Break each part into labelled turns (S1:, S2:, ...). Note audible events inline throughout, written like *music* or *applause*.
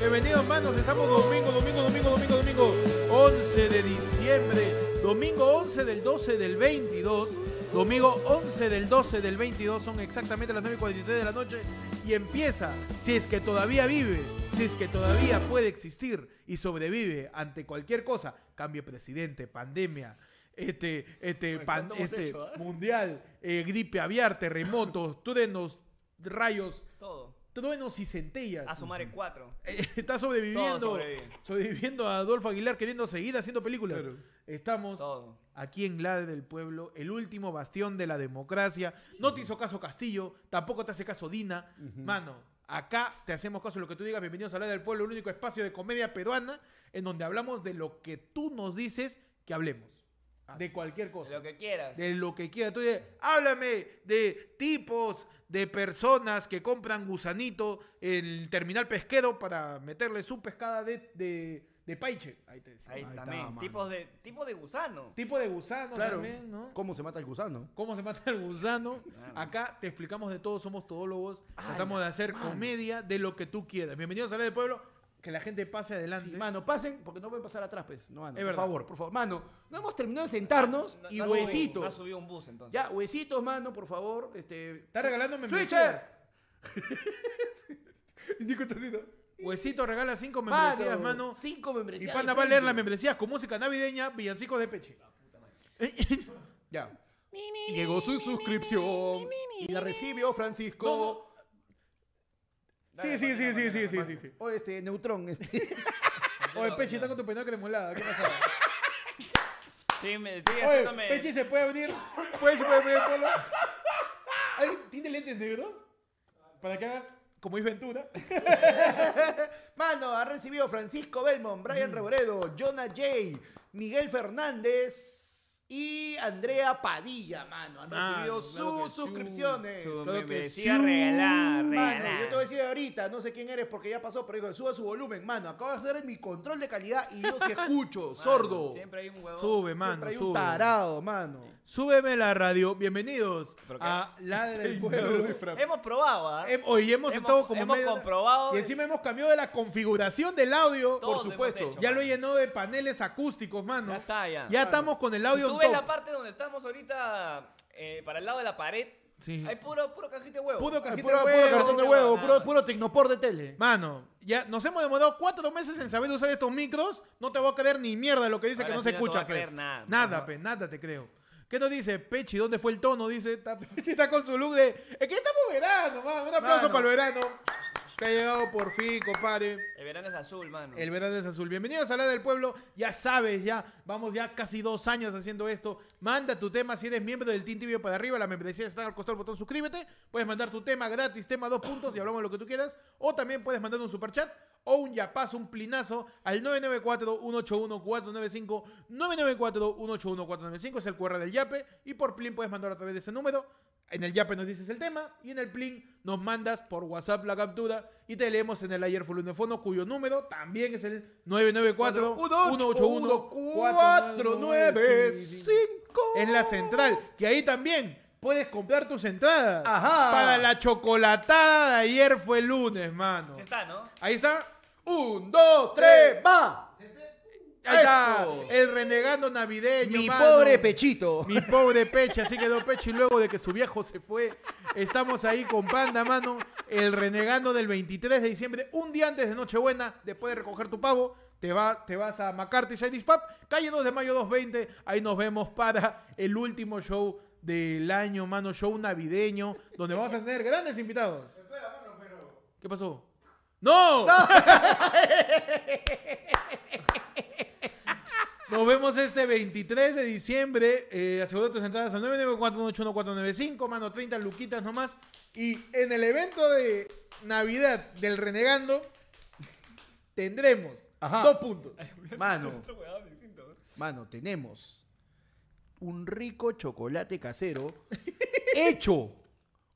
S1: hermanos, estamos domingo, domingo, domingo, domingo, domingo 11 de diciembre, domingo 11 del 12 del 22, domingo 11 del 12 del 22, son exactamente las 9.43 de la noche y empieza, si es que todavía vive, si es que todavía puede existir y sobrevive ante cualquier cosa, cambio de presidente, pandemia, este, este,
S2: Oye,
S1: pan-
S2: ¿cuánto hemos
S1: este
S2: hecho, ah?
S1: mundial, eh, gripe aviar, terremotos, *laughs* truenos, rayos,
S2: Todo.
S1: truenos y centellas.
S2: A sumar el 4.
S1: *laughs* Está sobreviviendo,
S2: Ah, Todo sobrevive.
S1: sobreviviendo a Adolfo Aguilar queriendo seguir haciendo películas.
S3: Claro.
S1: Estamos
S2: Todo.
S1: aquí en la del pueblo, el último bastión de la democracia. No te hizo caso Castillo, tampoco te hace caso Dina. Mano, acá te hacemos caso de lo que tú digas. Bienvenidos a la del pueblo, el único espacio de comedia peruana en donde hablamos de lo que tú nos dices que hablemos. de cualquier
S2: De
S1: cosa
S2: Lo que quieras.
S1: de lo que quiera. Tú dices, háblame de tipos de personas que compran gusanito en el terminal pesquero para meterle su pescada de, de, de paiche. Ahí te decía.
S2: Ahí,
S3: Ahí
S2: también.
S3: está, mano.
S2: tipos de, tipo de gusano.
S1: Tipo de gusano
S3: Claro.
S1: también, ¿no?
S3: ¿Cómo se mata el gusano?
S1: ¿Cómo se mata el gusano?
S2: Claro.
S1: Acá te explicamos de todo, somos todólogos,
S3: Ah,
S1: tratamos
S3: la
S1: de hacer
S3: mano.
S1: comedia de lo que tú quieras. Bienvenidos a la del pueblo, que la gente pase adelante.
S3: Sí, mano, pasen, porque no pueden pasar atrás, pues. No, mano,
S1: Es
S3: por
S1: verdad.
S3: favor, por favor. Mano, no hemos terminado de sentarnos
S2: No-
S3: y
S2: no ha subido- No ha
S3: huesitos.
S2: subido un bus entonces.
S3: ya, huesitos, mano, por favor. Este,
S1: Está regalándome
S3: ¡Switcher!
S1: *laughs* Nico Huesito regala cinco
S3: Mano,
S1: membresías, mano.
S3: Cinco
S1: Y
S3: membresías.
S1: Panda
S3: al
S1: va a leer
S3: frente.
S1: las membresías con música navideña, villancicos de peche.
S3: Ya. Y llegó su suscripción y la recibió Francisco.
S1: Sí, sí, sí, sí, sí, sí, sí, sí.
S3: O este, Neutrón, este.
S1: Oye, Pechi está con tu peinado cremolada. ¿Qué pasa?
S2: Sí, me, estoy
S1: Oye,
S2: haciéndome.
S1: Pechi se puede abrir. Puede, se puede abrir el polo. ¿Alguien ¿Tiene lentes negros? Para que hagas como es Ventura.
S3: Mano, ha recibido Francisco Belmont, Brian Reboredo, Jonah Jay, Miguel Fernández y Andrea Padilla, mano. Han
S1: Mano,
S3: recibido
S1: claro que
S3: sus
S1: sí.
S3: suscripciones.
S2: Su
S1: Claro que
S2: membresía
S1: sí.
S2: regalada,
S3: Mano,
S2: regalada.
S3: yo te voy a decir ahorita, no sé quién eres porque ya pasó, pero digo, suba su volumen, mano. Acabo de hacer mi control de calidad y yo sí *laughs* escucho,
S2: Mano,
S3: sordo.
S2: Siempre hay un
S1: *laughs*
S2: huevón.
S1: Sube,
S3: Siempre
S1: mano,
S3: hay un
S1: sube.
S3: tarado, mano.
S1: Súbeme la radio. Bienvenidos
S2: ¿Pero qué?
S1: a la del
S3: de
S1: pueblo.
S2: Hemos probado, ¿ah?
S1: Hem- Hoy hemos
S2: Hemos-
S1: estado como
S2: hemos
S1: media hora.
S2: comprobado.
S1: Y encima hemos cambiado de la configuración del audio.
S2: Todo
S3: por supuesto.
S2: hemos hecho,
S1: Ya
S2: mano.
S1: lo llenó de paneles acústicos, mano.
S2: Ya está, ya.
S1: Ya estamos con el audio
S2: Tú
S1: en
S2: ves
S1: top.
S2: la parte donde estamos ahorita, eh, para el lado de la pared.
S1: Sí.
S2: Hay puro, puro cajita de huevo.
S1: Puro
S3: Puro,
S1: cajita
S3: puro
S1: de huevo.
S3: cartón de
S2: no,
S3: huevo,
S2: nada.
S3: puro, puro tecnopor de tele.
S1: Mano, ya nos hemos demorado cuatro meses en saber usar estos micros. No te voy a creer ni mierda lo que dice
S2: Ahora
S1: que no
S2: sí
S1: se
S2: no te
S1: escucha,
S2: voy a
S1: pe.
S2: creer nada.
S1: Nada,
S2: Ajá.
S1: pe, nada te creo. ¿Qué nos dice Pechi? ¿Dónde fue el tono? Dice, está, Pechi está con su look de... Es que estamos verano, mano. Un aplauso
S3: Mano.
S1: para el verano. Que ha llegado por fin, compadre.
S2: El verano es azul, mano.
S1: El verano es azul. Bienvenidos a la del pueblo. Ya sabes, ya vamos ya casi dos años haciendo esto. Manda tu tema si eres miembro del Team Tibio para arriba. La membresía está al costado del botón suscríbete. Puedes mandar tu tema gratis, tema dos puntos y hablamos de lo que tú quieras. O también puedes mandar un superchat o un yapazo, un plinazo al 994-181-495. 994-181-495 es el QR del Yape. Y por plin puedes mandar a través de ese número. En el Yape nos dices el tema y en el Plin nos mandas por WhatsApp la captura y te leemos en el ayer Fulunefono, cuyo número también es el 994 181 En la central, que ahí también puedes comprar tus entradas
S3: Ajá.
S1: para la chocolatada de ayer fue lunes, mano.
S2: Sí está, ¿no?
S1: Ahí está.
S3: Un, dos, tres, va.
S1: Ahí está.
S3: Eso.
S1: El renegando navideño.
S3: Mi
S1: mano.
S3: pobre pechito.
S1: Mi pobre Peche, así quedó Peche y luego de que su viejo se fue, estamos ahí con Panda, mano, el renegando del 23 de diciembre, un día antes de Nochebuena, después de recoger tu pavo, te, va, te vas a McCarthy Shadish Pub, calle 2 de mayo 220, ahí nos vemos para el último show del año, mano, show navideño, donde vamos a tener grandes invitados. ¿Qué pasó? ¡No! *laughs* Nos vemos este 23 de diciembre. Eh, asegura tus entradas al 994-181-495, mano 30 luquitas nomás. Y en el evento de Navidad del Renegando tendremos
S3: Ajá.
S1: dos puntos.
S3: Mano,
S2: Otro huevón distinto, ¿no?
S3: mano, tenemos un rico chocolate casero *laughs* hecho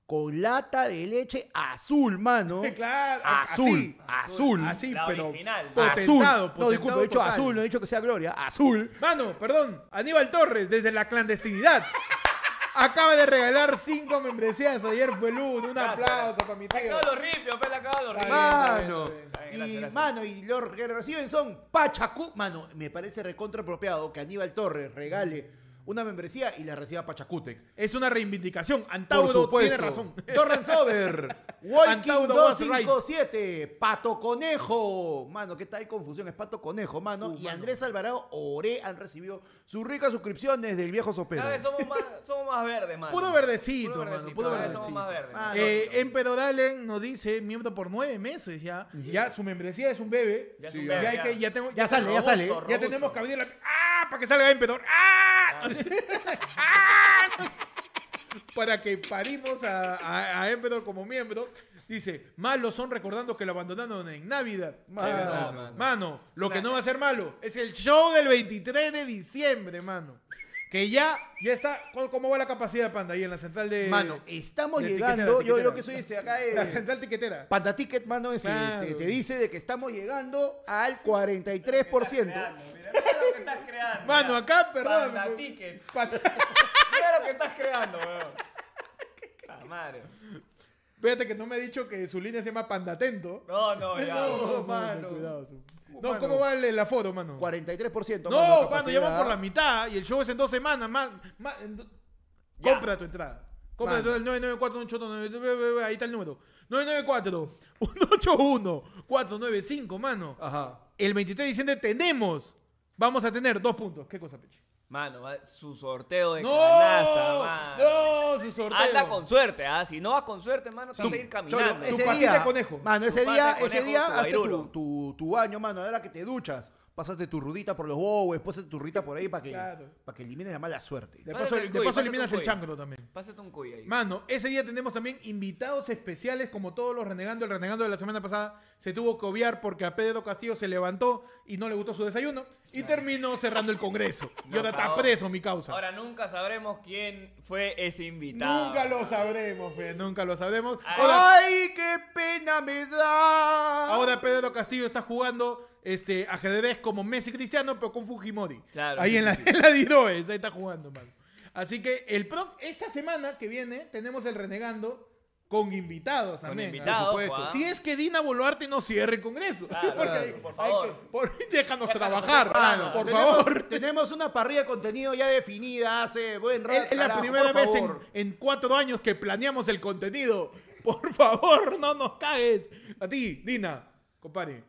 S3: con lata de leche azul, mano.
S1: *laughs* Claro,
S3: Azul, azul.
S1: Así,
S2: La
S1: pero
S2: original.
S3: Ah, Azul.
S1: potentado,
S3: No,
S1: potentado
S3: disculpa, he dicho
S1: total.
S3: azul, no he dicho que sea gloria. Azul.
S1: Mano, perdón, Aníbal Torres desde la clandestinidad. Acaba de regalar cinco membresías. Ayer fue el uno. Un
S2: Gracias.
S1: aplauso para mi
S2: Le
S1: tío.
S2: acabo los ripios, pe, le acabo los
S1: Está
S2: ripios.
S1: bien, está bien, está bien.
S2: Está
S3: Mano.
S2: bien,
S3: Y,
S2: gracias, gracias.
S3: mano, y los que reciben son Pachacú. Mano, me parece recontra apropiado que Aníbal Torres regale
S1: Mm.
S3: una membresía y la reciba Pachacutec.
S1: Es una reivindicación.
S3: Por
S1: Antauro
S3: supuesto.
S1: tiene razón.
S3: Torrens Over.
S1: *laughs*
S3: Walking
S1: Antauro was
S3: 257. Pato Conejo. Mano, qué tal confusión. Es Pato Conejo, mano.
S1: Uh,
S3: y
S1: mano.
S3: Andrés Alvarado Ore han recibido sus ricas suscripciones del viejo sopero.
S2: Cada vez somos más, somos más verdes, mano.
S1: Puro verdecito,
S2: Puro
S1: mano,
S2: verdecito,
S1: puro
S2: cada vez somos
S1: verdecito.
S2: más verdes.
S3: Ah,
S2: mano.
S1: Eh, Emperor Allen nos dice miembro por nueve meses ya. Ya su membresía es un bebé.
S2: Ya es
S3: sí,
S2: un
S3: ya.
S2: verde,
S1: Ya, hay que- ya tengo-
S3: Ya sale, ya sale.
S1: Ya tenemos que abrir la. ¡Ah! Para que salga Emperor. ¡Ah! *laughs* ¡Ah! Para que parimos a, a, a Emperor como miembro. Dice, malos son recordando que lo abandonaron en Navidad.
S3: Mano.
S2: verdad,
S1: mano,
S2: mano.
S1: mano, lo que
S2: Una-
S1: no va a ser malo es el show del 23 de diciembre, mano. Que ya, ya está. ¿Cómo, cómo va la capacidad, Panda, ahí en la central de.
S3: Mano, Eh, estamos
S1: de tiquetera,
S3: llegando. Yo, yo
S1: tiquetera.
S3: que soy este acá eh,
S1: La central tiquetera.
S3: Panda Ticket, mano, este,
S1: Claro.
S3: te, te dice de que estamos llegando al 43%.
S2: Mira lo que estás creando.
S1: Mano,
S2: mira.
S1: acá, perdón.
S2: Panda ticket.
S1: Panda-
S2: Mira lo que estás creando, weón.
S1: *laughs*
S2: Ah, madre.
S1: Fíjate que no me ha dicho que su línea se llama Pandatento.
S2: No, no, ya.
S3: No.
S1: No,
S3: Oh, mano.
S1: cuidado.
S3: Oh,
S1: No,
S3: mano.
S1: ¿cómo va el, el aforo, mano? No,
S3: 43%. la
S1: mano, ya van
S3: capacidad.
S1: por la mitad y el show es en dos semanas. Más, más- en do-
S2: Ya.
S1: Compra tu entrada. Compra
S3: Mano.
S1: tu entrada, el 994 ahí está el número. 994-181-495, mano.
S3: Ajá.
S1: El 23 de diciembre tenemos, vamos a tener dos puntos. ¿Qué cosa, Peche?
S2: Mano, va- su sorteo de
S1: ¡No!
S2: canasta, mano.
S1: ¡No! Su sorteo.
S2: Anda con suerte, ¿ah? Si no vas con suerte, mano, te vas a ir
S3: Cholo,
S2: caminando.
S1: Tu
S3: ese
S1: patita
S3: día,
S1: de conejo.
S3: Mano, ese
S2: Tu pata
S3: día,
S2: de
S3: ese
S2: conejo,
S3: día
S2: tu
S3: hazte
S2: bairuro.
S3: tu, tu, tu baño, mano. Ahora que te duchas, pasaste tu rudita por los bobos, pasaste tu rudita por ahí para que,
S1: Claro.
S3: pa' que elimines la mala suerte.
S1: De
S2: Pásate
S1: paso,
S2: el
S1: de
S2: cuy,
S1: paso
S2: pásate
S1: eliminas
S2: tu
S1: el
S2: cuy.
S1: chancro también.
S2: Pásate un cuy ahí.
S1: Mano, ese día tenemos también invitados especiales como todos los renegando. El renegando de la semana pasada se tuvo que obviar porque a Pedro Castillo se levantó y no le gustó su desayuno y terminó cerrando el
S2: *laughs*
S1: Congreso. y
S2: No,
S1: ahora está
S2: ahora-
S1: preso mi causa.
S2: Ahora nunca sabremos quién fue ese invitado.
S1: nunca lo sabremos, fe, nunca lo sabremos.
S2: Ay.
S1: Ahora,
S3: ¡Ay, qué pena me da!
S1: ahora Pedro Castillo está jugando este ajedrez como Messi Cristiano, pero con Fujimori.
S2: Claro,
S1: ahí
S2: sí,
S1: en, la,
S2: sí,
S1: *laughs* en la Didoes, ahí está jugando, mano. Así que el pro, esta semana que viene tenemos el renegando con invitados
S2: Con
S1: también. ¿ah?
S2: invitados,
S3: supuesto.
S2: Juan.
S1: Si es que Dina Boluarte no cierre el Congreso. *laughs*
S2: Claro,
S1: Porque
S2: claro,
S1: hay-
S2: por
S1: hay
S2: favor.
S1: que- *laughs* por- déjanos trabajar,
S2: hacer programa.
S1: mano, por
S3: Tenemos-
S1: favor.
S3: *laughs* Tenemos una parrilla de contenido ya definida hace buen rato.
S1: Es es la
S3: carajo,
S1: primera
S3: por
S1: vez en,
S3: favor.
S1: en cuatro años que planeamos el contenido. *laughs* Por favor, no nos cagues. A ti, Dina, compadre.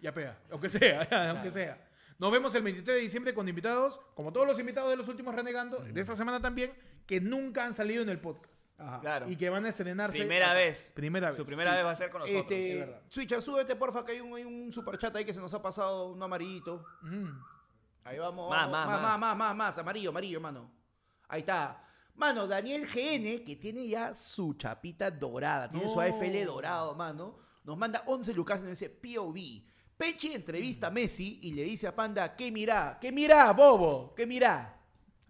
S1: Ya pega, aunque sea, *laughs* aunque sea. Nos vemos el 23 de diciembre con invitados, como todos los invitados de los últimos Renegando, de esta semana también, que nunca han salido en el podcast.
S3: Ajá.
S2: Claro.
S1: Y que van a estrenarse.
S2: Primera vez.
S1: Primera vez.
S2: Su primera
S1: sí.
S2: vez va a ser con nosotros.
S1: es
S3: Este,
S1: verdad.
S3: Switcha, súbete, porfa, que hay un, hay un superchat ahí que se nos ha pasado, un amarillito.
S1: Mm.
S3: Ahí vamos.
S2: Más,
S3: vamos.
S2: más,
S3: más, más,
S2: más.
S3: más, más, más. Amarillo, amarillo, mano. Ahí está. Mano, Daniel GN, que tiene ya su chapita dorada, tiene su
S1: No.
S3: AFL dorado, mano. Nos manda 11 lucas en ese POV. Pechi entrevista a Messi y le dice a Panda, ¿qué mirá? ¿Qué mirá, bobo? ¿Qué mirá?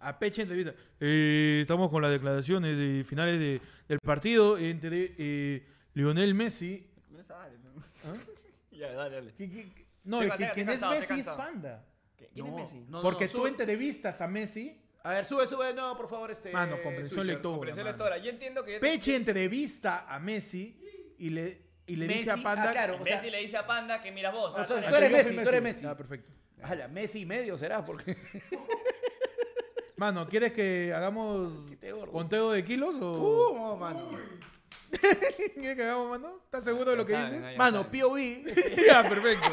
S1: A Peche entrevista. Eh, estamos con las declaraciones de finales de- del partido entre eh, Lionel Messi.
S2: No sale, ¿no?
S1: ¿Ah?
S2: *laughs* Ya, dale, dale.
S1: ¿Qué- qué- qué? No,
S2: Estoy
S1: es que
S2: cansado,
S1: quien
S2: estoy
S1: es
S2: cansado,
S1: Messi
S2: estoy
S1: es
S2: cansado.
S1: panda.
S2: ¿Quién es
S3: No,
S2: Messi?
S3: no, no,
S1: Porque tú
S3: sube.
S1: entrevistas a Messi.
S3: A ver, sube, sube. No, por favor, este...
S1: Mano, comprensión
S3: Switcher.
S1: lectora.
S2: Comprensión
S1: mano.
S2: lectora. Yo entiendo que. yo-
S1: Peche entrevista a Messi y le, y le dice a
S3: Messi,
S1: Panda.
S3: ah, claro,
S1: Ah,
S3: o
S2: Messi
S3: sea-
S2: le dice a Panda que mira vos.
S3: O sea,
S2: ah,
S3: tú eres
S1: yo soy
S3: Messi, tú eres Messi.
S1: Ah, perfecto.
S3: Ala, Messi y medio será, porque...
S1: Mano, ¿quieres que hagamos
S3: Qué te gordo. Uh.
S1: conteo de kilos o
S3: ¿Cómo, mano?
S1: *laughs* quieres que hagamos, mano? ¿Estás seguro de lo
S2: Ya
S1: que
S2: saben,
S1: dices?
S2: ya
S3: Mano,
S2: saben.
S3: POV,
S1: *laughs* Ya, perfecto.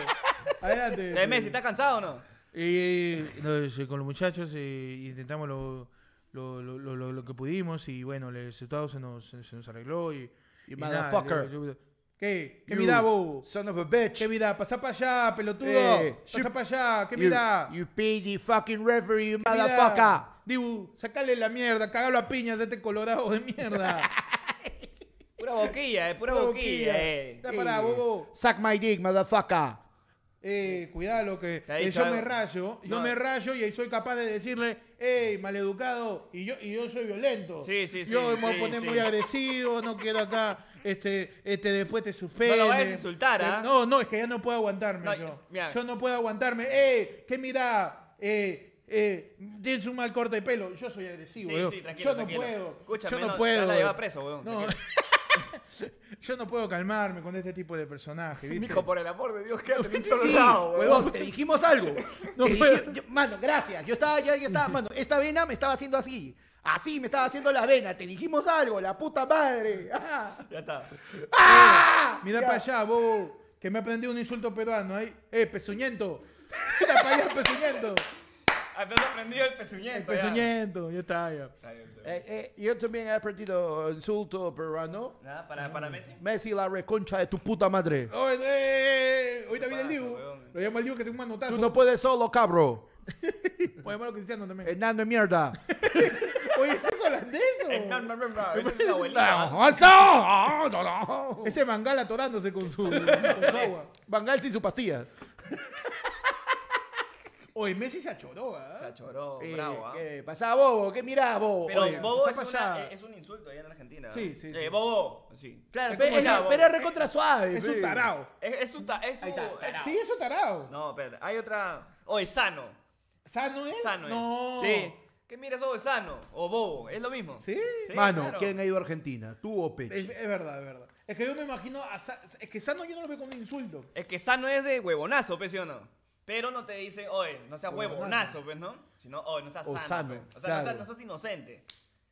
S1: Adelante. pues.
S2: Eh, Messi, ¿estás cansado o no?
S1: Y nos- eh, con los muchachos eh, intentamos lo, lo, lo- lo- lo- lo que pudimos y bueno, el resultado se nos, se nos arregló y...
S3: You
S1: y nada,
S3: motherfucker.
S1: le- le- ¿Qué? ¿Qué
S3: You
S1: mira, bobo?
S3: Son of a bitch.
S1: ¿Qué mira? Pasá para allá, pelotudo.
S3: Eh,
S1: Pasá
S3: you-
S1: para allá. ¿Qué
S3: You-
S1: mira?
S3: You, pity fucking referee, you
S1: ¿Qué mirá?
S3: motherfucker.
S1: Dibu, sacale la mierda, cagalo a piñas de este colorado de mierda.
S3: *laughs*
S2: Pura boquilla, eh, pura boquilla, eh.
S1: Está pará, bobo.
S3: Suck my dick, motherfucker.
S1: Eh, cuidado que
S2: Te ha
S1: eh,
S2: dicho
S1: yo me
S2: algo.
S1: rayo, yo
S2: No.
S1: me rayo y ahí soy capaz de decirle, hey, maleducado, y yo, y yo soy violento.
S2: Sí, sí, sí,
S1: Yo me voy a
S2: sí,
S1: poner
S2: sí.
S1: muy agresivo, no quiero acá, este, este después te Eh, suspende.
S2: No lo vayas a insultar, ¿ah?
S1: No, no, es que ya no puedo aguantarme
S2: No,
S1: yo.
S2: mira.
S1: Yo no puedo aguantarme. ¡Ey! ¿Qué mira? Eh, eh, tienes un mal corte de pelo. Yo soy agresivo,
S2: Sí,
S1: weón.
S2: sí, tranquilo,
S1: Yo no
S2: tranquilo.
S1: puedo.
S2: Escúchame,
S1: yo no,
S2: no, te
S1: puedo.
S2: vas a llevar
S1: weón.
S2: preso, weón,
S1: No. *laughs* yo no puedo calmarme con este tipo de
S2: *laughs*
S1: personaje, ¿viste?
S2: Mijo, por el amor de Dios, quédate en un solo
S3: *laughs* Sí,
S2: lado, weón.
S3: huevón, te dijimos algo.
S1: No
S3: Te dije-
S1: puedo.
S3: yo- mano, gracias. Yo estaba, ya, ya estaba, mano, esta vena me estaba haciendo así. Así me estaba haciendo la vena. Te dijimos algo, la puta madre. *laughs* Ah.
S2: Ya está.
S3: ¡Ah!
S1: Mira
S3: Ya.
S1: para allá, bobo, que me aprendí un insulto peruano ahí. Eh, pezuñento. Mira para allá, pezuñento.
S2: Apenas aprendido el pezuñento. ya.
S1: Pezuñento, ya está, ya.
S2: Está bien, está bien.
S3: Eh, eh, yo también he aprendido insulto peruano.
S2: Nada, para, para Messi.
S3: Messi, la reconcha de tu puta madre.
S1: Oye, eh, eh, ahorita viene el
S2: pasa,
S1: Dibu.
S2: weón?
S1: Lo llama el Dibu que tengo un
S3: Tú
S1: manotazo.
S3: no puedes solo, cabro.
S1: Puedes llamarlo Cristiano también.
S3: Hernando de mierda.
S1: Eh, Oye, ¿ese es holandés o?
S2: Eh, no, no, no, no, esa es la
S3: *laughs*
S2: abuelita.
S1: Ese mangala atorándose con su, con su agua.
S3: Bangal sin su pastilla.
S1: Oye, Messi se achoró, ¿ah?
S2: Chachoró,
S3: Eh,
S2: bravo, ¿ah?
S3: ¿Qué pasa, Bobo? ¿Qué mirá, Bobo?
S2: Pero
S1: Oiga,
S2: bobo es,
S1: está
S2: una- eh,
S1: pasada.
S2: es un insulto allá en Argentina.
S1: Sí,
S2: ¿no?
S1: sí,
S2: Eh,
S1: sí.
S2: bobo. Sí.
S3: Claro,
S1: Es
S3: pe-
S1: como
S3: es-
S2: ya, Bobo.
S3: pero es recontra suave.
S1: Es un
S3: pe.
S1: tarao. Oh,
S2: Es, es un. ta- es
S3: Ahí
S2: un-
S3: está,
S2: es-
S1: Sí, es un tarao.
S2: No, espérate. Hay otra. O es sano.
S1: ¿Sano es?
S2: Sano
S1: no.
S2: es. Sí. ¿Qué mira eso es sano? O bobo. Es lo mismo.
S1: ¿Sí?
S3: Mano,
S2: claro.
S3: ¿quién ha ido a Argentina? ¿Tú o
S1: Es,
S3: Peche?
S1: es verdad, es verdad. Es que yo me imagino. a Sa- es que Sano yo no lo veo como un insulto.
S2: Es que sano es de huevonazo, pues, ¿sí o no? Pero no te dicen, oye, no seas huevonazo, pues, ¿no? Sino, oye, no seas
S3: O
S2: sano.
S3: sano,
S2: pues. O sea, no
S3: claro.
S2: seas, no seas inocente.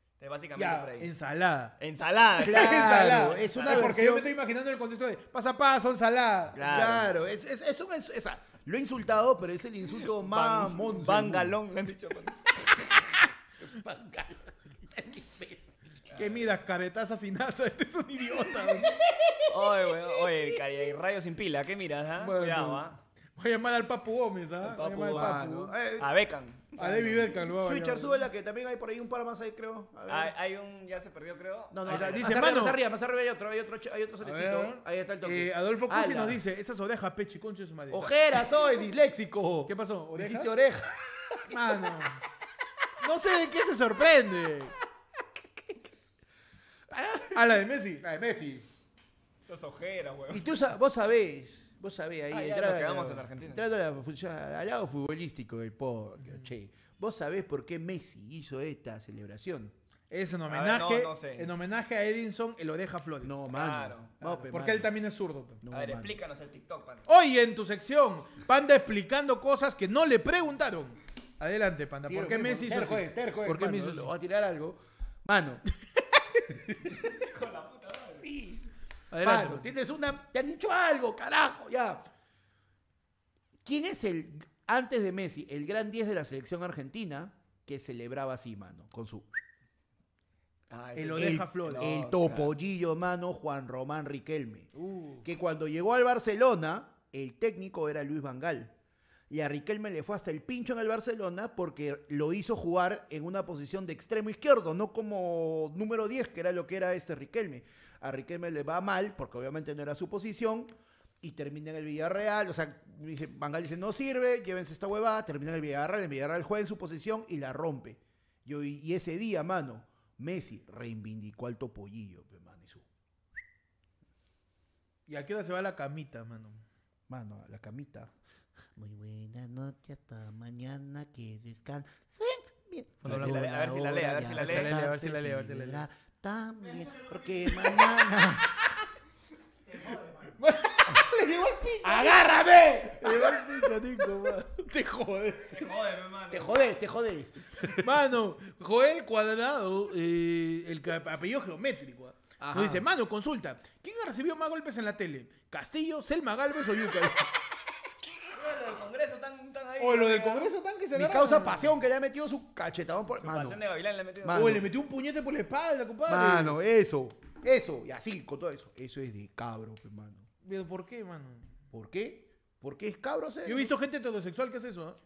S2: Entonces, básicamente por
S1: Ya,
S2: ahí.
S1: ensalada.
S2: Ensalada.
S3: Claro,
S1: Es ensalada.
S3: es una
S1: Porque yo me
S3: versión-
S1: estoy imaginando el contexto de pasa paso, ensalada.
S2: Claro.
S3: Claro, es, es, es un ins- o sea, lo he insultado, pero es el insulto más
S2: Van-
S3: monzo del
S2: Bangalón, le han dicho. pues.
S3: mundo. *laughs* Bangal.
S1: Que mira, caretazas sin asa. *laughs* Este es un idiota.
S2: Oye, weón, oye, cari- rayo sin pila, ¿qué miras, ah?
S1: Bueno.
S2: Cuidado, ah.
S1: Voy a llamar al Papu Gómez, ¿ah?
S2: Al
S1: Voy a llamar
S2: Papu,
S1: al Papu.
S3: Mano, eh,
S2: A Beckham.
S1: A David Beckham lo voy a
S3: Switcher,
S1: llamar.
S3: sube la que también hay por ahí un par más ahí, creo. A ver.
S2: Hay, hay un, ya se perdió, creo.
S3: No, no,
S2: Ahí
S3: ahí
S2: está.
S3: está.
S1: dice,
S3: más arriba,
S1: mano.
S3: más arriba, más arriba hay otro, hay otro, hay otro
S1: A ver,
S3: solecito.
S1: a ver.
S3: Ahí está el toque.
S1: Eh, Adolfo Cusi
S3: Ala.
S1: nos dice, esas orejas, pechi, concha de su madre.
S3: Ojera, soy disléxico.
S1: ¿Qué pasó?
S3: Dijiste
S1: ¿Orejas?
S3: oreja.
S1: Mano. No sé de qué se sorprende. A la de Messi.
S3: Ay, Messi.
S2: Esas ojeras,
S3: Y
S2: weón.
S3: tú sa- vos sabés, vos sabés ahí.
S2: Ah, ya
S3: entrando
S2: nos
S3: a la-
S2: quedamos en Argentina.
S3: entrando a la función- al lado futbolístico del podcast, che. Vos sabés por qué Messi hizo esta celebración.
S1: Es en
S2: ver,
S1: homenaje,
S2: no, no sé.
S1: en homenaje a Edinson, el oreja Flores.
S3: No, mano.
S2: Claro,
S3: Vamos, pe,
S1: porque él
S3: mano.
S1: también es zurdo. pe.
S3: No,
S2: A ver,
S3: mano.
S2: explícanos el TikTok, pan.
S1: Hoy en tu sección, Panda explicando cosas que no le preguntaron. Adelante, Panda.
S3: Sí,
S1: ¿Por qué
S3: hermano,
S1: Messi hizo
S3: terco
S1: así?
S3: es, terco es,
S1: ¿Por qué
S3: mano,
S1: Messi hizo
S3: lo
S1: así?
S3: va a tirar algo.
S1: *laughs*
S3: Mano,
S1: Adelante.
S3: mano,
S1: Panda.
S3: tienes una. Te han dicho algo, carajo, ya. ¿Quién es el, antes de Messi, el gran 10 de la selección argentina que celebraba así, mano? Con su
S2: Ah,
S1: El
S2: ese-
S1: oreja
S3: el,
S1: Flores.
S3: el
S2: No,
S3: topollillo, mano, Juan Román Riquelme.
S1: Uh,
S3: Que cuando llegó al Barcelona, el técnico era Luis Vangal. Y a Riquelme le fue hasta el pincho en el Barcelona porque lo hizo jugar en una posición de extremo izquierdo, no como número 10, que era lo que era este Riquelme. A Riquelme le va mal porque obviamente no era su posición. Y termina en el Villarreal, o sea, dice, Vangal dice, no sirve, llévense esta huevada, termina en el Villarreal, el Villarreal juega en su posición y la rompe. Y, hoy- y ese día, mano, Messi reivindicó al topollillo, pe, mano, y su-
S1: ¿Y a qué hora se va la camita, *laughs* mano?
S3: mano, a la camita. Muy buena noche, hasta mañana que descansen bien.
S2: Bueno, a ver si la- a ver si la lee, a ver si la lee.
S1: A ver si la lee, a ver si la lee.
S3: También,
S2: *laughs*
S3: porque mañana.
S1: ¡Le llegó el pincho!
S3: ¡Agárrame!
S1: ¡Le llegó el pincho, Nico, mano! *laughs* ¡Te jodes!
S2: Se jode, mi hermano.
S3: Te jodes, te jodes.
S1: Mano, Joel Cuadrado, eh, el ca- apellido geométrico, ah,
S3: Ajá.
S1: nos dice, mano, consulta, ¿quién recibió más golpes en la tele? ¿Castillo, Selma Galvez o Yuka?
S2: Oye, Los del Congreso están, están ahí.
S1: *laughs* o lo del
S2: ¿no?
S1: Congreso tan que se
S3: Mi
S1: agarraron.
S3: causa pasión que le ha metido su cachetadón por.
S2: Su pasión de
S3: Mano,
S2: Gavilán le ha metido.
S3: Mano.
S1: O le metió un puñete por la espalda, compadre.
S3: mano, eso, eso, y así, con todo eso. Eso es de cabro, hermano.
S1: Pero, ¿Por qué, mano?
S3: ¿Por qué? Porque es cabro, ser.
S1: Yo he visto gente heterosexual que hace eso, ¿ah?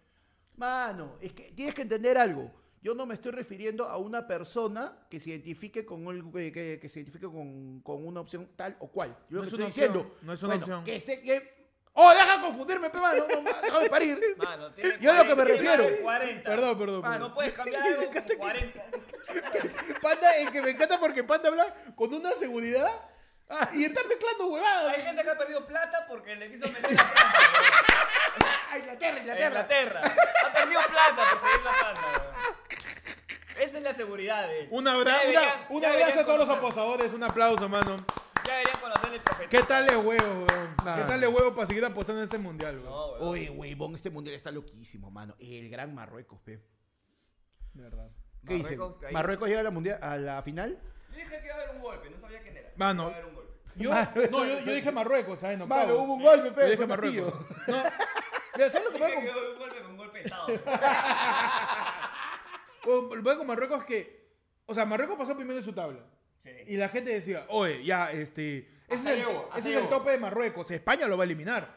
S3: Mano, es que tienes que entender algo. Yo no me estoy refiriendo a una persona que se identifique con el- eh, que, que se identifique con, con una opción tal o cual.
S1: No
S3: Yo lo
S1: es
S3: que
S1: una
S3: estoy
S1: opción,
S3: diciendo.
S1: no es una
S3: bueno,
S1: opción.
S3: Que se, que- ¡Oh, deja confundirme, pe, mano! No, ma-
S1: *laughs*
S3: déjame parir.
S2: Mano, tiene
S3: Yo a lo que me
S2: 40, tiene
S3: refiero.
S2: 40.
S1: Perdón, perdón.
S3: Mano.
S1: perdón.
S2: No
S1: *laughs*
S2: puedes cambiar algo con 40.
S1: Panda, el que me encanta porque Panda habla con una seguridad ah, y está mezclando huevadas.
S2: Hay gente que ha perdido plata porque le quiso meter la plata.
S3: Ay, la Inglaterra, Inglaterra.
S2: Inglaterra. Ha perdido plata por seguir la plata. weón. Esa es la seguridad de él.
S1: Un,
S2: Ya
S1: abra-
S2: deberían-
S1: una- un
S2: ya
S1: abrazo
S2: deberían
S1: a todos los
S2: conocer-
S1: apostadores, un aplauso, mano.
S2: Ya deberían conocer el profeta.
S1: ¿Qué tal de huevo, weón?
S3: Nah.
S1: ¿Qué tal de huevo para seguir apostando en este mundial, weón?
S2: No, weón.
S3: Oye, huevón, este mundial está loquísimo, mano. El gran Marruecos, pe.
S1: De verdad.
S3: ¿Qué dicen?
S2: Marruecos, ahí-
S3: ¿Marruecos llega a la, mundial, a la final?
S2: Dije que iba a haber un golpe, no sabía quién era.
S1: Mano.
S2: Iba a haber un golpe.
S1: Yo,
S3: Mano,
S1: no,
S3: eso-
S1: yo, yo dije Marruecos, ¿sabes? No,
S3: Mano, hubo un golpe, pe,
S1: Yo dije
S3: fue
S1: Marruecos.
S3: Castillo.
S1: No. Mira, ¿sabes lo que
S2: Dije
S1: pasa
S2: que
S1: con
S2: iba a haber un golpe, pero un golpe de estado.
S1: Lo que pasa con Marruecos es que. O sea, Marruecos pasó primero en su tabla.
S2: Sí.
S1: Y la gente decía, oye, ya, este. Ese,
S4: Hasta
S1: es el,
S4: llego, hasta
S1: ese es el
S4: llego.
S1: tope de Marruecos. España lo va a eliminar.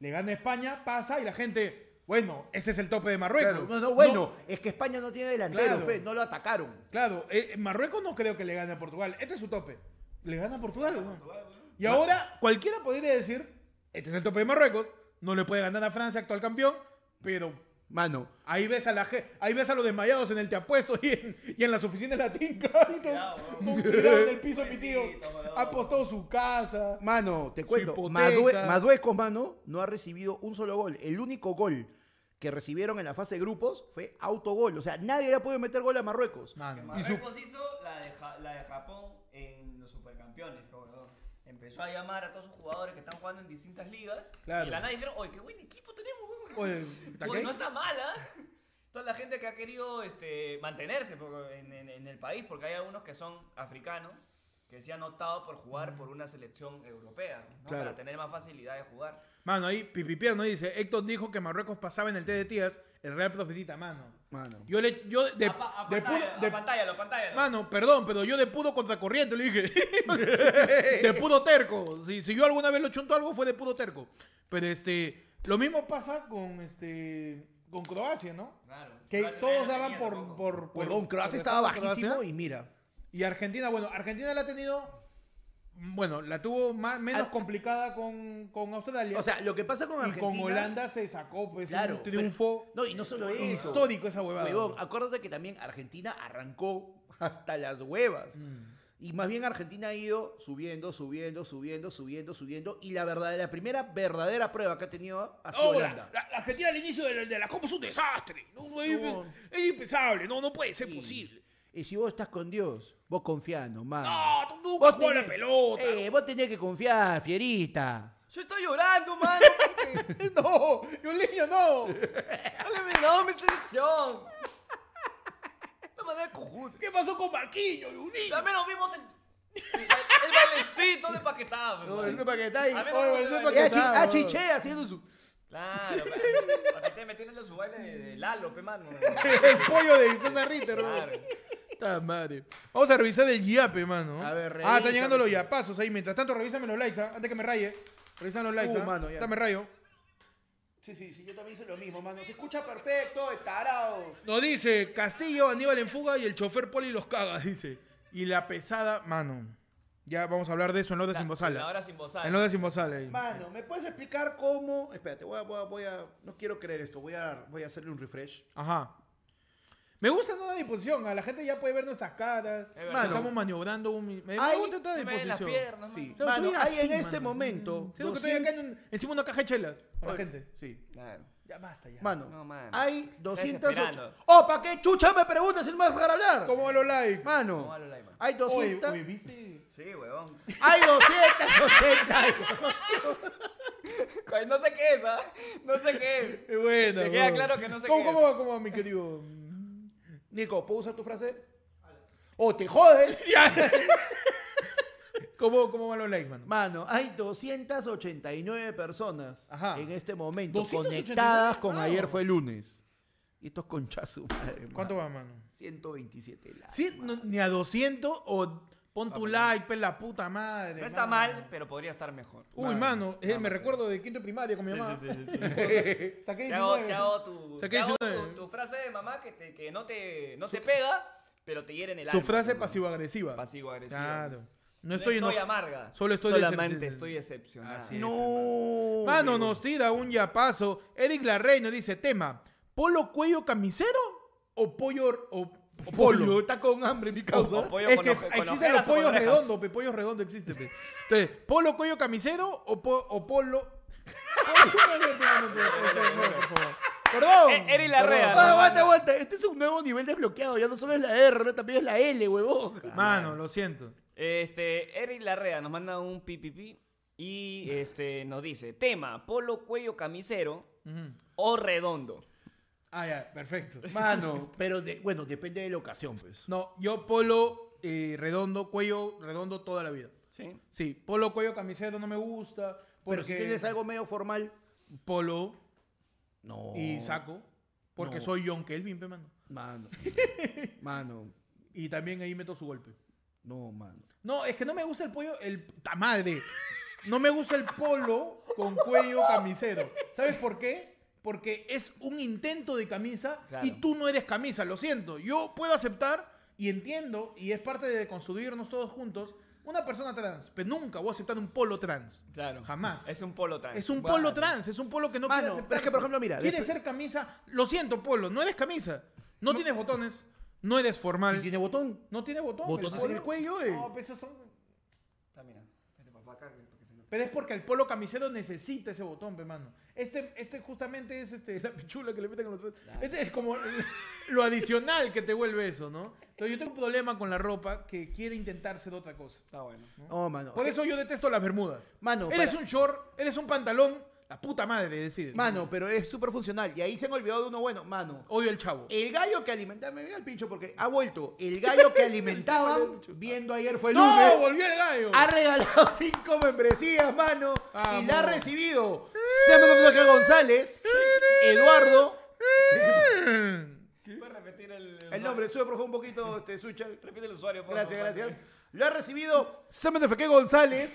S1: Le gana España, pasa y la gente, bueno, este es el tope de Marruecos.
S3: No, no, bueno, es que España no tiene delantero,
S1: Claro.
S3: pe, no lo atacaron.
S1: Claro, eh, Marruecos no creo que le gane a Portugal. Este es su tope. Le gana a Portugal. weón.
S2: Portugal, weón.
S1: Y ahora cualquiera podría decir, este es el tope de Marruecos, no le puede ganar a Francia, actual campeón, pero
S3: Mano,
S1: ahí ves a la ge- ahí ves a los desmayados en el te apuesto y en, y en las oficinas de la tinca. y todo-
S2: Cuidado,
S1: todo tirado en el piso, mi tío.
S2: Pobrecito, weón.
S1: Ha apostado su casa.
S3: mano, te cuento.
S1: hipoteca.
S3: Madue- Marruecos, mano, no ha recibido un solo gol. El único gol que recibieron en la fase de grupos fue autogol. O sea, nadie le ha podido meter gol a Marruecos.
S2: Que
S1: Mano, y su-
S2: Marruecos hizo la de, Ja- la de Japón en los supercampeones. pues, weón. Empezó a llamar a todos sus jugadores que están jugando en distintas ligas.
S1: Claro.
S2: Y la nada dijeron, oye, qué buen equipo tenemos, weón".
S1: Oye, ¿la
S2: Oye,
S1: qué?
S2: no está mala. Toda la gente que ha querido este, mantenerse porque- en, en- en el país, porque hay algunos que son africanos que se han optado por jugar por una selección europea, ¿no?
S3: Claro.
S2: para tener más facilidad de jugar.
S1: Mano, ahí Pipipierno dice, Héctor dijo que Marruecos pasaba en el T de Tías, el Real Profetita, mano.
S3: Mano.
S1: Yo le yo de,
S2: a, pa- a
S1: de
S2: pantalla,
S1: puro- de-
S2: a pantállalo, pantállalo.
S1: Mano, perdón, pero yo de pudo contracorriente le *laughs* dije. de pudo terco. Si, si yo alguna vez lo chunto algo fue de pudo terco. Pero este, lo mismo pasa con este con Croacia, ¿no?
S2: Claro.
S1: Que
S2: Croacia
S1: todos
S2: nadie la
S1: daban
S2: tenía
S1: por
S2: tampoco.
S1: por, por
S3: Huevón,
S1: por
S3: Croacia
S1: estaba
S3: estaba bajísimo
S1: Croacia.
S3: y mira.
S1: y Argentina, bueno, Argentina la ha tenido mm, bueno, la tuvo más, menos
S3: Al-
S1: complicada con, con Australia.
S3: O sea, lo que pasa
S1: y
S3: con Argentina...
S1: con Holanda se sacó pues
S3: Claro,
S1: un
S3: pero-
S1: triunfo
S3: No, y no solo eso.
S1: histórico esa huevada. *laughs*
S3: Huevón, acuérdate que también Argentina arrancó *laughs* hasta las huevas.
S1: Mm.
S3: Y más bien Argentina ha ido subiendo, subiendo, subiendo, subiendo, subiendo. Y la verdad, la primera verdadera prueba que ha tenido ha sido
S5: Ahora,
S3: Holanda.
S5: la, la Argentina al inicio de la, de la Copa es un desastre. No, no, es,
S3: No.
S5: es impensable, no, no puede ser
S3: Sí.
S5: posible.
S3: Y si vos estás con Dios, vos confiás nomás.
S1: Ah.
S5: No, tú nunca has jugado a la pelota.
S3: Eh, vos tenés que confiar, fierita.
S2: Yo estoy llorando, mano. porque
S1: No, un niño no.
S2: Han eliminado mi selección. La manera de cojudo.
S5: ¿Qué pasó con Marquinhos? Un niño.
S2: Al menos vimos el, el, ba- el bailecito de pues, Paquetá.
S3: No,
S2: weón.
S3: el Lupa que está ahí.
S2: A ver,
S3: Oh,
S2: vamos
S3: el
S2: a
S3: Lupa
S2: ver.
S3: que
S1: Ya,
S3: está,
S1: chi-
S3: ah,
S1: ah,
S3: chiche, haciendo su.
S2: Claro, pues, Paquetá metiéndole su baile de, de Lalo, pe, mano.
S1: El pollo de Sosa Ritter,
S2: Claro.
S1: Puta madre. Vamos a revisar el yape, mano.
S3: A ver,
S1: Ah,
S3: revisa,
S1: están llegando los
S3: revisa.
S1: yapazos ahí. Mientras tanto, revísame los likes, ¿ah? antes que me raye. Revisan los likes,
S3: Uh,
S1: ¿ah?
S3: mano, ya.
S1: Dame rayo.
S3: Sí, sí, sí, yo también hice lo mismo, mano. Se escucha perfecto, tarado.
S1: Nos dice Castillo, Aníbal en fuga y el chofer Poli los caga, *laughs* dice. Y la pesada, mano. Ya vamos a hablar de eso en los de
S2: La
S1: Simbosala.
S2: hora sin bozal.
S1: En los de eh. Simbosala. ahí.
S3: Mano, ¿me puedes explicar cómo? Espérate, voy a, voy a, voy a- no quiero creer esto, voy a, voy a hacerle un refresh.
S1: Ajá. Me gusta toda la disposición. A la gente ya puede ver nuestras caras.
S2: verdad.
S1: Mano, estamos maniobrando un. Me me
S3: Hay-
S1: gusta toda
S2: No me ven las
S1: disposición.
S2: piernas,
S3: Sí.
S1: Claro,
S3: Mano,
S1: estoy
S3: hay en
S1: así,
S3: este
S1: mano,
S3: momento
S1: sí. Siento que estoy acá en un- encima de una caja de chelas con la
S3: Oye,
S1: gente.
S3: Sí.
S2: Claro.
S1: Ya basta, ya.
S3: Mano,
S2: No, mano.
S3: hay
S2: esperando.
S3: 208. ¡Oh, para qué chucha me preguntas sin más dejar hablar!
S1: ¿Cómo va los likes?
S2: No
S3: Mano,
S2: vale la imagen.
S3: hay
S1: Oye,
S3: 200.
S1: oye, ¿viste?
S2: Sí, weón.
S3: *laughs* Hay 280.
S2: Ay, No sé qué es, ¿ah? No sé qué es.
S1: Qué bueno.
S2: Te queda claro que no sé
S1: ¿Cómo,
S2: qué
S1: cómo
S2: es.
S1: va, cómo va, mi querido?
S3: Nico, ¿puedo usar tu frase? ¡O te jodes!
S1: ¿Cómo, cómo van los likes, mano?
S3: Mano, hay 289 personas
S1: Ajá.
S3: en este momento
S1: 289,
S3: conectadas con
S1: wow.
S3: ayer fue lunes. Y estos conchas su madre.
S1: ¿Cuánto
S3: mano.
S1: va, mano?
S3: 127 likes,
S1: Sí,
S3: mano.
S1: no- ni a 200 o pon tu like, pues la puta madre.
S2: No está
S1: mano.
S2: mal, pero podría estar mejor.
S1: Uy, mano, eh, me recuerdo de quinto de primaria con mi mamá. *laughs* Saqué
S2: Te hago,
S1: 19.
S2: te hago tu,
S1: Saqué
S2: te hago
S1: 19.
S2: tu, tu frase de mamá que, te, que no, te, no te pega, pero te hiere en el
S1: Su
S2: alma.
S1: frase
S2: ¿no?
S1: pasivo-agresiva.
S2: Pasivo-agresiva.
S1: Claro. No
S2: No
S1: estoy,
S2: estoy,
S1: enojado.
S2: amarga.
S1: Solo estoy
S2: Solamente
S1: decepcionado.
S2: estoy decepcionada.
S1: Así es.
S3: No.
S1: Mano,
S3: huevón.
S1: nos tira un yapazo. Eric Larrey nos dice, tema, ¿polo cuello camisero o pollo... O, o
S3: Pollo,
S1: polo?
S3: está con hambre mi causa.
S2: O- o pollo
S1: es
S2: con
S1: que
S2: oje- con
S1: existen
S2: ojeras
S1: los
S2: o con
S1: pollos
S2: orejas.
S1: redondos, pe, pollos redondos existen. pe. Entonces,
S2: *laughs*
S1: ¿polo cuello camisero o, po- o polo... Por favor, por favor, por favor. perdón.
S2: E- Eri
S1: Perdón.
S2: Larrea.
S3: Ah, aguanta, aguanta. Este es un nuevo nivel desbloqueado. Ya no solo es la R, también es la L, huevón.
S1: Mano, lo siento.
S2: Este, Eric Larrea nos manda un PPP y este, nos dice, tema, polo cuello camisero
S1: Ujú.
S2: o redondo.
S1: Ah, ya, perfecto.
S3: Mano, pero de- bueno, depende de la ocasión, pues.
S1: No, yo polo eh, redondo, cuello redondo toda la vida.
S2: ¿Sí?
S1: Sí, polo, cuello, camiseta no me gusta. Porque
S3: Pero si tienes algo medio formal,
S1: Polo
S3: no.
S1: y saco. Porque
S3: Oh. No.
S1: soy John Kelvin, pe, mano. *laughs*
S3: Mano. Mano.
S1: Y también ahí meto su golpe.
S3: No, mano.
S1: No, es que no me gusta el pollo, el... ¡Ta madre! No me gusta el polo con cuello camisero. ¿Sabes por qué? Porque es un intento de camisa
S2: Claro.
S1: y tú no eres camisa, lo siento. Yo puedo aceptar y entiendo, y es parte de construirnos todos juntos, una persona trans, pero nunca voy a aceptar un polo trans.
S2: Claro.
S1: Jamás.
S2: Es un polo trans.
S1: Es un
S3: Vale.
S1: polo trans, es un polo que no
S3: Mano,
S1: quiere aceptar.
S3: pero es que, por ejemplo, mira,
S1: Quiere
S3: después-
S1: ser camisa. Lo siento, polo, no eres camisa. No, tienes botones, no eres formal.
S3: Si tiene botón.
S1: No tiene botón.
S3: Botones en
S1: polo.
S3: el cuello, eh.
S1: No, pues, esos son-
S2: Está, mira. Espérate, papá, acá, porque se nota.
S1: Pero es porque el polo camisero necesita ese botón, pe mano. Este, este justamente es este, la pichula que le meten con los Este es como el- lo adicional que te vuelve eso, ¿no? Entonces yo tengo un problema con la ropa que quiere intentar ser otra cosa.
S2: Está bueno.
S3: No, mano.
S1: Por eso yo detesto las bermudas.
S3: Mano,
S1: eres
S3: para-
S1: un short, eres un pantalón, la puta madre decide.
S3: Mano, pero es súper funcional. Y ahí se han olvidado de uno bueno. Mano.
S1: Odio el chavo.
S3: El gallo que alimentaba, me veo al pincho porque ha vuelto. El gallo
S1: *laughs*
S3: que alimentaban, viendo ayer fue el
S1: ¡No!
S3: lunes.
S1: ¡Volvió el gallo!
S3: Ha regalado *laughs* cinco membresías, mano. Y
S1: Vamos.
S3: la ha recibido Samuel González, Eduardo.
S2: ¿Puedes repetir el,
S3: El nombre, sube por favor un poquito, este, Sucha.
S2: Repite el usuario, por
S3: Gracias,
S2: favor.
S3: gracias. Lo ha recibido Samuel González,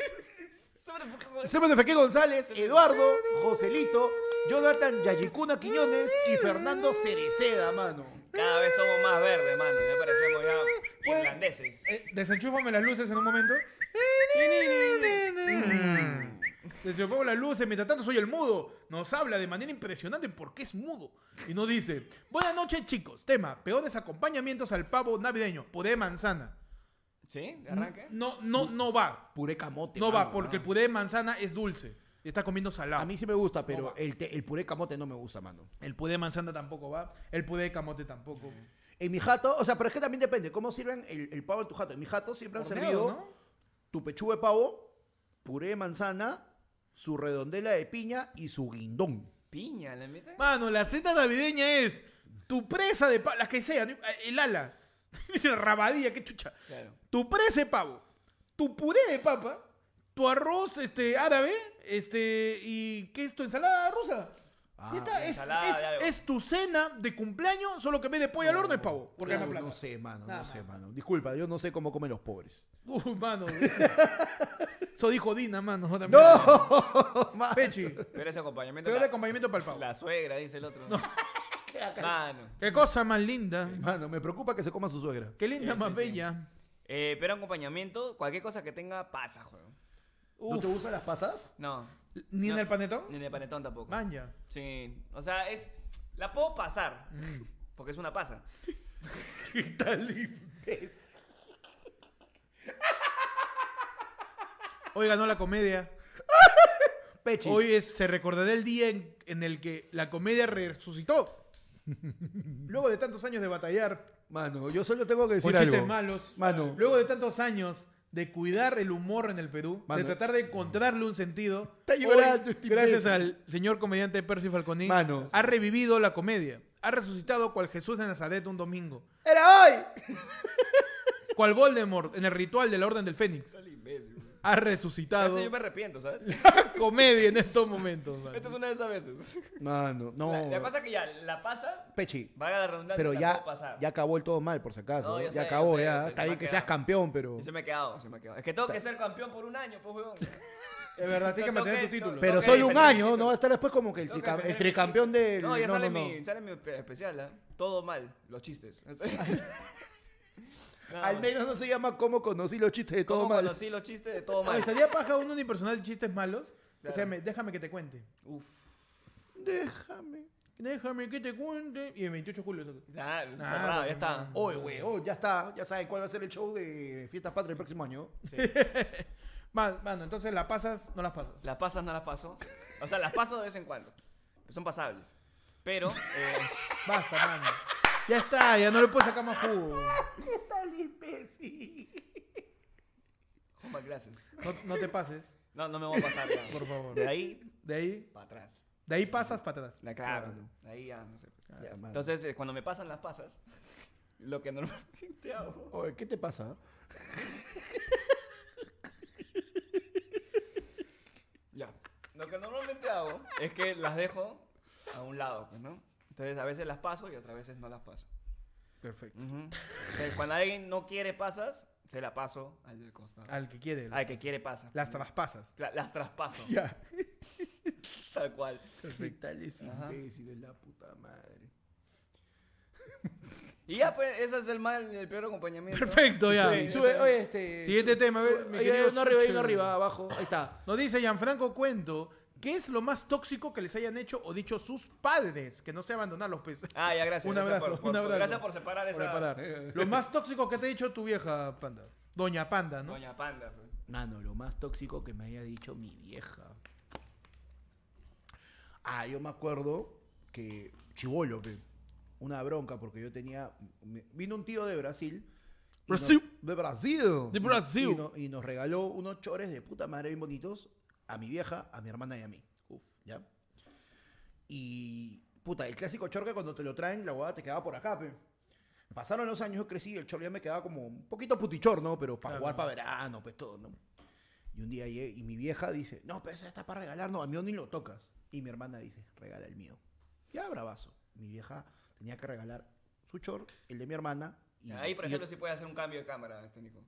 S2: Sobre-
S3: Samuel González, Eduardo, Joselito, Jonathan Yayicuna Quiñones y Fernando Cereceda, mano.
S2: Cada vez somos más verdes, mano. Ya parecemos ya
S1: *laughs* Pues-
S2: irlandeses.
S1: Eh, desenchúfame las luces en un momento. Desenchúfame las luces, mientras tanto soy el mudo. Nos habla de manera impresionante porque es mudo. Y nos dice, buenas noches chicos, tema, peores acompañamientos al pavo navideño, puré de manzana.
S2: ¿Sí? ¿De arranque?
S1: No, no, no va,
S3: Puré camote.
S1: no
S3: mano.
S1: va, porque el puré de manzana es dulce. Y está comiendo salado.
S3: A mí sí me gusta, pero
S1: No va.
S3: el, te- el puré camote no me gusta, mano.
S1: El puré de manzana tampoco va, el puré de camote tampoco.
S3: En mi jato, o sea, pero es que también depende cómo sirven el, el pavo en tu jato. En mi jato siempre han
S1: Horneado,
S3: servido
S1: ¿no?
S3: tu pechuga de pavo, puré de manzana, su redondela de piña y su guindón.
S2: ¿Piña le metes?
S1: Mano, la cena navideña es tu presa de pavo, la que sea, no- Eh, el ala, *laughs* rabadilla, qué chucha.
S2: Claro.
S1: Tu presa de pavo, tu puré de papa, tu arroz este, árabe, este, y ¿qué es tu ensalada rusa?
S3: Ah,
S1: Y está,
S2: la
S1: es,
S2: ensalada
S1: es-
S2: de algo.
S1: es tu cena de cumpleaños, solo que en vez de pollo al horno es pavo. Porque
S3: Claro,
S1: me
S3: no
S1: plata.
S3: sé, mano,
S1: Nada
S3: no
S1: más.
S3: sé, mano. Disculpa, yo no sé cómo comen los pobres.
S1: Uy, mano. Eso dijo Dina, mano. también. *laughs*
S3: Ma-
S1: Pechi,
S2: Pero ese acompañamiento.
S1: peor
S2: la-
S1: acompañamiento para el pavo.
S2: La suegra, dice el otro.
S3: *laughs*
S2: Mano.
S1: Qué cosa más linda.
S3: Mano, me preocupa que se coma su suegra.
S1: Qué linda,
S2: Sí,
S1: más
S2: sí, sí.
S1: bella.
S2: Eh, pero acompañamiento, cualquier cosa que tenga pasa, juego.
S3: ¿No te gustan las pasas?
S2: No,
S1: Ni en
S2: No.
S1: el panetón.
S2: ni en el panetón tampoco.
S1: Maña.
S2: Sí, o sea, es. La puedo pasar,
S3: Mm.
S2: porque es una pasa.
S3: ¿Qué tal imbécil?
S1: Hoy ganó la comedia.
S3: Pechi.
S1: Hoy es- se recordará el día en, en el que la comedia resucitó. Luego de tantos años de batallar
S3: Mano, yo solo tengo que decir
S1: con
S3: algo.
S1: chistes malos.
S3: Mano.
S1: Luego de tantos años de cuidar el humor en el Perú,
S3: Mano.
S1: de tratar de encontrarle un sentido.
S3: Está llorando este
S1: gracias
S3: imbécil.
S1: al señor comediante Percy Falconi,
S3: Mano.
S1: ha revivido la comedia. Ha resucitado cual Jesús de Nazaret un domingo.
S3: ¡Era hoy!
S1: Cual Voldemort en el ritual de la Orden del Fénix. Ha
S3: Ah,
S2: A
S1: resucitado
S2: veces yo me arrepiento, ¿sabes?
S3: *laughs*
S1: comedia en estos momentos. mano.
S2: Esta es una de esas veces.
S3: Mano, no.
S2: La, la pasa que ya, la pasa,
S3: Pechi,
S2: valga la redundancia,
S3: pero
S2: la
S3: ya,
S2: puedo pasar.
S3: ya acabó el todo mal, por si acaso.
S2: No,
S3: ¿no?
S2: yo
S3: ya
S2: sé, yo
S3: acabó,
S2: sé, yo
S3: ya.
S2: sé,
S3: Está
S2: se me
S3: bien
S2: ha
S3: que seas
S2: quedado.
S3: campeón, pero.
S2: Y se me ha quedado, se me ha quedado. Es que tengo que ser campeón por un año, pues, weón.
S1: Es verdad, tienes que
S2: No
S1: mantener tu
S2: toque, no
S1: título.
S2: toque.
S3: Pero
S2: Ok,
S3: solo un
S2: defender mi
S3: año,
S2: título.
S3: no va a estar después como que el,
S2: Tengo que
S3: tricam- el
S2: defender mi
S3: tricampeón
S2: título.
S3: del.
S2: No, ya sale,
S3: no.
S2: Mi, sale mi pe- especial, ¿ah? Todo mal, los chistes. *laughs*
S3: *laughs*
S2: Nada
S3: Al
S2: más.
S3: menos no se llama cómo conocí los chistes de todo
S2: ¿Cómo
S3: mal.
S2: conocí los chistes de
S3: *laughs*
S2: todo
S1: Me
S2: mal?
S1: estaría paja un unipersonal de chistes malos.
S2: Claro.
S1: O sea, me- déjame que te cuente.
S2: Uf.
S3: Déjame.
S1: Déjame que te cuente. Y el 28 de julio. eso.
S2: Ya,
S1: Nada,
S2: cerrado, ya pues, está.
S1: hermano.
S3: Oye, weón, ya está. Ya saben cuál va a ser el show de Fiestas Patrias el próximo año.
S1: Man- Mano, entonces la pasas, no las pasas.
S2: Las pasas no las paso. O sea, las paso de vez en cuando. Son pasables. Pero, eh,
S1: Basta, mano. Ya está, ya no le puedes sacar más jugo.
S3: ¿Qué tal, imbécil?
S2: hold my glasses.
S1: No, no te pases,
S2: No, no me voy a pasar. ya.
S1: por favor.
S2: De ahí
S1: De ahí,
S2: para atrás.
S1: de ahí pasas para atrás.
S2: La claro. De ahí ya no sé.
S3: Ya, mano.
S2: Entonces, eh, cuando me pasan las pasas, lo que normalmente hago.
S3: Oye, ¿qué te pasa?
S2: Ya. Lo que normalmente hago es que las dejo a un lado, pues, ¿no? Entonces, a veces las paso y otras veces no las paso.
S1: Perfecto.
S2: Ujú. Entonces, cuando alguien no quiere pasas, se la paso al del costado. Al,
S1: Al que quiere.
S2: que quiere pasas.
S1: Las traspasas.
S2: La- las traspaso.
S1: Ya.
S2: *laughs* Tal cual.
S3: ¿Qué tal es
S2: Ajá.
S3: imbécil? Es la puta madre.
S2: Y ya, pues, eso es el mal, el peor acompañamiento.
S1: Perfecto, ya.
S3: Oye, sube, oye, este.
S1: Siguiente
S3: sube,
S1: tema, a ver,
S3: sube.
S1: mi
S3: Oye,
S1: querido
S3: no arriba, ahí, no
S1: Sucho.
S3: arriba, abajo. Ahí está.
S1: Nos dice Gianfranco Cuento, ¿qué es lo más tóxico que les hayan hecho o dicho sus padres? Que no pues, se abandonan *laughs* los peces.
S2: Ah, ya, gracias.
S1: Un
S2: gracias
S1: abrazo,
S2: por- por-
S1: un abrazo.
S2: Gracias por separar esa.
S1: Por reparar. Lo más tóxico que te ha dicho tu vieja panda. Doña Panda, ¿no?
S2: Doña Panda. pues.
S3: Mano, lo más tóxico que me haya dicho mi vieja. Ah, yo me acuerdo que chivolo, pe, una bronca porque yo tenía me- vino un tío de Brasil. y nos-
S1: Brasil.
S3: de Brasil.
S1: De Brasil.
S3: Y, no- y nos regaló unos chores de puta madre bien bonitos a mi vieja, a mi hermana y a mí. Uf, ya. Y puta, el clásico chor que cuando te lo traen la huevada te quedaba por acá, pe. Pasaron los años, yo crecí, el chor ya me quedaba como un poquito putichor, ¿no? Pero para
S1: Claro.
S3: jugar para verano, pues todo, ¿no? Y un día llegué y mi vieja dice, no, pero ese está para regalar, no, a mí ni lo tocas. Y mi hermana dice, regala el mío. Ya bravazo. Mi vieja tenía que regalar su chor, el de mi hermana. Y,
S2: Ahí, por
S3: y-
S2: ejemplo, sí puede hacer un cambio de cámara, este Nico.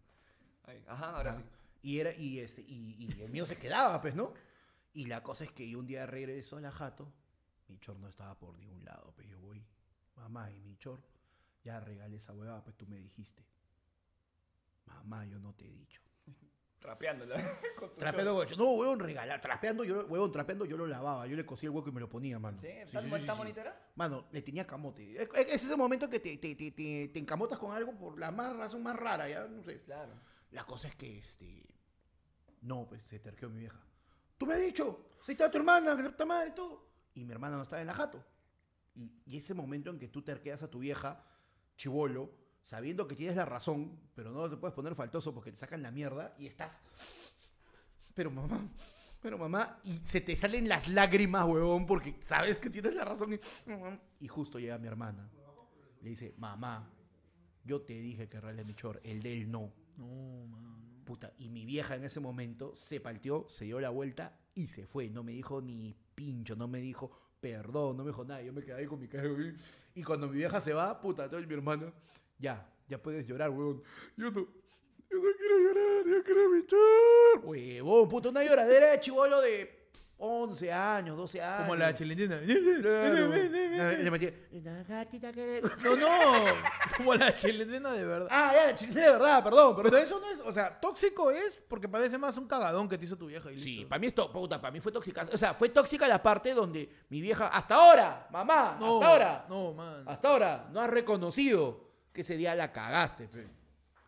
S2: Ahí. Ajá, ahora
S3: Ajá.
S2: sí.
S3: Y, era, y, este, y, y el mío se quedaba, pues, ¿no? Y la cosa es que yo un día regreso a la jato, mi chor no estaba por ningún lado, pues yo voy, mamá, y mi chor, ya regalé esa huevada, pues tú me dijiste. Mamá, yo no te he dicho.
S2: Trapeándola. *laughs* con tu
S3: Trapeando, huevón. No, huevón, regalar. Trapeando, yo, huevón, trapeando, yo lo lavaba. Yo le cosía el hueco y me lo ponía, mano.
S2: chor. ¿Sí?
S3: Sí,
S2: ¿Está,
S3: sí, sí,
S2: está
S3: sí, sí.
S2: monitera?
S3: Mano, le tenía camote. Es, es- es ese momento que te, te, te, te, te encamotas con algo por la más razón más rara, ya, no sé.
S2: Claro.
S3: La cosa es que, este... No, pues se terqueó mi vieja. Tú me has dicho, ahí está tu hermana, que la puta madre y todo. Y mi hermana no estaba en la jato. Y, y ese momento en que tú terqueas a tu vieja, chivolo, sabiendo que tienes la razón, pero no te puedes poner faltoso porque te sacan la mierda y estás... Pero mamá, pero mamá, y se te salen las lágrimas, huevón, porque sabes que tienes la razón. Y, y justo llega mi hermana. Le dice, mamá, yo te dije que reale mi chor, el de él no.
S1: No, mano.
S3: Puta, y mi vieja en ese momento se palteó, se dio la vuelta y se fue. No me dijo ni pincho, no me dijo perdón, no me dijo nada. Yo me quedé ahí con mi cara, güey. Y cuando mi vieja se va, puta, todo mi hermano, ya, ya puedes llorar, huevón. Yo no, yo no quiero llorar, yo quiero michar. Huevón, puta, una lloradera de chivolo de 11 años, 12 años.
S1: Como la chilindrina.
S3: Claro. Le metí, "Una gatita que-".
S1: *laughs* No, no. Como la chilindrina de verdad.
S3: Ah, ya, la chilindrina de verdad, perdón, perdón.
S1: Pero eso no es, o sea, tóxico es porque parece más un cagadón que te hizo tu vieja. y
S3: Sí,
S1: listo.
S3: para mí esto, puta, para mí fue tóxica. O sea, fue tóxica la parte donde mi vieja, hasta ahora, mamá,
S1: No,
S3: hasta ahora,
S1: No, mano.
S3: hasta ahora, no has reconocido que ese día la cagaste, pe.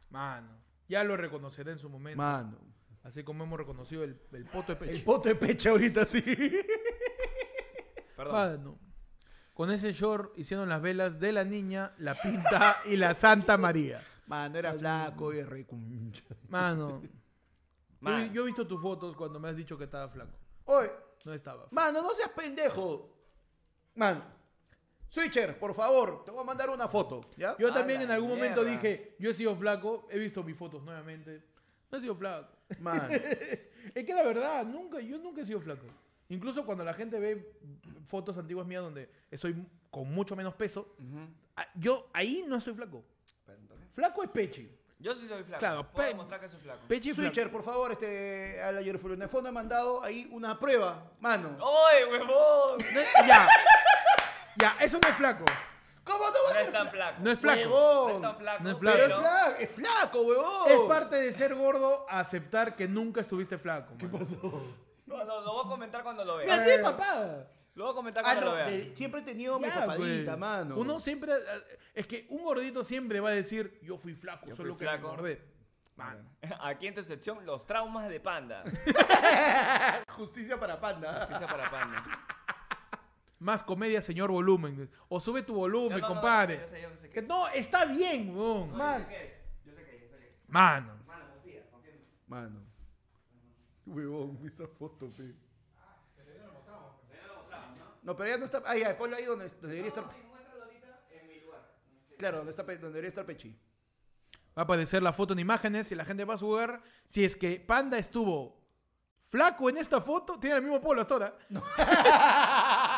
S1: Mano. Ya lo reconoceré en su momento.
S3: Mano.
S1: Así como hemos reconocido el, el poto de pecho.
S3: El poto de pecho ahorita sí.
S2: Perdón.
S1: Mano. Ah, Con ese short hicieron las velas de la niña, la pinta *laughs* y la Santa María.
S3: Mano, era flaco y re cuncha.
S1: Mano.
S2: Man.
S1: Yo, yo he visto tus fotos cuando me has dicho que estaba flaco.
S3: Oye,
S1: No estaba. flaco.
S3: mano, no seas pendejo. Mano. Switcher, por favor, te voy a mandar una foto, ¿ya?
S1: Yo
S2: A
S1: también
S2: la
S1: en algún momento
S2: mierda.
S1: dije, yo he sido flaco, he visto mis fotos nuevamente. No he sido flaco. *laughs*
S3: Mano.
S1: Es que la verdad, nunca, yo nunca he sido flaco. Incluso cuando la gente ve fotos antiguas mías donde estoy con mucho menos peso,
S2: Ujú.
S1: a- yo ahí no estoy flaco.
S2: Perdón.
S1: Flaco es Pechi.
S2: Yo sí soy flaco.
S1: Claro,
S2: Puedo
S1: pe-
S2: demostrar que soy flaco.
S1: Pechi es flaco.
S3: Switcher, por favor, este, a la Yerfulonefón ha mandado ahí una prueba, mano.
S2: ¡Oye, huevón!
S1: No- ya. Ya, eso no es flaco.
S3: ¿Cómo no vas
S2: No
S3: a
S2: es
S3: ser
S2: tan
S3: fla-
S2: flaco.
S1: No es flaco.
S3: Huevón.
S2: No es tan flaco.
S1: No es
S3: Pero es
S1: Claro.
S3: flaco, es flaco, huevón.
S1: Es parte de ser gordo aceptar que nunca estuviste flaco. ¿Qué pasó?
S2: No, no, lo voy a comentar cuando lo
S3: Mira,
S2: vea.
S3: tiene papada.
S2: Lo voy a comentar
S3: Ah,
S2: cuando
S3: no,
S2: lo vea.
S3: de- siempre he tenido mi papadita, mano.
S1: Uno siempre. eh, Es que un gordito siempre va a decir, yo fui flaco,
S2: Yo fui
S1: solo que
S2: flaco.
S1: me engordé.
S2: Man. *laughs* Aquí en tu sección, los traumas de panda.
S3: *laughs* Justicia para panda.
S1: *laughs*
S2: Justicia para panda.
S1: más comedia, señor volumen. O sube tu volumen,
S2: No, no, no,
S1: compadre.
S2: yo sé, yo sé, yo sé qué
S1: que
S2: es.
S1: no, está bien, weón.
S2: No,
S1: Man-
S2: Yo sé qué es. Yo sé qué es. Yo sé qué es.
S1: Mano.
S2: Mano, confía, confía. en mí.
S3: Mano. Huevón, esa foto, pe. No, pero ya no está. Ah, ya, ponlo ahí donde, donde debería estar.
S2: No, sí, muéstralo ahorita en mi lugar.
S3: Claro, donde, está, Pe- donde debería estar Pechi.
S1: Va a aparecer la foto en imágenes y la gente va a jugar. Si es que Panda estuvo flaco en esta foto, tiene el mismo polo hasta ahora. *laughs*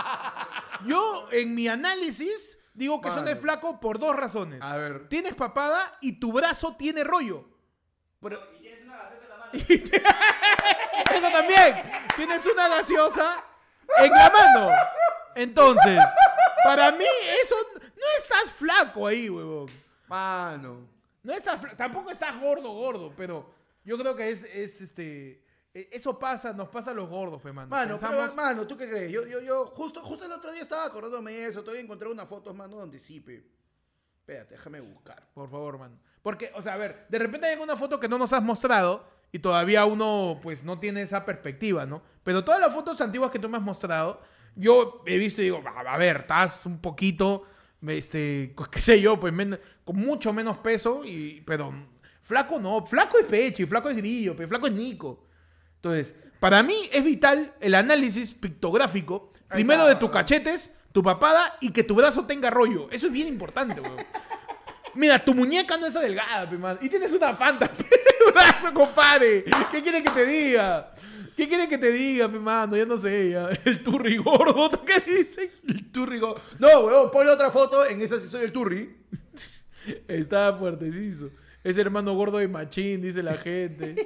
S1: Yo, en mi análisis, digo que son de
S3: Mano.
S1: flaco por dos razones.
S3: A ver.
S1: Tienes papada y tu brazo tiene rollo.
S2: Y tienes una gaseosa
S1: *laughs*
S2: en la mano.
S1: Eso también. Tienes una gaseosa en la mano. Entonces, para mí eso no estás flaco ahí, huevón.
S3: Mano.
S1: No estás fla- tampoco estás gordo, gordo, pero yo creo que es, es este e- eso pasa, nos pasa a los gordos, pues, mano.
S3: Mano, pero,
S1: Pensamos-
S3: mano, ¿tú qué crees? Yo, yo, yo, justo, justo el otro día estaba acordándome de eso. Todavía encontré unas fotos, mano, donde sí, pe. Espérate, déjame buscar.
S1: Por favor, mano. Porque, o sea, a ver, de repente hay una foto que no nos has mostrado y todavía uno, pues, no tiene esa perspectiva, ¿no? Pero todas las fotos antiguas que tú me has mostrado, yo he visto y digo, "Ah, a ver, estás un poquito, este, co- qué sé yo, pues, men- con mucho menos peso, y, pero flaco no, flaco es Pechi, flaco es Grillo, pe, flaco es Nico. Entonces, para mí es vital el análisis pictográfico,
S3: Ahí
S1: primero
S3: está.
S1: de tus cachetes, tu papada y que tu brazo tenga rollo. Eso es bien importante, weón. Mira, tu muñeca no está delgada, pe, man. Y tienes una fanta, *laughs* pe, brazo, compadre. ¿Qué quieres que te diga? ¿Qué quieres que te diga, mi mano? Ya no sé, ya. *laughs* El turri gordo, ¿qué dicen?
S3: El turri go- No, weón, ponle otra foto. En esa sí soy el turri.
S1: Está fuertecizo. Es hermano gordo de Machín, dice la gente.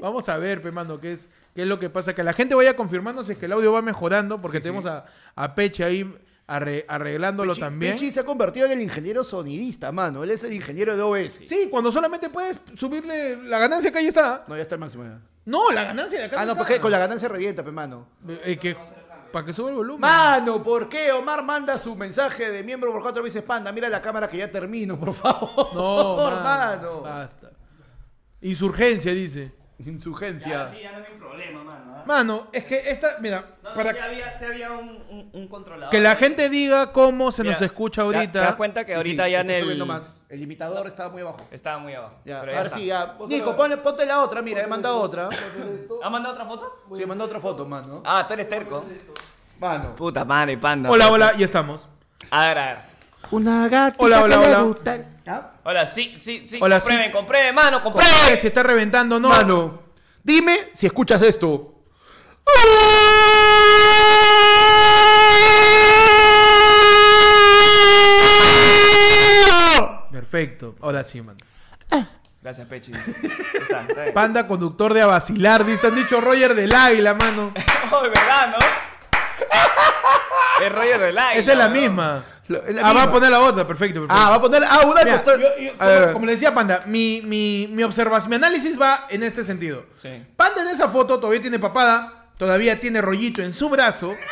S1: Vamos a ver, pe, mano, qué es, qué es lo que pasa. Que la gente vaya confirmando si es que el audio va mejorando, porque
S3: Sí, sí.
S1: tenemos a, a Peche ahí arre- arreglándolo
S3: Pechi-
S1: también.
S3: Pechi se ha convertido en el ingeniero sonidista, mano. Él es el ingeniero de OBS.
S1: Sí, cuando solamente puedes subirle la ganancia que ahí está.
S3: No, ya está el máximo. ya.
S1: No, la ganancia de acá.
S3: Ah, no,
S1: está.
S3: pues que con la ganancia revienta, pe, mano.
S1: Eh, que, para que suba el volumen.
S3: Mano, ¿por qué Omar manda su mensaje de miembro por cuatro veces panda? Mira la cámara que ya termino, por favor. *laughs*
S1: No, mano,
S3: hermano.
S1: Basta. Insurgencia, dice.
S2: Ya,
S3: Insurgencia.
S2: sí, ya no es mi problema, mano. ¿ah?
S1: Mano, es que esta, mira,
S2: No, no,
S1: para
S2: sí había, sí había un, un, un controlador.
S1: que la gente diga cómo se
S2: Mira,
S1: nos escucha
S2: ¿te-
S1: ahorita.
S2: ¿Te das cuenta que
S3: Sí,
S2: ahorita
S3: sí,
S2: ya en
S3: está subiendo
S2: el.
S3: más. El limitador estaba muy abajo.
S2: Estaba muy abajo.
S3: Ya,
S2: pero
S3: ahora
S2: está.
S3: sí, ya. Nico, ponle, ponte la otra, mira, he mandado otra.
S2: ¿Ha mandado otra foto?
S3: Sí, mandó otra foto, mano.
S2: Ah, tú eres terco.
S3: Mano.
S2: Puta madre, panda.
S1: Hola, hola, ya estamos.
S2: A ver, a ver.
S3: Una gatita
S1: Hola, hola,
S3: que le
S1: hola.
S3: gusta el- ¿Ah?
S2: Hola, sí, sí, sí.
S1: Hola,
S2: comprueben,
S1: sí.
S2: comprueben, mano,
S1: Compruebe
S2: comprueben.
S1: Si está reventando, no.
S3: Mano, dime si escuchas esto.
S1: Perfecto. Ahora sí, mano.
S2: Gracias,
S1: *laughs*
S2: Pechi. Está, está bien.
S1: Panda conductor de Abacilar, dice. Han dicho Roger del Águila, mano.
S2: Oh, ¿verdad, no? es rollo del aire.
S1: Esa es la misma.
S3: Lo- es la
S1: ah, va a
S3: misma.
S1: poner la otra. Perfecto, perfecto.
S3: Ah, va a poner. Ah, una
S1: Mira,
S3: costal-
S1: yo- yo-
S3: A ver, a
S1: como,
S3: ver.
S1: como le decía Panda, mi, mi, mi observación, mi análisis va en este sentido.
S2: Sí.
S1: Panda en esa foto todavía tiene papada, todavía tiene rollito en su brazo.
S3: *laughs*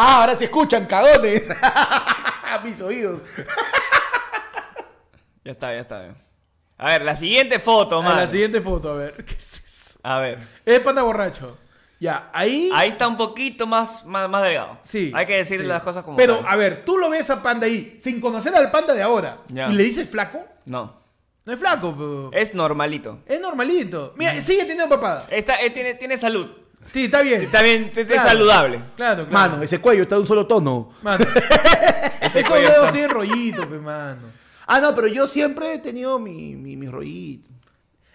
S3: Ah, ahora se escuchan, cagones. *laughs* A mis oídos.
S2: Ya está, ya está. bien. A ver, la siguiente foto,
S1: A
S2: mano.
S1: la siguiente foto, a ver. ¿Qué es eso?
S2: A ver.
S1: Es Panda borracho. Ya, ahí...
S2: Ahí está un poquito más, más, más delgado.
S1: Sí.
S2: Hay que decir
S1: sí.
S2: las cosas como
S1: Pero,
S2: son.
S1: a ver, tú lo ves a Panda ahí, sin conocer al Panda de ahora,
S2: Ya.
S1: ah, y le dices flaco.
S2: No.
S1: No es flaco, pero...
S2: Es normalito.
S1: Es normalito. Mira, sigue teniendo papada.
S2: Está, eh, tiene, tiene salud.
S1: Sí, está bien.
S2: Está bien, es- es
S1: Claro.
S2: saludable.
S1: Claro, claro.
S3: Mano, ese cuello está de un solo tono.
S1: *laughs* Mano.
S2: Ese
S1: Esos
S2: cuello
S1: dedos
S2: está-
S1: tienen rollito, pe, mano.
S3: Ah, no, pero yo siempre he tenido mi, mi, mi rollito.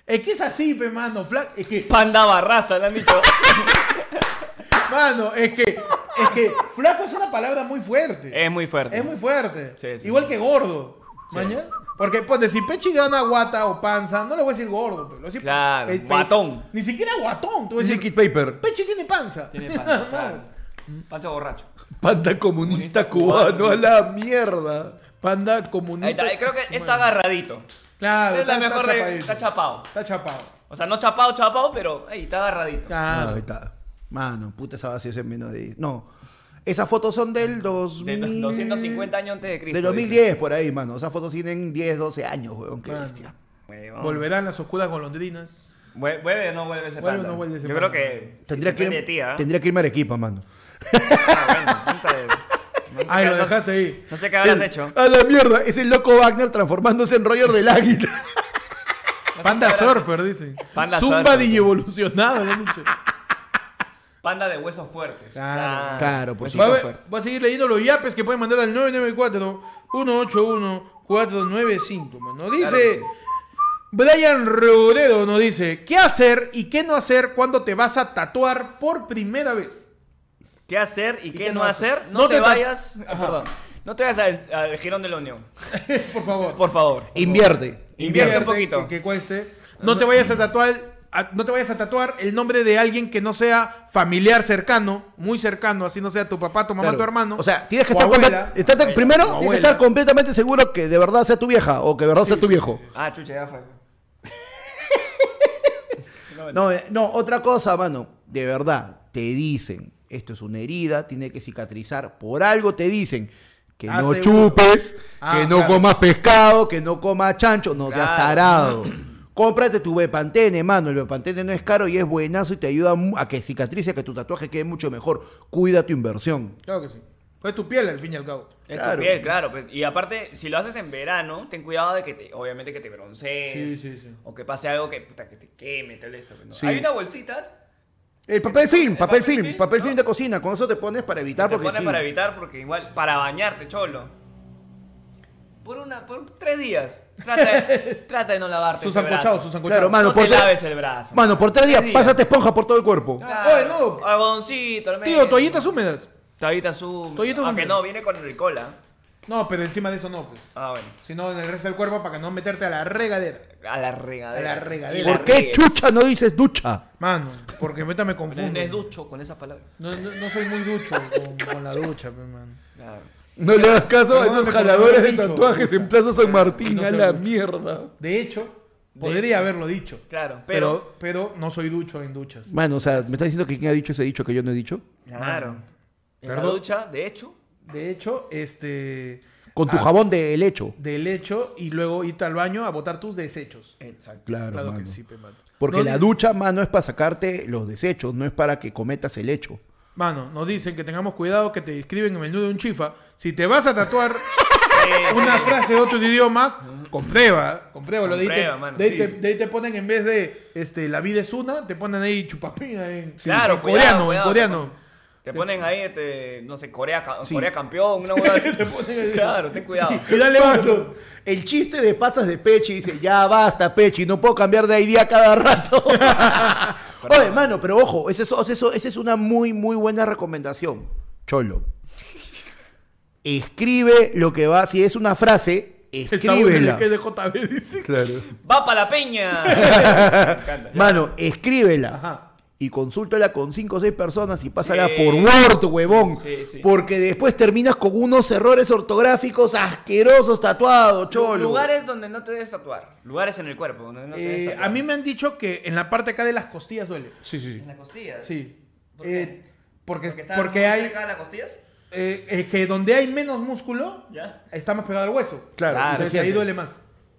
S1: Es que es así, pe, mano. Fla- Es que,
S2: Panda barraza, le
S1: *laughs*
S2: han dicho.
S1: mano, es que, es que flaco es una palabra muy fuerte.
S2: es muy fuerte.
S1: Es muy fuerte.
S2: Sí, sí,
S1: Igual
S2: sí.
S1: que gordo. ¿Maña? Porque, pues, si Pechi gana guata o panza, no le voy a decir gordo, pero
S2: Claro, guatón.
S1: Ni siquiera guatón. Tú vas a decir,
S3: Liquid paper.
S1: Pechi tiene panza. *laughs*
S2: Tiene
S1: Nada
S2: panza. claro.
S1: más.
S2: Panza borracho.
S3: Panda comunista cubano a la mierda.
S1: Panda
S2: Ahí
S1: comunista.
S2: está, eh, creo que está agarradito.
S1: Claro,
S2: Es la
S1: Ah, está-
S2: mejor
S1: está
S2: de.
S1: chapadito.
S2: Está chapado.
S1: Está chapado.
S2: O sea, no chapado, chapado, pero ey, está agarradito.
S1: Claro.
S3: Ah, ahí está. Mano, puta, esa base es en menos de. No. Esas fotos son del 2000.
S2: De los 250 años antes de Cristo.
S3: Del 2010, por ahí, mano. Esas fotos tienen 10, 12 años, weón. Qué
S1: Mano.
S3: bestia.
S1: Volverán las oscuras golondrinas.
S2: ¿Vuelve o no vuelve ese
S1: Vuelve o
S2: panda?
S1: no vuelve ese
S2: Yo
S1: panda.
S2: creo que.
S3: Tendría que,
S2: depende de ti,
S3: ir,
S2: ¿ah?
S3: tendría que irme a Arequipa, mano.
S2: Ah, bueno, tanta de- no sé
S1: *laughs* Ay,
S2: qué-
S1: lo
S2: no-
S1: dejaste ahí.
S2: No sé qué habrás
S3: El-
S2: hecho.
S3: A la mierda, es el loco Wagner transformándose en Roger del Águila.
S1: Panda Surfer, dicen.
S2: Panda
S1: Zumba
S2: Surfer.
S1: digievolucionado, le han dicho.
S2: Panda de huesos fuertes.
S1: Claro,
S2: Ah,
S3: claro, por
S2: huesitos
S1: Va a, ver-
S2: fuertes.
S1: va a seguir leyendo los yapes que pueden mandar al 994-181-495. mano. Dice
S2: Claro que sí.
S1: Brian Robredo nos dice, ¿qué hacer y qué no hacer cuando te vas a tatuar por primera vez?
S2: ¿Qué hacer y, qué,
S1: qué
S2: no
S1: no hacer?
S2: hacer? No,
S1: No
S2: te,
S1: te ta-
S2: vayas. ah, perdón. No te vayas al, al Girón de la Unión.
S1: *laughs* Por favor.
S2: Por favor.
S3: *laughs* Invierte.
S2: Invierte
S1: Invierte
S2: un poquito.
S1: Que, que cueste. No te vayas a tatuar. a- no te vayas a tatuar el nombre de alguien que no sea familiar cercano, muy cercano, así no sea tu papá, tu mamá,
S3: Claro.
S1: tu hermano.
S3: O sea, tienes que
S1: tu
S3: estar,
S1: abuela.
S3: comple- estar- primero tienes que
S1: abuela.
S3: estar completamente seguro que de verdad sea tu vieja o que de verdad sea tu viejo.
S2: Ah, chucha, ya fue.
S3: No, eh, no, otra cosa, mano, de verdad, te dicen, esto es una herida, tiene que cicatrizar, por algo te dicen que
S1: Ah,
S3: no
S1: seguro.
S3: chupes,
S1: Ah,
S3: que no
S1: claro.
S3: comas pescado, que no comas chancho, no seas
S2: Claro.
S3: tarado. Cómprate tu Bepantene, mano. El Bepantene no es caro y es buenazo y te ayuda mu- a que cicatrice, a que tu tatuaje quede mucho mejor. Cuida tu inversión.
S1: Claro que sí. Es tu piel, al fin y al cabo.
S2: Es
S3: Claro.
S2: tu piel, claro. pues, Y aparte, si lo haces en verano, ten cuidado de que te, obviamente que te broncees.
S1: Sí, sí, sí.
S2: O que pase algo que, puta, que te queme, tal esto. pues, no.
S3: Sí.
S2: Hay unas bolsitas
S3: El papel film,
S2: El
S3: papel,
S2: papel
S3: film,
S2: film,
S3: papel
S2: ¿no?
S3: film de cocina. Con eso te pones para evitar
S2: Te
S3: Ah, porque
S2: pone
S3: sí.
S2: para evitar porque igual para bañarte, cholo. Por una por tres días. Trata de, trata de no lavarte
S1: Sus
S2: ese brazo.
S1: ancochados, sus
S3: Claro,
S1: ancochados.
S3: mano,
S2: no te
S3: por tres-
S2: laves el brazo.
S3: Mano, por tres días,
S2: días.
S3: pásate esponja por todo el cuerpo.
S1: Oye, no.
S2: Algodoncito, al
S1: Tío,
S2: menos.
S1: toallitas húmedas.
S2: Toallitas húmedas.
S1: Toallitas
S2: Aunque
S1: húmedas.
S2: no, viene con el cola.
S1: No, pero encima de eso no, pues.
S2: Ah, bueno.
S1: Sino en el resto del cuerpo para que no meterte a la regadera.
S2: A la regadera.
S1: A la regadera.
S2: Y la
S3: ¿Por qué
S2: riegues.
S3: chucha no dices ducha?
S1: Mano, porque ahorita me
S2: No
S1: confundo.
S2: es ducho con esas palabras.
S1: No, no, no soy muy ducho con, con la ducha, pues, mano.
S2: Claro.
S3: No le hagas caso
S1: Perdón,
S3: a esos
S1: me acordé
S3: jaladores
S1: de
S3: de
S1: un dicho.
S3: tatuajes en Plaza San Martín,
S1: no
S3: a
S1: sé
S3: la
S1: mucho.
S3: mierda.
S1: De hecho, podría haberlo dicho.
S2: Claro, pero.
S1: Pero, pero no soy ducho en duchas.
S3: Mano, o sea, ¿me estás diciendo que quién ha dicho ese dicho que yo no he dicho?
S2: claro. En la
S1: Perdón.
S2: ducha, de hecho.
S1: De hecho, este.
S3: Con tu
S1: Ah.
S3: jabón de helecho.
S1: Del hecho y luego irte al baño a botar tus desechos.
S2: Exacto.
S3: Claro,
S1: Claro
S3: mano.
S1: que sí, pe, mano.
S3: Porque
S1: No
S3: la
S1: di-
S3: ducha, mano, es para sacarte los desechos, no es para que cometas el hecho.
S1: Mano, nos dicen que tengamos cuidado que te escriben en el nudo de un chifa. Si te vas a
S2: *laughs*
S1: tatuar una frase de otro idioma, comprueba, compruébalo. De ahí te-
S2: Comprueba, mano,
S1: de ahí
S2: sí.
S1: te- de ahí te ponen en vez de este, la vida es una, te ponen ahí chupapina en,
S2: Claro,
S1: en
S2: cuidado,
S1: coreano,
S2: cuidado,
S1: en coreano.
S2: Te ponen ahí, este, no sé, Corea, ca-
S3: Sí.
S2: Corea campeón, una hueá así.
S1: *laughs*
S2: Claro, ten cuidado.
S1: Y dale
S3: Mano,
S1: mano.
S3: el chiste de pasas de Pechi dice, ya basta, Pechi, no puedo cambiar de idea cada
S1: *laughs*
S3: rato. Oye, mano, pero ojo, esa es, esa es- esa es una muy, muy buena recomendación. Cholo. Escribe lo que va, si es una frase,
S1: Está bueno el
S3: escríbela.
S1: que es de JB, dice.
S3: Claro.
S2: ¡Va para la peña! Me encanta.
S3: Mano, escríbela.
S1: Ajá.
S3: Y consúltala con 5 o 6 personas y pásala
S2: Sí.
S3: por Word, huevón.
S2: Sí, sí.
S3: Porque después terminas con unos errores ortográficos asquerosos tatuados, cholo.
S2: Lugares donde no te debes tatuar. Lugares en el cuerpo donde no te debes
S1: Eh,
S2: tatuar.
S1: a mí me han dicho que en la parte acá de las costillas duele.
S3: Sí, sí, sí.
S2: En las costillas.
S1: Sí.
S2: ¿Por qué?
S1: Eh, porque
S2: Porque, está
S1: porque
S2: muy
S1: hay.
S2: cerca de las costillas.
S1: eh, eh, que donde hay menos músculo,
S2: Ya.
S1: está más pegado al hueso.
S3: Claro,
S2: Claro,
S1: Entonces
S3: se
S1: ahí
S3: siente.
S1: duele más.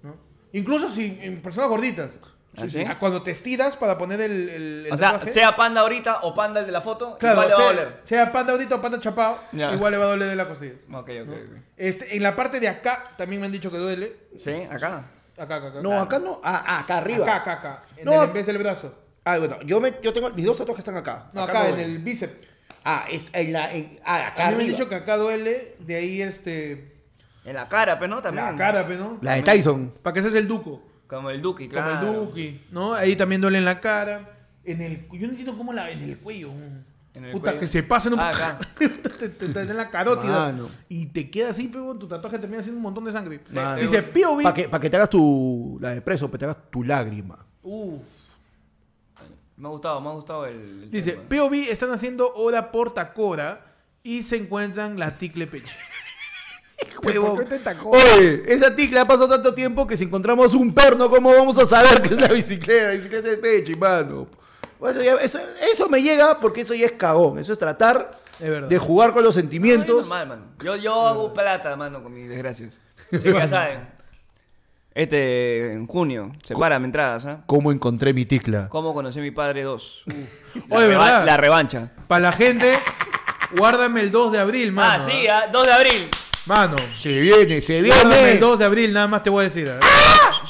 S1: ¿no? Incluso si en personas gorditas.
S2: ¿Ah,
S1: Sí,
S2: sí?
S1: sí. Ah, Cuando te estiras para poner el. el- el
S2: O sea,
S1: tatuaje,
S2: sea panda ahorita o panda el de la foto,
S1: claro,
S2: igual le va
S1: sea,
S2: a doler.
S1: sea panda ahorita o panda chapado,
S2: Ya.
S1: igual le va a doler de las costillas.
S2: Ok, ok,
S1: ¿no?
S2: ok.
S1: Este, en la parte de acá también me han dicho que duele.
S2: Sí, acá.
S1: Acá, acá, acá.
S3: No, acá no. Ah, ah, acá arriba.
S1: Acá, acá, acá. En,
S3: No.
S1: el- en vez del brazo.
S3: Ah, bueno, yo, me, yo tengo. Mis dos tatuajes están acá.
S1: No, acá,
S3: no
S1: en
S3: duele.
S1: el bíceps.
S3: Ah, es en la. en- ah, acá
S1: A mí me han
S3: arriba.
S1: dicho que acá duele, de ahí este.
S2: En la cara, pero no también.
S1: La cara, pe, ¿no?
S3: La de Tyson.
S1: Para que seas el duco.
S2: Como el Duki,
S1: Como
S2: claro.
S1: el duki, ¿no? Ahí también duele en la cara. En el, yo no entiendo cómo la. En el cuello. un-
S2: En el
S1: Puta,
S2: cuello.
S1: que se pasen un.
S2: Ah, acá.
S1: *laughs* te, te- te dan en la carótida.
S3: Mano.
S1: Y te queda así, pero tu tatuaje termina siendo un montón de sangre.
S3: Mano.
S1: Dice POV.
S3: Para que, pa' que te hagas tu. La de preso, para que te hagas tu lágrima.
S1: Uf.
S2: Me ha gustado, me ha gustado el. el
S1: Dice,
S2: tema.
S1: POV están haciendo hora por Tacora y se encuentran la ticle peche.
S3: Huevón.
S1: ¿Por qué te tacó?
S3: Oye, esa ticla ha pasado tanto tiempo que si encontramos un perno, ¿cómo vamos a saber que es la bicicleta? La bicicleta de Pechi, mano. Pues Eso, ya- eso, eso me llega porque eso ya es cagón. Eso es tratar
S1: Es verdad.
S3: de jugar con los
S2: Ay,
S3: sentimientos.
S2: normal, mano. Yo, yo hago plata, mano, con
S1: *laughs*
S2: mis desgracias. Así que ya saben. Este, en junio, sepárame entradas, ¿ah?
S3: ¿Cómo encontré mi ticla?
S2: ¿Cómo conocí a mi padre 2? La,
S1: Oye,
S2: reva-
S1: ¿verdad?
S2: la revancha.
S1: Para la gente, Guárdame el 2 de abril,
S2: Ah,
S1: mano. ¿eh?
S2: sí, ah, 2 de abril.
S1: Mano.
S3: Se viene, se
S1: Guárdame el 2 de abril, nada más te voy a decir. ¿ah?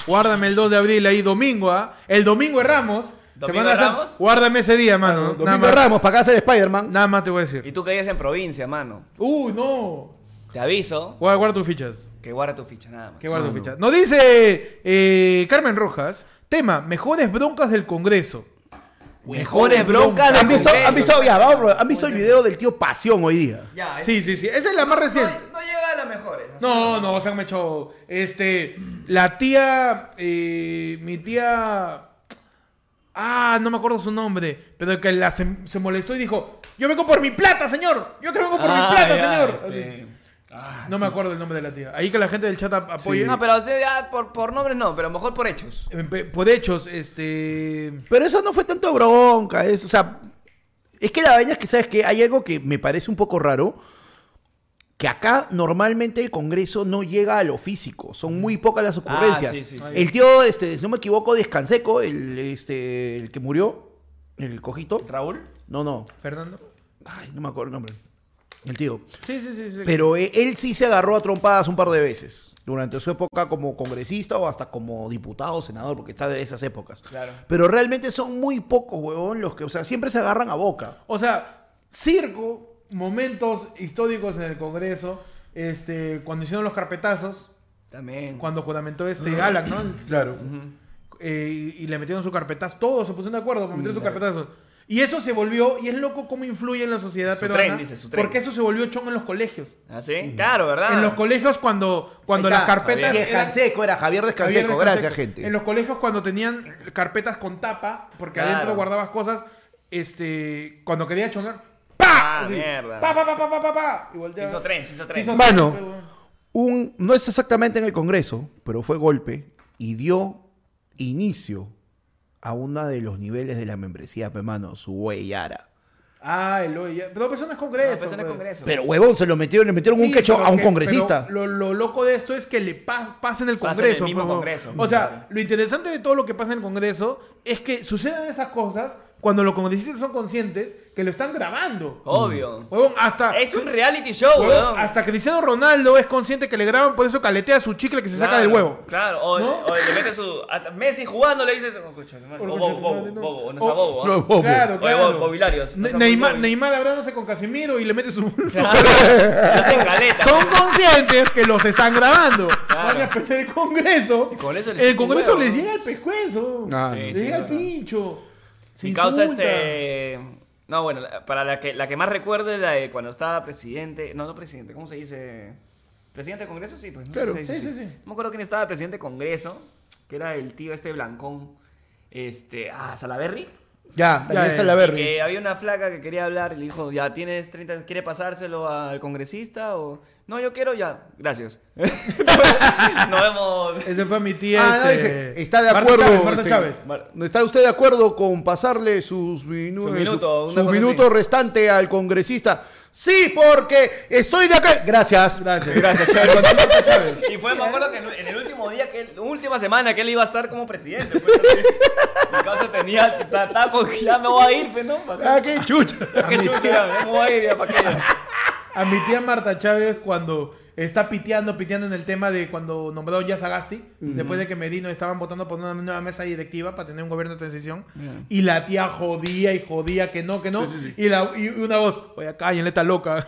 S1: Guárdame el 2 de abril ahí, domingo, ¿ah? El domingo de Ramos.
S2: ¿Domingo
S1: Semana
S2: de
S1: Santa.
S2: Ramos?
S1: Guárdame ese día, mano. nada,
S3: Domingo
S1: más,
S3: Ramos, para acá hacer Spider-Man.
S1: nada más te voy a
S2: Y
S1: decir.
S2: tú que vives en provincia, mano.
S1: Uh, no.
S2: Te aviso
S1: Guarda, guarda tus fichas.
S2: que guarda tu ficha, nada más.
S1: Que guarda tus
S3: Mano.
S1: fichas. Nos dice eh, Carmen Rojas. Tema, mejores broncas del Congreso.
S2: Mejores broncas del
S3: ¿Han visto,
S2: Congreso.
S3: han visto, ya, vamos, bro, ¿han visto el video del tío Pasión hoy día?
S2: Ya, es-
S1: Sí, sí, sí. Esa es la más reciente.
S2: No, no llega a las mejores. así
S1: No, no, se han hecho. Este. La tía. eh, mi tía. Ah, no me acuerdo su nombre. Pero que la se, se molestó y dijo: Yo vengo por mi plata, señor. Yo que vengo por
S2: Ah,
S1: mi plata,
S2: ya,
S1: señor.
S2: este,
S1: Así.
S2: ah,
S1: No me acuerdo el nombre de la tía. Ahí que la gente del chat ap- apoye.
S2: Pues No, pero o sea, ya por, por nombres no, pero mejor por hechos.
S1: Eh, pe- Por hechos, este.
S3: Pero eso no fue tanto bronca, es, o sea, es que la vaina es que, ¿sabes que Hay algo que me parece un poco raro, que acá normalmente el Congreso no llega a lo físico, son muy pocas las ocurrencias.
S2: sí, sí, sí.
S3: El tío, este, si no me equivoco, Descanseco, el, este, el que murió, el cojito,
S2: Raúl.
S3: no, no,
S1: Fernando.
S3: ay, no me acuerdo el nombre, el tío.
S1: Sí, sí, sí. sí.
S3: Pero e- él sí se agarró a trompadas un par de veces. Durante su época como congresista o hasta como diputado o senador, porque está de esas épocas.
S2: Claro.
S3: Pero realmente son muy pocos, huevón, los que, o sea, siempre se agarran a boca.
S1: O sea, circo, momentos históricos en el Congreso. Este, cuando hicieron los carpetazos,
S2: También.
S1: cuando juramentó este Alan,
S3: *clears throat*
S1: ¿no? Claro. y, y le metieron su carpetazo. Todos se pusieron de acuerdo para meter su carpetazo. Y eso se volvió, y es loco cómo influye en la sociedad
S2: Su
S1: peruana.
S2: tren, dice, su tren.
S1: Porque eso se volvió chongo en los colegios.
S2: ¿Ah, sí? Claro, ¿verdad?
S1: En los colegios cuando, cuando las carpetas
S3: Javier
S1: eran-
S3: Descanseco era Javier
S1: había
S3: Descanseco,
S1: descanseco.
S3: gracias, gente.
S1: En los colegios cuando tenían carpetas con tapa, porque
S2: Claro.
S1: adentro guardabas cosas, este, cuando quería chongar,
S2: Ah,
S1: ¡pa! Así,
S2: mierda.
S1: ¡Pa, pa, pa, pa, pa, pa, pa! Y
S2: Se
S1: volteaba.
S2: hizo tren, se hizo Ah,
S1: Se
S2: tren.
S1: hizo
S3: Mano.
S1: tren, pues, weón.
S3: Un, no es exactamente en el Congreso, pero fue golpe y dio inicio a uno de los niveles de la membresía, hermano, su huellara.
S1: Ah, el hoy ya. Pero pues eso no es congreso.
S2: No, pues en el
S1: pues.
S2: Congreso.
S3: Pero, huevón, se lo metieron, le metieron un
S1: Sí,
S3: quecho
S1: pero
S3: a un
S1: que-
S3: congresista.
S1: pero Lo, lo loco de esto es que le pas- pasa en el
S2: Pasa en el
S1: Congreso.
S2: mismo
S1: pues, weón.
S2: Congreso,
S1: O sea,
S2: claro.
S1: lo interesante de todo lo que pasa en el Congreso es que sucedan estas cosas cuando los congresistas son conscientes que lo están grabando.
S2: Obvio.
S1: Huevón, hasta,
S2: Es un reality show,
S1: huevón,
S2: weón.
S1: Pues, ah, hasta Cristiano Ronaldo es consciente que le graban, por eso caletea su chicle que se saca del
S2: Claro,
S1: huevo.
S2: Claro, o,
S1: ¿No?
S2: o le mete su. a- Messi jugando le dices. Oh, coche, no,
S1: Por
S2: bobo,
S1: coche,
S2: bobo,
S1: no, Oh, no.
S2: bobo, no
S1: O-
S2: sea bobo.
S3: No,
S2: ¿ah?
S3: bobo.
S1: Claro,
S2: Oye,
S1: claro.
S2: bo- bobilarios, no
S1: Ne-
S2: sea
S1: Neymar,
S2: bobilarios.
S1: Neymar abrándose con Casemiro y le mete su...
S2: *laughs* Claro, lo hacen caleta. pues.
S1: Son conscientes que los están grabando.
S2: Claro.
S1: Van a perder el Congreso.
S2: Y con eso les
S1: el
S2: chupa un
S1: Congreso
S2: huevo,
S1: les
S2: ¿no?
S1: llega al pescuezo.
S3: Ah,
S2: Sí,
S1: les
S2: sí,
S1: llega al
S2: es verdad.
S1: pincho. Se
S2: Mi causa
S1: insulta.
S2: este. No, bueno, la- para la que, la que más recuerdo es la de cuando estaba presidente. No, no presidente, ¿cómo se dice? ¿Presidente del Congreso? Sí, pues. No sé
S3: Claro,
S2: si se dice
S1: sí,
S2: así.
S1: sí, sí.
S2: No me acuerdo quién estaba presidente del Congreso, que era el tío este blancón. Este. Ah, Salaberry.
S3: Ya,
S1: Ya,
S3: Daniel
S1: ya.
S3: Salaverry.
S2: Que había una flaca que quería hablar y le dijo, ya tienes 30, ¿quiere pasárselo al congresista? O, no, yo quiero ya,
S1: *laughs*
S2: gracias. *laughs* Nos vemos.
S1: Ese fue mi tía.
S3: Ah, no,
S1: este,
S3: dice, está de
S1: Marta
S3: acuerdo.
S1: Chávez, Marta
S3: este,
S1: Chávez.
S2: Mar-
S3: ¿Está usted de acuerdo con pasarle sus minu-
S2: Su
S3: su-
S2: minuto, una
S3: su
S2: cosa
S3: minuto
S2: así.
S3: restante al congresista? Sí, porque estoy de acuerdo. Gracias.
S1: Gracias. Gracias, Chávez. Marta Chávez.
S2: Y fue, me acuerdo que en en el último día, que él- última semana que él iba a estar como presidente. Pues, así. Mi causa tenía, ta- ta- con- ya me voy a ir, pues, ¿no?
S3: Ah, qué chucha.
S2: Qué chucha, ya me voy a ir,
S1: *laughs*
S2: ya, ¿para qué?
S1: A mi tía Marta Chávez cuando está piteando, piteando en el tema de cuando nombraron ya Sagasti, después de que Medino estaban votando por una nueva mesa directiva para tener un gobierno de transición, y la tía jodía y jodía que no, que no, Y, la, y una voz, oye, cállenle, está
S3: *laughs*
S1: loca.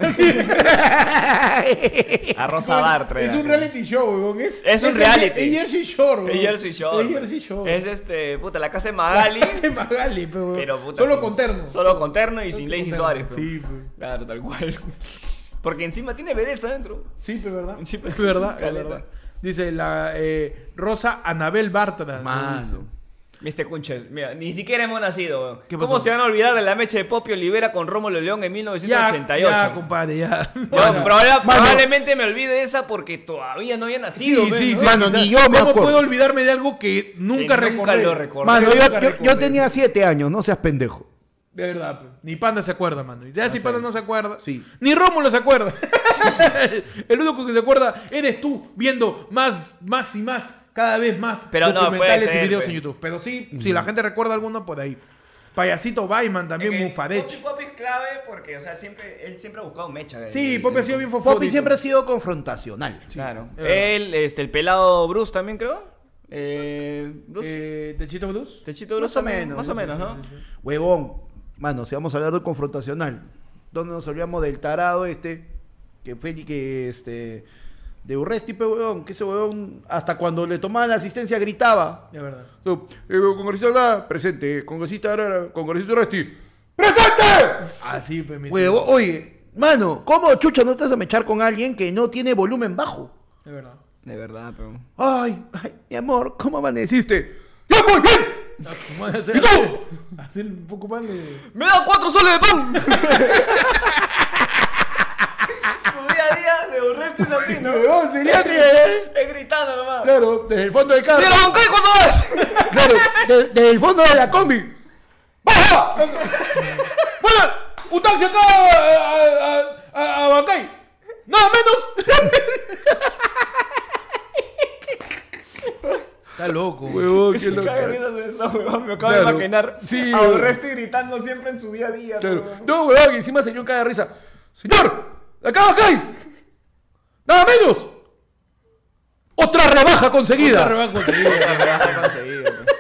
S2: A Rosa Bartra.
S1: es un reality show, weón. Es,
S2: Es un
S1: el-
S2: reality.
S1: Es Jersey Shore, weón.
S2: Es Jersey Shore.
S1: Es Jersey Shore.
S2: Es este, puta, la casa de Magali.
S1: *laughs* Ese Magali, pero,
S2: Pero puta,
S1: Solo
S2: sin-
S1: con terno.
S2: Solo con terno y sin Lacey
S1: con
S2: Suárez.
S1: terno.
S2: pero-
S1: Sí, pues.
S2: Claro, tal cual. *laughs* Porque encima tiene vedettes adentro.
S1: Sí, pero verdad.
S2: Sí, pero
S1: es verdad,
S2: caleta.
S1: es verdad. Dice la eh, Rosa Anabel Bartra.
S3: Mano.
S2: Este Kunchel, mira, ni siquiera hemos nacido. weón.
S1: ¿Qué
S2: ¿Cómo
S1: pasó?
S2: se van a olvidar de la mecha de Popio Olivera con Rómulo León en
S1: Ya,
S2: 1988?
S1: ya, compadre,
S3: *laughs*
S1: ya.
S2: Yo proba-
S3: mano.
S2: probablemente me olvide de esa porque todavía no había nacido.
S1: Sí,
S2: weón,
S1: sí,
S2: ¿no?
S1: sí,
S3: Mano,
S1: quizás.
S3: ni yo me
S1: ¿Cómo
S3: acuerdo.
S1: puedo olvidarme de algo que nunca
S2: nunca
S1: recordé?
S2: lo recordé.
S3: Mano,
S1: Nunca
S3: yo, yo-
S1: recordé.
S3: yo tenía siete años, no seas pendejo.
S1: De verdad, pe. ni Panda se acuerda, mano. Ya si
S2: sé.
S1: Panda no se acuerda.
S3: Ah, Sí.
S1: Ni Rómulo se acuerda. *laughs* El único que se acuerda eres tú viendo más, más y más, cada vez más
S2: Pero no, puede
S1: documentales
S2: ser,
S3: pues.
S1: y videos
S2: pe.
S1: en YouTube. Pero sí, si la gente recuerda alguno por ahí. Payasito Bayman también,
S2: Es que Poppy
S1: Mufadech.
S2: Poppy es clave porque, o sea, siempre, él siempre ha buscado mecha.
S1: Sí,
S2: El-
S1: Poppy ha
S2: el-
S1: sido bien fofónico.
S3: Poppy siempre ha sido confrontacional.
S2: Claro.
S1: es verdad.
S2: Él, este, el pelado Bruce también, creo. Eh, Bruce.
S1: Eh, ¿Techito Blues?
S2: Techito
S3: más
S2: Bruce
S3: o
S2: también,
S3: menos,
S2: Más o menos, ¿no?
S3: Huevón, mano, si vamos a hablar de confrontacional, ¿dónde nos olvidamos del tarado este? Que fue que este. De Urresti, pe, huevón, que ese huevón, hasta cuando le tomaban la asistencia gritaba.
S1: De
S3: *laughs*
S1: verdad.
S3: So, eh, congresista Lara, presente. Congresista Lara, congresista Urresti, ¡presente!
S1: Así, pues, mi tío.
S3: Huevo, oye, mano, ¿cómo chucha no estás a mechar con alguien que no tiene volumen bajo?
S1: De verdad.
S2: De verdad, pero.
S3: Ay, ay, mi amor, ¿cómo amaneciste? ¡Ya muy bien!
S1: Ah, ¿Cómo hacer?
S3: ¿Y tú?
S1: Hacer un poco más de...
S2: ¡Me he dado cuatro soles de pan! Su día a día de Urresti es así, ¿no?
S3: Huevón, sería que-
S2: Es gritando nomás.
S3: Claro, desde el fondo del carro.
S2: ¡Mira, Bancay, cuánto vas!
S3: Claro, de- desde el fondo de la combi. ¡Baja! ¡Bueno! ¡Un taxi acá eh, a, a, a, a Bancay! ¡Nada menos!
S1: Está loco.
S3: Huevón, qué
S2: Me
S3: loco.
S2: cago en risa de eso, huevón. Me acabo de
S3: Claro.
S2: imaginar
S3: Sí,
S2: a
S3: huevón.
S2: Urresti gritando siempre en su día a día.
S3: Claro.
S2: huevón.
S3: No, huevón, que encima se dio un caga de risa. ¡Señor! ¡Acá Bancay! ¡Nada menos! ¡Otra rebaja conseguida!
S1: Está re bajo, te *laughs* digo.
S2: Has conseguido, pe.
S3: pues.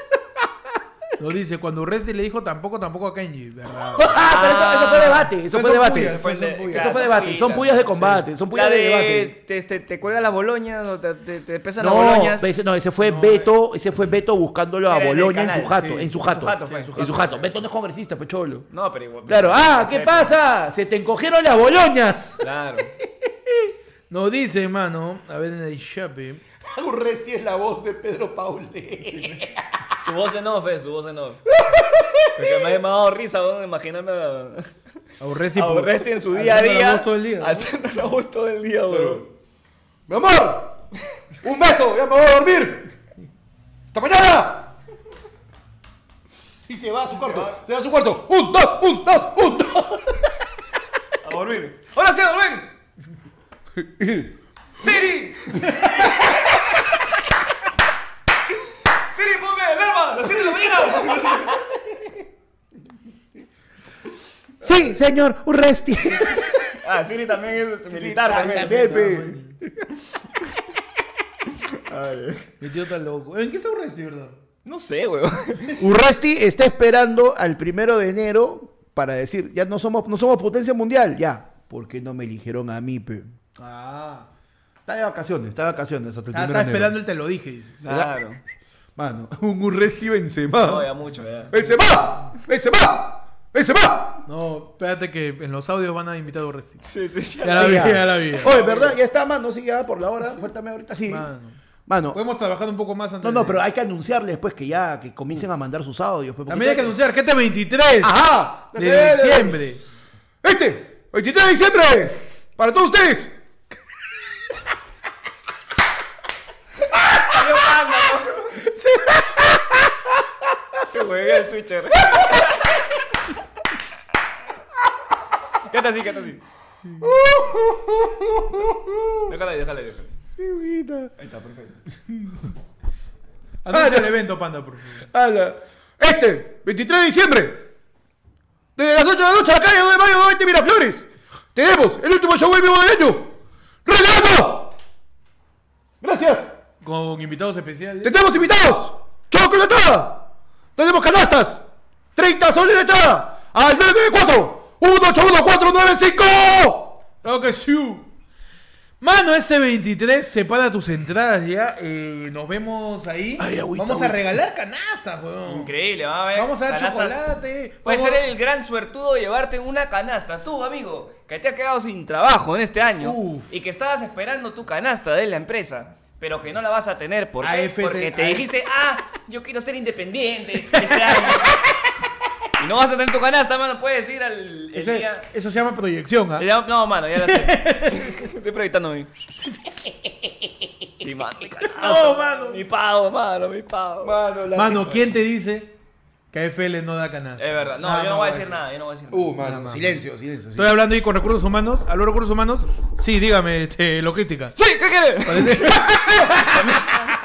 S1: Lo dice, cuando Urresti le dijo tampoco, tampoco a Kenji, ¿verdad?
S3: *laughs* Ah, pero eso, eso fue debate, eso
S1: Pero
S3: fue
S1: son
S3: debate.
S1: puyas,
S2: Fue de-
S1: son puyas.
S3: Eso
S2: Claro,
S3: fue debate,
S2: sí,
S3: son
S2: claro,
S3: puyas de combate, son
S2: La
S3: puyas de, debate.
S2: de te, te, te cuelga las boloñas o te, te, te pesan las
S3: No,
S2: boloñas. eh.
S3: ese, no, ese fue Beto, ese fue Beto buscándolo a
S2: Era en el
S3: Boloña en
S2: canal,
S3: su jato,
S2: sí.
S3: en su jato.
S2: jato fue.
S3: en su jato. Beto no es congresista, pecholo.
S2: No, pero igual.
S3: Claro, ah, ¿qué
S2: Sí,
S3: pasa? Se te encogieron las boloñas.
S2: Claro.
S1: Nos dice, mano, a ver en el shopping.
S3: Urresti es la voz de Pedro Paule.
S2: Su voz en off, eh, su voz en off.
S1: *laughs*
S2: Porque me ha dado risa, weón, imaginarme a,
S1: A Urresti,
S2: a
S1: por-
S2: Urresti en su día a
S1: alzando pues, la
S2: día.
S1: voz todo el día.
S2: Alzando la voz todo el día, weón.
S3: ¡Mi amor! ¡Un beso! ¡Ya me voy a dormir! ¡Hasta mañana! Y se va a su cuarto, se va a su cuarto. ¡Un, dos, un, dos, un, dos!
S2: A dormir. ¡Ahora sí, a dormir! ¡Siri! ¡Siri, ponme alarma! ¡Las 7 de la mañana!
S3: Sí, señor Urresti.
S2: Ah, Siri también es este, militar. también.
S1: Mi tío está loco. ¿En qué está Urresti, verdad?
S2: No sé, weón.
S3: Urresti está esperando al primero de enero para decir, ya no somos, no somos potencia mundial, ya. ¿Por qué no me eligieron a mí, pe?
S1: Ah.
S3: Está de vacaciones, está de vacaciones hasta el
S1: Está,
S3: primero de
S1: esperando
S3: enero.
S1: el te lo dije, dice.
S2: Claro.
S3: Mano, un Urresti
S2: No,
S3: Benzema.
S2: ya mucho, ya.
S3: ¡Benzema! ¡Benzema! ¡Benzema!
S1: No, espérate que en los audios van a invitar a Urresti.
S2: Sí, sí, sí.
S1: Ya la
S3: Sí,
S1: vi,
S3: ya.
S1: ya la vi.
S3: Oye, ¿verdad? Ya está, mano, sí, ya por la hora. Faltame ahorita, sí.
S1: Mano.
S3: Mano,
S1: Podemos trabajar un poco más antes.
S3: no, no,
S1: de-
S3: pero hay que anunciarles, pues, que ya, que comiencen a mandar sus audios. pe, porque-
S1: También hay que anunciar que este 23
S3: Ah, ¡Ajá!
S1: de diciembre.
S3: Este, 23 de diciembre, para todos ustedes.
S2: Salió panda, weón. Se juega el switcher. Quédate así, quédate así. Déjala ahí, déjala ahí, déjala. ahí. Ahí está, perfecto.
S1: Anuncia
S3: Ah,
S1: el
S3: ya.
S1: evento, panda, por favor.
S3: Ala. Este, 23 de diciembre, desde las 8 de la noche a la calle 2 de mayo 220 Miraflores, tenemos el último show en vivo del año. ¡Regalando! Gracias.
S1: Con invitados especiales.
S3: Tenemos invitados. ¡Chocolatada! Tenemos canastas. 30 soles de entrada. Al 994 181495
S1: Claro que sí. Mano, este 23 separa tus entradas ya. Eh, nos vemos ahí.
S3: Ay, agüita,
S1: Vamos a
S3: agüita.
S1: regalar canastas, weón.
S2: Increíble, va a ver.
S1: Mm. Vamos a dar
S2: canastas.
S1: chocolate.
S2: Puede
S1: vamos-
S2: ser el gran suertudo de llevarte una canasta. Tú, amigo, que te has quedado sin trabajo en este año
S1: Uf.
S2: y que estabas esperando tu canasta de la empresa, pero que no la vas a tener. ¿Por qué?
S1: AFT,
S2: Porque te
S1: AFT.
S2: dijiste, ah, yo quiero ser independiente este año". y no vas a tener tu canasta, mano. Puedes ir al el
S1: Eso,
S2: día...
S1: eso se llama proyección, ¿ah?
S2: le llamo- No, mano, ya la
S1: *laughs*
S2: sé. Estoy proyectando mi... Sí, mano, mi canasta,
S1: No, mano.
S2: Mi pago, mano, mi pago.
S3: Mano, la
S1: Mano, ¿quién te dice que FL no da canastas?
S2: Es verdad. No,
S1: Ah,
S2: yo no voy a decir nada, yo no voy a decir nada.
S3: Uh, mano, silencio, silencio.
S1: Estoy hablando ahí con recursos humanos. ¿Hablo de recursos humanos? Sí, dígame, este, logística.
S2: Sí, ¿qué quieres?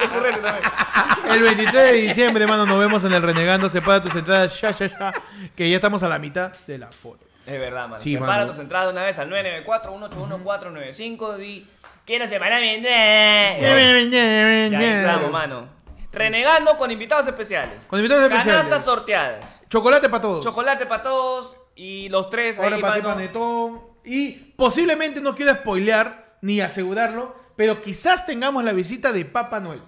S2: Es urgente también.
S1: El 23 de diciembre, mano, nos vemos en el Renegando. Separa tus entradas ya, ya, ya. Que ya estamos a la mitad de la foto.
S2: Es verdad, mano.
S1: Sí,
S2: Separa
S1: mano.
S2: tus entradas de una vez al 994-181-495 y quiero separar mi entrada. Ya entramos, mano. Renegando con invitados especiales.
S1: Con invitados
S2: Canastas
S1: especiales.
S2: sorteadas.
S1: Chocolate para todos.
S2: Chocolate para todos y los tres
S1: Ahora
S2: ahí,
S1: para ti,
S2: mano.
S1: panetón. Y posiblemente no quiero spoilear ni asegurarlo, pero quizás tengamos la visita de Papá Noel.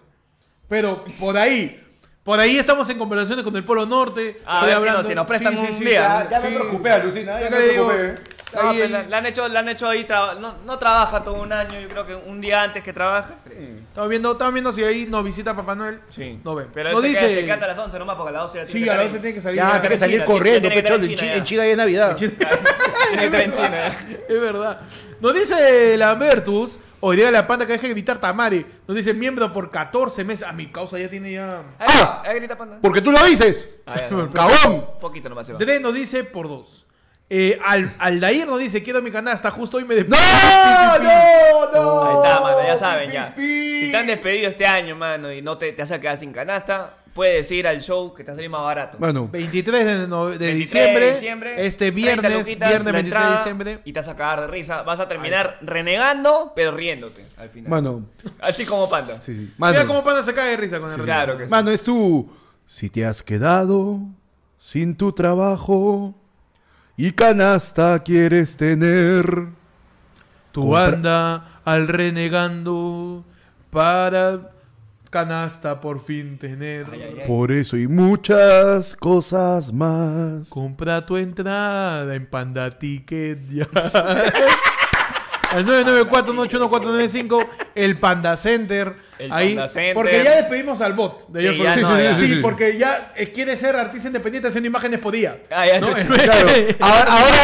S1: Pero por ahí. Por ahí estamos en conversaciones con el Polo Norte.
S2: A
S1: estoy
S2: ver si nos- si nos prestan un día.
S4: Ya, ya me
S1: sí.
S4: preocupé, alucina. Ya
S1: Ya
S4: me
S1: te digo.
S4: preocupé.
S2: No,
S1: Ahí,
S2: pero
S1: ahí.
S2: la, la han hecho, la han hecho ahí, traba- no, no trabaja todo un año, yo creo que un día antes que trabaje.
S1: Estamos viendo, estamos viendo si ahí nos visita Papá Noel.
S2: Sí.
S1: No ven.
S2: Pero
S1: no
S2: él se, queda,
S1: dice.
S2: se queda hasta las 11 nomás porque a las 12 ya
S1: sí,
S2: que
S1: a la
S2: estar
S1: 11
S2: ahí.
S1: tiene que
S2: *laughs*
S1: salir.
S3: Ya,
S1: Ya,
S3: tiene que salir
S2: China,
S3: corriendo,
S2: tiene que
S3: pechón.
S2: estar en
S3: En,
S2: China
S3: Chi-
S2: ya.
S3: en China hay Navidad.
S1: *laughs*
S2: Tiene que estar en China. eh.
S1: Es verdad. Nos dice Lambertus, o diría la panda que deje de gritar Tamari. Nos dice miembro por 14 meses. A mi causa ya tiene ya.
S2: Ahí,
S4: Ah.
S2: ahí grita panda.
S4: Porque tú lo dices.
S2: Ah, ya, *laughs*
S1: Por-
S2: un
S4: ¡Cabón!
S2: poquito nomás se va.
S1: Dre nos dice por dos. Eh, Al, Aldair nos dice, quiero mi canasta, justo hoy
S4: ¡No!
S1: me despido. Ah,
S4: ¡No! ¡No!
S2: Ahí está, mano,
S1: Oh,
S2: ya saben,
S4: Pi,
S2: ya.
S4: pi, pi.
S2: Si te han despedido este año, mano, y no te, te has quedado sin canasta, puedes ir al show que te va a salir más barato.
S4: Bueno,
S1: 23 de, no- de
S2: 23
S1: diciembre,
S2: de diciembre,
S1: Este
S2: 30
S1: viernes,
S2: luquitas
S1: viernes
S2: la
S1: 23 de
S2: entrada,
S1: diciembre.
S2: Y te vas a cagar de risa. Vas a terminar renegando, pero riéndote al final.
S4: mano.
S2: Así como panda.
S4: Sí, sí.
S1: Mira cómo
S4: Mano,
S1: panda se cae de risa con el reloj.
S2: Claro que sí.
S4: mano, es tú. Si te has quedado sin tu trabajo y canasta quieres tener.
S1: Tu
S4: Compra-
S1: banda al renegando para canasta por fin tener.
S2: Ay, ay, ay.
S4: Por eso y muchas cosas más.
S1: Compra tu entrada en Panda Ticket ya. *laughs* Al 994-181-495, el Panda Center.
S2: El
S1: ahí,
S2: Panda Center.
S1: Porque ya despedimos al bot. de
S2: Sí,
S1: ayer por-
S2: ya
S1: sí,
S2: no,
S1: sí,
S2: ya.
S1: sí,
S4: Sí,
S1: sí,
S4: sí.
S1: porque ya eh, quiere ser artista independiente haciendo imágenes podía.
S2: Ah, ya,
S1: ¿no?
S2: chucha. *laughs*
S4: Claro. Ahora,
S2: Están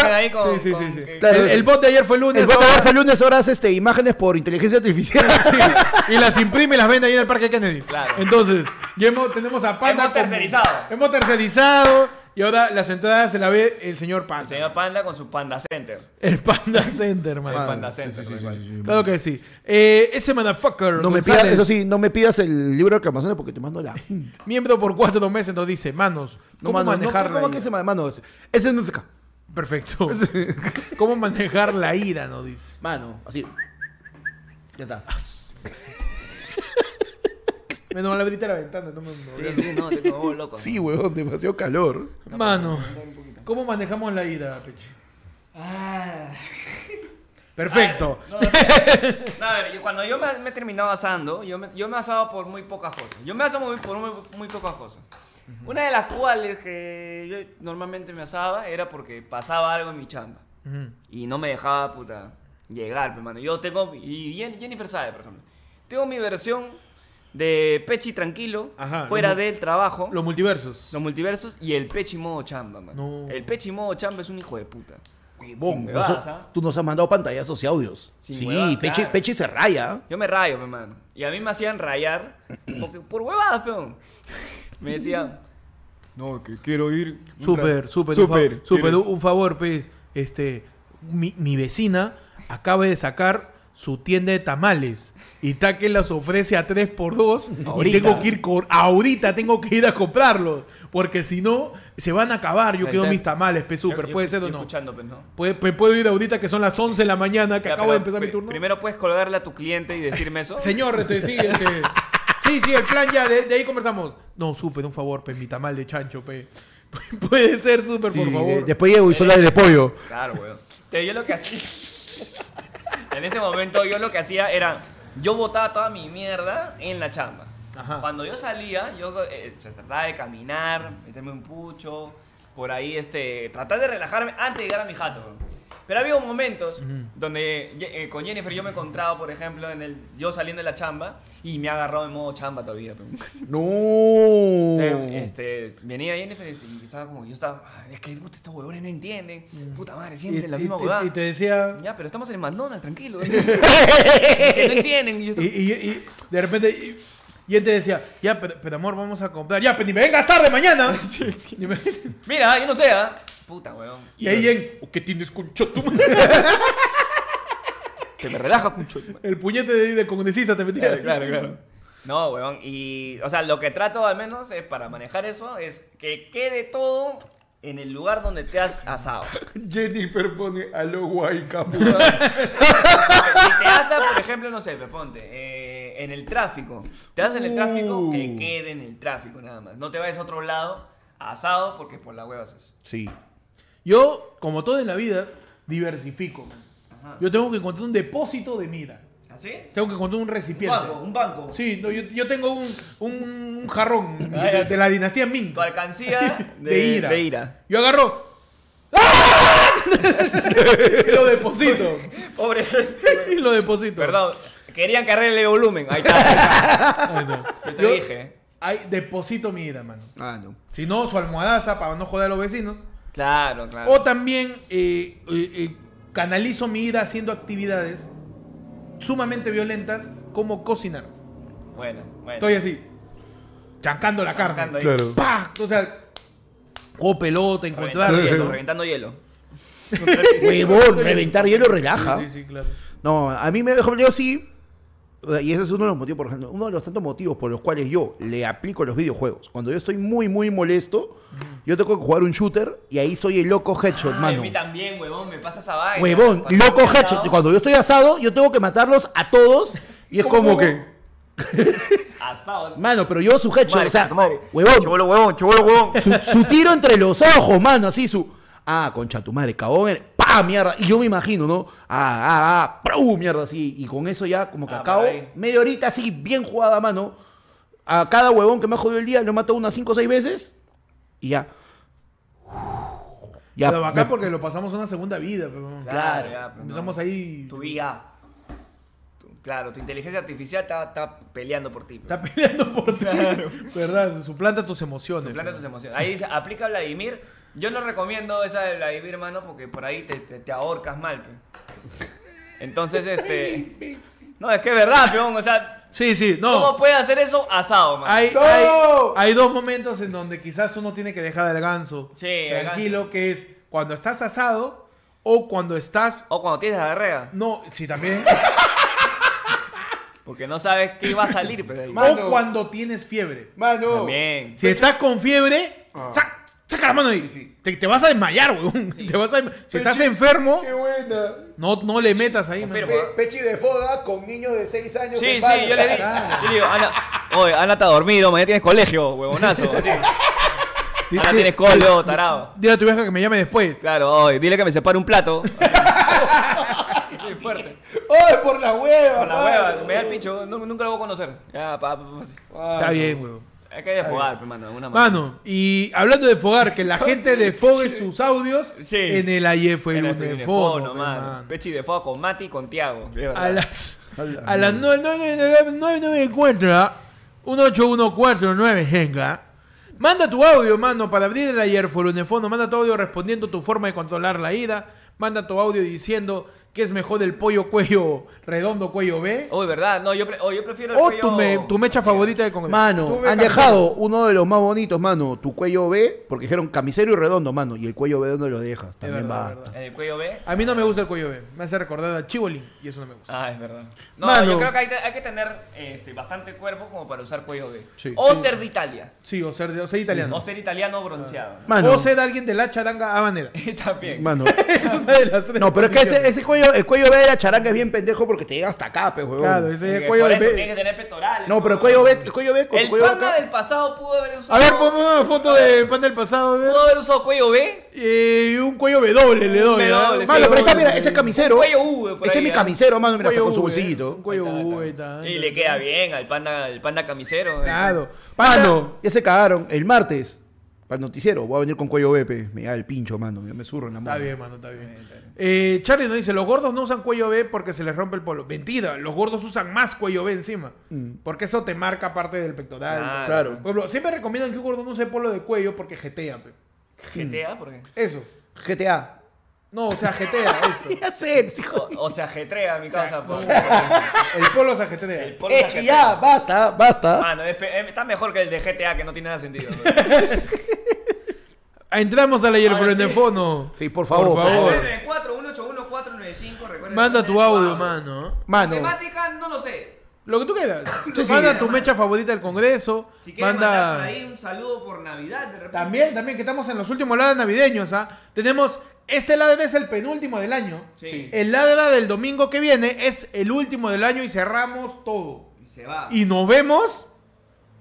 S4: ahora
S2: ahí con-
S1: sí, sí,
S2: con-
S1: sí, sí.
S2: que-
S3: Claro.
S1: el, el bot de ayer fue el lunes.
S3: El voto
S1: ahora-
S3: el lunes horas este, imágenes por inteligencia artificial.
S1: *laughs* y las imprime y las vende ahí en el Parque Kennedy.
S2: Claro.
S1: Entonces, ya hemos- tenemos a Panda.
S2: Hemos tercerizado.
S1: Hemos tercerizado. Y ahora las entradas se las ve el señor
S2: El
S1: Panda.
S2: señor Panda con su Panda Center.
S1: El Panda Center, hermano.
S2: El Panda Center. tal cual.
S1: Claro que sí. Eh, ese motherfucker.
S3: No me
S1: González,
S3: pidas, eso sí, no me pidas el libro de reclamaciones porque
S4: *laughs*
S3: te mando la.
S1: Miembro por cuatro meses nos dice, manos,
S3: No,
S1: ¿cómo
S3: mano, no,
S1: manejar la
S3: ¿Cómo que
S1: ira?
S3: se llama? Mano, ese ese no se ca-
S1: Perfecto.
S3: *laughs*
S1: ¿Cómo manejar la ira? Nos dice.
S3: Mano, así. Ya está.
S1: Ah, Menos mal abriste la ventana. No me...
S2: Sí, sí, no, te como loco.
S3: Sí, weón, demasiado calor.
S1: Mano, ¿cómo manejamos la ira, Peche?
S2: Ah.
S1: Perfecto.
S2: No, o sea, no, a ver, yo- cuando yo me, me he terminado asando, yo me, yo me he asado por muy pocas cosas. Yo me aso muy- por muy, muy pocas cosas. Una de las cuales que yo normalmente me asaba era porque pasaba algo en mi chamba
S1: Ujú.
S2: y no me dejaba puta, llegar, pe, mano. Yo tengo, y Jen- Jennifer sabe, por ejemplo, tengo mi versión de Pechi tranquilo,
S1: Ajá,
S2: fuera
S1: lo mu-
S2: del trabajo,
S1: Los multiversos.
S2: los multiversos y el Pechi modo chamba, mano.
S1: No.
S2: El Pechi modo chamba es un hijo de puta.
S3: Huevón,
S2: Sin huevadas,
S3: noso-
S2: ¿ah?
S3: tú nos has mandado pantallazos y audios.
S2: Sin
S3: sí,
S2: huevadas,
S3: Pechi,
S2: claro.
S3: Pechi se raya. ¿ah?
S2: Yo me rayo, mi hermano. Y a mí me hacían rayar porque- por huevadas, peón. Me decían,
S4: No, que quiero ir.
S1: Súper,
S4: Súper,
S1: súper, súper, un, fa- súper,
S4: quiero-
S1: un favor, pues, este, mi, mi vecina acaba de sacar su tienda de tamales y Taque las ofrece a 3 por 2 y
S3: Ahorita.
S1: tengo que ir cor- ahorita tengo que ir a comprarlos porque si no se van a acabar, yo
S2: Ahí
S1: quiero
S2: está.
S1: mis tamales, pues,
S2: yo-
S1: súper,
S2: yo-
S1: puede ser
S2: yo
S1: o no.
S2: escuchando, pues, ¿no?
S1: Puede- pe- puedo ir ahorita que son las 11 de la mañana que
S2: Ya,
S1: acabo
S2: pero
S1: de empezar mi
S2: pri-
S1: turno.
S2: Primero puedes colgarle a tu cliente y decirme eso.
S1: Señor, este, sí,
S2: *laughs*
S1: este, sí, sí, el plan ya, de, de ahí conversamos. No, súper, un favor, pe, mi tamal de chancho, pe. *laughs* Puede ser súper,
S2: eh,
S1: por favor.
S3: después llego y solo de pollo.
S2: Claro, weón. Entonces yo lo que hacía. en ese momento yo lo que hacía era. Yo botaba toda mi mierda en la chamba.
S1: Ajá.
S2: Cuando yo salía, yo eh, se trataba de caminar, meterme un pucho, por ahí, este, tratar de relajarme antes de llegar a mi jato. weón. Pero había momentos donde ye- eh, con Jennifer yo me encontraba, por ejemplo, en el, yo saliendo de la chamba y me agarró en modo chamba todavía. pe.
S1: Uh.
S3: No.
S2: Entonces, este, venía Jennifer y estaba como, yo estaba, "Ay, es que puta, estos huevones no entienden, puta madre, siempre la misma huevada.
S1: Mm. y- y te decía.
S2: Ya, pero estamos en McDonald's, *laughs* tranquilo. que no entienden. Y
S1: Y,
S2: yo estaba-
S1: y- y de repente. Y, y él te decía, ya, pero, pero amor, vamos a comprar. Ya, pero ni me vengas tarde
S2: *laughs*
S1: mañana. Ni me- *laughs*
S2: Mira, yo no sé, ¿ah? Puta, weón.
S1: Y ahí en. ¿Qué tienes con madre?
S2: Que me relaja mucho.
S1: El puñete de, de congresista te metía. *laughs*
S2: *laughs* Claro, claro. No, weón. Y, o sea, lo que trato al menos es para manejar eso es que quede todo en el lugar donde te has asado.
S4: Jennifer pone a lo guay capurra.
S2: Si te asas, por ejemplo, no sé, me ponte, eh, en el tráfico. Te asas en el tráfico, que quede en el tráfico nada más. No te vayas a otro lado asado porque por la hueva haces.
S4: Sí.
S1: *laughs* Yo, como todo en la vida, diversifico. man. Yo tengo que encontrar un depósito de mira.
S2: ¿Así?
S1: Tengo que encontrar un
S2: Un
S1: recipiente.
S2: banco, un banco.
S1: Sí, no, yo, yo tengo un, un- un *laughs* jarrón de, de la dinastía Ming.
S2: Tu alcancía *laughs* de,
S1: De ira.
S2: de ira.
S1: Yo agarro. ¡Ah! *laughs* y lo deposito.
S2: Pobre *laughs* gente.
S1: y lo deposito.
S2: Perdón, querían que arregle el volumen. Ahí está. ahí está.
S1: Ay, no.
S2: Yo te
S1: Yo-
S2: dije. ¿eh?
S1: Ahí deposito mi ira, mano.
S3: *laughs* Ah, no.
S1: Si no, su almohadaza para no joder a los vecinos.
S2: Claro, claro.
S1: O también eh, eh, eh, canalizo mi ira haciendo actividades sumamente violentas como cocinar.
S2: Bueno, bueno.
S1: Estoy así, chancando la carne.
S2: Chancando ahí.
S4: Claro.
S1: ¡Pah! O sea, o pelota, encontrar. este,
S2: Reventando hielo,
S1: hielo.
S2: reventando hielo. *laughs*
S3: Huevón, reventar hielo relaja.
S1: Sí, sí, sí, claro.
S3: No, a mí me dejó, yo sí. Y ese es uno de los motivos, por ejemplo, uno de los tantos motivos por los cuales yo le aplico los videojuegos. Cuando yo estoy muy, muy molesto, yo tengo que jugar un shooter y ahí soy el loco headshot,
S2: Ay, a
S3: mano.
S2: mí también, huevón, me pasa esa vaina.
S3: Huevón,
S2: Ah, Cuando
S3: loco
S2: estoy
S3: headshot.
S2: asado,
S3: Cuando yo estoy asado, yo tengo que matarlos a todos y es como que.
S2: Asado.
S3: Mano, pero yo su headshot,
S2: Madre,
S3: o sea,
S2: tu madre.
S3: huevón,
S2: Chivolo huevón, chivolo huevón.
S3: su, su tiro entre los ojos, mano, así su. Ah, concha tu madre, cagón. en- ¡Pa! Mierda. Y yo me imagino, ¿no? Ah, ah, ah, ¡prau! Mierda, así. Y con eso ya, como que
S2: Ah,
S3: acabo.
S2: por ahí.
S3: Media horita así, bien jugada, mano. A cada huevón que me ha jodido el día, lo mato unas 5 o 6 veces. Y ya. Ya.
S1: Pero bacán
S3: me-
S1: porque lo pasamos una segunda vida. Pero...
S2: Claro, ya, pues, no.
S1: Estamos ahí.
S2: Tu IA. Tu- Claro, tu inteligencia artificial está, está peleando por ti.
S1: Está peleando
S2: *laughs*
S1: por ti. ¿Verdad? Suplanta tus emociones.
S2: Suplanta
S1: ¿no?
S2: tus emociones. Ahí dice, aplica Vladimir. Yo no recomiendo esa de Vladimir, hermano, porque por ahí te, te- te ahorcas mal. pe. Entonces, este... No, es que es verdad, peón. O sea,
S1: Sí, sí,
S2: ¿cómo
S1: no.
S2: puede hacer eso asado, man?
S1: Hay,
S4: ¡No!
S1: hay- hay dos momentos en donde quizás uno tiene que dejar el ganso
S2: Sí, el
S1: tranquilo, que es cuando estás asado o cuando estás.
S2: O cuando tienes la rega,
S1: No, sí, también.
S2: porque no sabes qué va a salir, pero ahí.
S4: *laughs* Mano.
S1: O cuando tienes fiebre.
S4: Mano. Ah.
S2: También.
S1: Si estás con fiebre, sa- saca la mano ahí. Te, te vas a desmayar, weón. Te vas a desma- Si estás enfermo,
S4: Qué buena.
S1: no, no le metas ahí,
S2: Confirmo.
S1: man.
S4: Pe- Pechi de foda con niños de 6 años.
S2: Sí,
S4: en
S2: sí, yo le di.
S1: Claro.
S2: Yo le digo, Ana, oye, Ana está dormido, mañana tienes colegio, huevonazo. así. Ana tienes colo, tarado.
S1: Dile a tu vieja que me llame después.
S2: Claro, oye, dile que me separe un plato. Sí, fuerte.
S4: ¡Ay, por la hueva!
S2: Por la
S4: mano!
S2: hueva, me da el pincho, nu- nunca lo voy a conocer. Ya, pa, pa, pa.
S4: Mano.
S1: Está bien, weón.
S2: Hay que desfogar, hermano, de alguna manera.
S1: Mano, y hablando de fogar, que
S4: *laughs*
S1: la gente defogue sus audios
S2: Sí.
S1: en el ayer fue
S2: Era
S1: el
S2: el
S1: unifono,
S2: unifono, mano. Pechi de fuego con Mati y con Tiago. de verdad.
S1: A las, a las 9994 18149 Genga. Manda tu audio, mano, para abrir el ayer fue el unifono. Manda tu audio respondiendo tu forma de controlar la ira. Manda tu audio diciendo que es mejor el pollo cuello redondo, cuello B.
S2: Uy, verdad, no, yo, pre- oh, yo prefiero el
S1: O
S2: cuello-
S1: tu, me- tu mecha favorita de Congreso.
S3: Mano,
S1: Tu
S3: han
S1: mecha-
S3: dejado uno de los más bonitos, mano. Tu cuello B, porque dijeron camisero y redondo, mano. Y el cuello B, ¿dónde lo dejas? También
S1: verdad, es
S3: va.
S1: verdad.
S2: En el cuello B.
S1: A mí no me gusta el cuello B. Me hace recordar a Chibolín y eso no me gusta.
S2: Ah, es verdad. No,
S3: Mano.
S2: yo creo que hay, hay que tener este, bastante cuerpo como para usar cuello B.
S3: Sí.
S2: o ser de Italia.
S1: Sí, o ser, o ser italiano.
S2: O ser italiano bronceado. *laughs*
S3: Mano,
S1: O ser alguien de la charanga habanera. *laughs*
S2: Y También.
S3: mano.
S1: es una de las tres.
S3: *laughs* No, pero es que ese,
S1: condiciones.
S3: ese cuello, el cuello B de la charanga es bien pendejo porque te llega hasta acá, pe, huevón.
S1: Claro, ese
S2: Porque
S1: cuello
S2: por
S1: de
S2: eso
S1: B.
S2: tiene que tener pectorales.
S3: No, pero el cuello B, el cuello B con
S2: El
S3: tu cuello
S2: pana
S3: acá.
S2: del pasado pudo haber usado.
S1: A ver, ponme una foto de pan del pasado, a ver.
S2: Pudo haber usado cuello B.
S5: Eh,
S1: Y un cuello B doble le doy.
S2: B
S1: ¿ah?
S2: doble,
S3: Mano,
S2: sí,
S3: pero está,
S2: un-
S3: mira, ese es camisero.
S2: cuello V por
S3: Ese es
S2: ahí,
S3: mi
S2: ¿ah?
S3: camisero, mano, mira, está con su
S1: V,
S3: bolsillito.
S1: Un cuello
S2: Ahí está,
S1: V,
S2: ahí está.
S1: está,
S2: Y
S1: está.
S2: le queda bien al panda, al panda camisero. eh.
S1: Claro. Panda,
S3: Mano, ya se cagaron. El martes, para el noticiero, voy a venir con cuello B, pe. Me da el pincho, mano. Yo me zurro en la mano.
S1: Está bien, mano, está bien. Eh, Charlie nos dice, los gordos no usan cuello B porque se les rompe el polo. Mentira, los gordos usan más cuello B encima. Porque eso te marca parte del pectoral.
S2: Mm. Claro.
S3: Claro.
S1: Por ejemplo, siempre recomiendan que un gordo no use polo de cuello porque jetea, pe.
S2: GTA, ¿por qué?
S1: Eso.
S3: GTA.
S1: No, o sea,
S2: *laughs*
S1: jetea esto.
S3: *laughs* Ya sé, hijo.
S2: O, o se ajetrea, mi causa. pues. por-
S1: El polo se jetea.
S2: el polo se
S3: Eche
S2: ajetrea.
S3: ya, basta, basta.
S2: Mano, es pe- eh, está mejor que el de GTA, que no tiene nada sentido.
S1: Ah, Entramos al ayer
S2: Ahora
S1: por el
S2: sí.
S1: teléfono.
S3: Sí, por favor.
S1: Por favor.
S2: 994 181 495 recuerden
S1: Manda
S2: poner
S1: tu audio, mano.
S3: Mano,
S2: Temática, no lo sé.
S5: Lo que tú quieras.
S2: Sí, sí.
S5: manda tu mecha favorita al Congreso.
S2: Si quieres mandar por
S5: manda.
S2: ahí un saludo por Navidad, de repente.
S5: También, también, que estamos en los últimos lados navideños, ¿ah? Tenemos. Este LADD es el penúltimo del año.
S2: Sí.
S5: El LADD del domingo que viene es el último del año y cerramos todo.
S2: Y se va.
S5: Y nos vemos.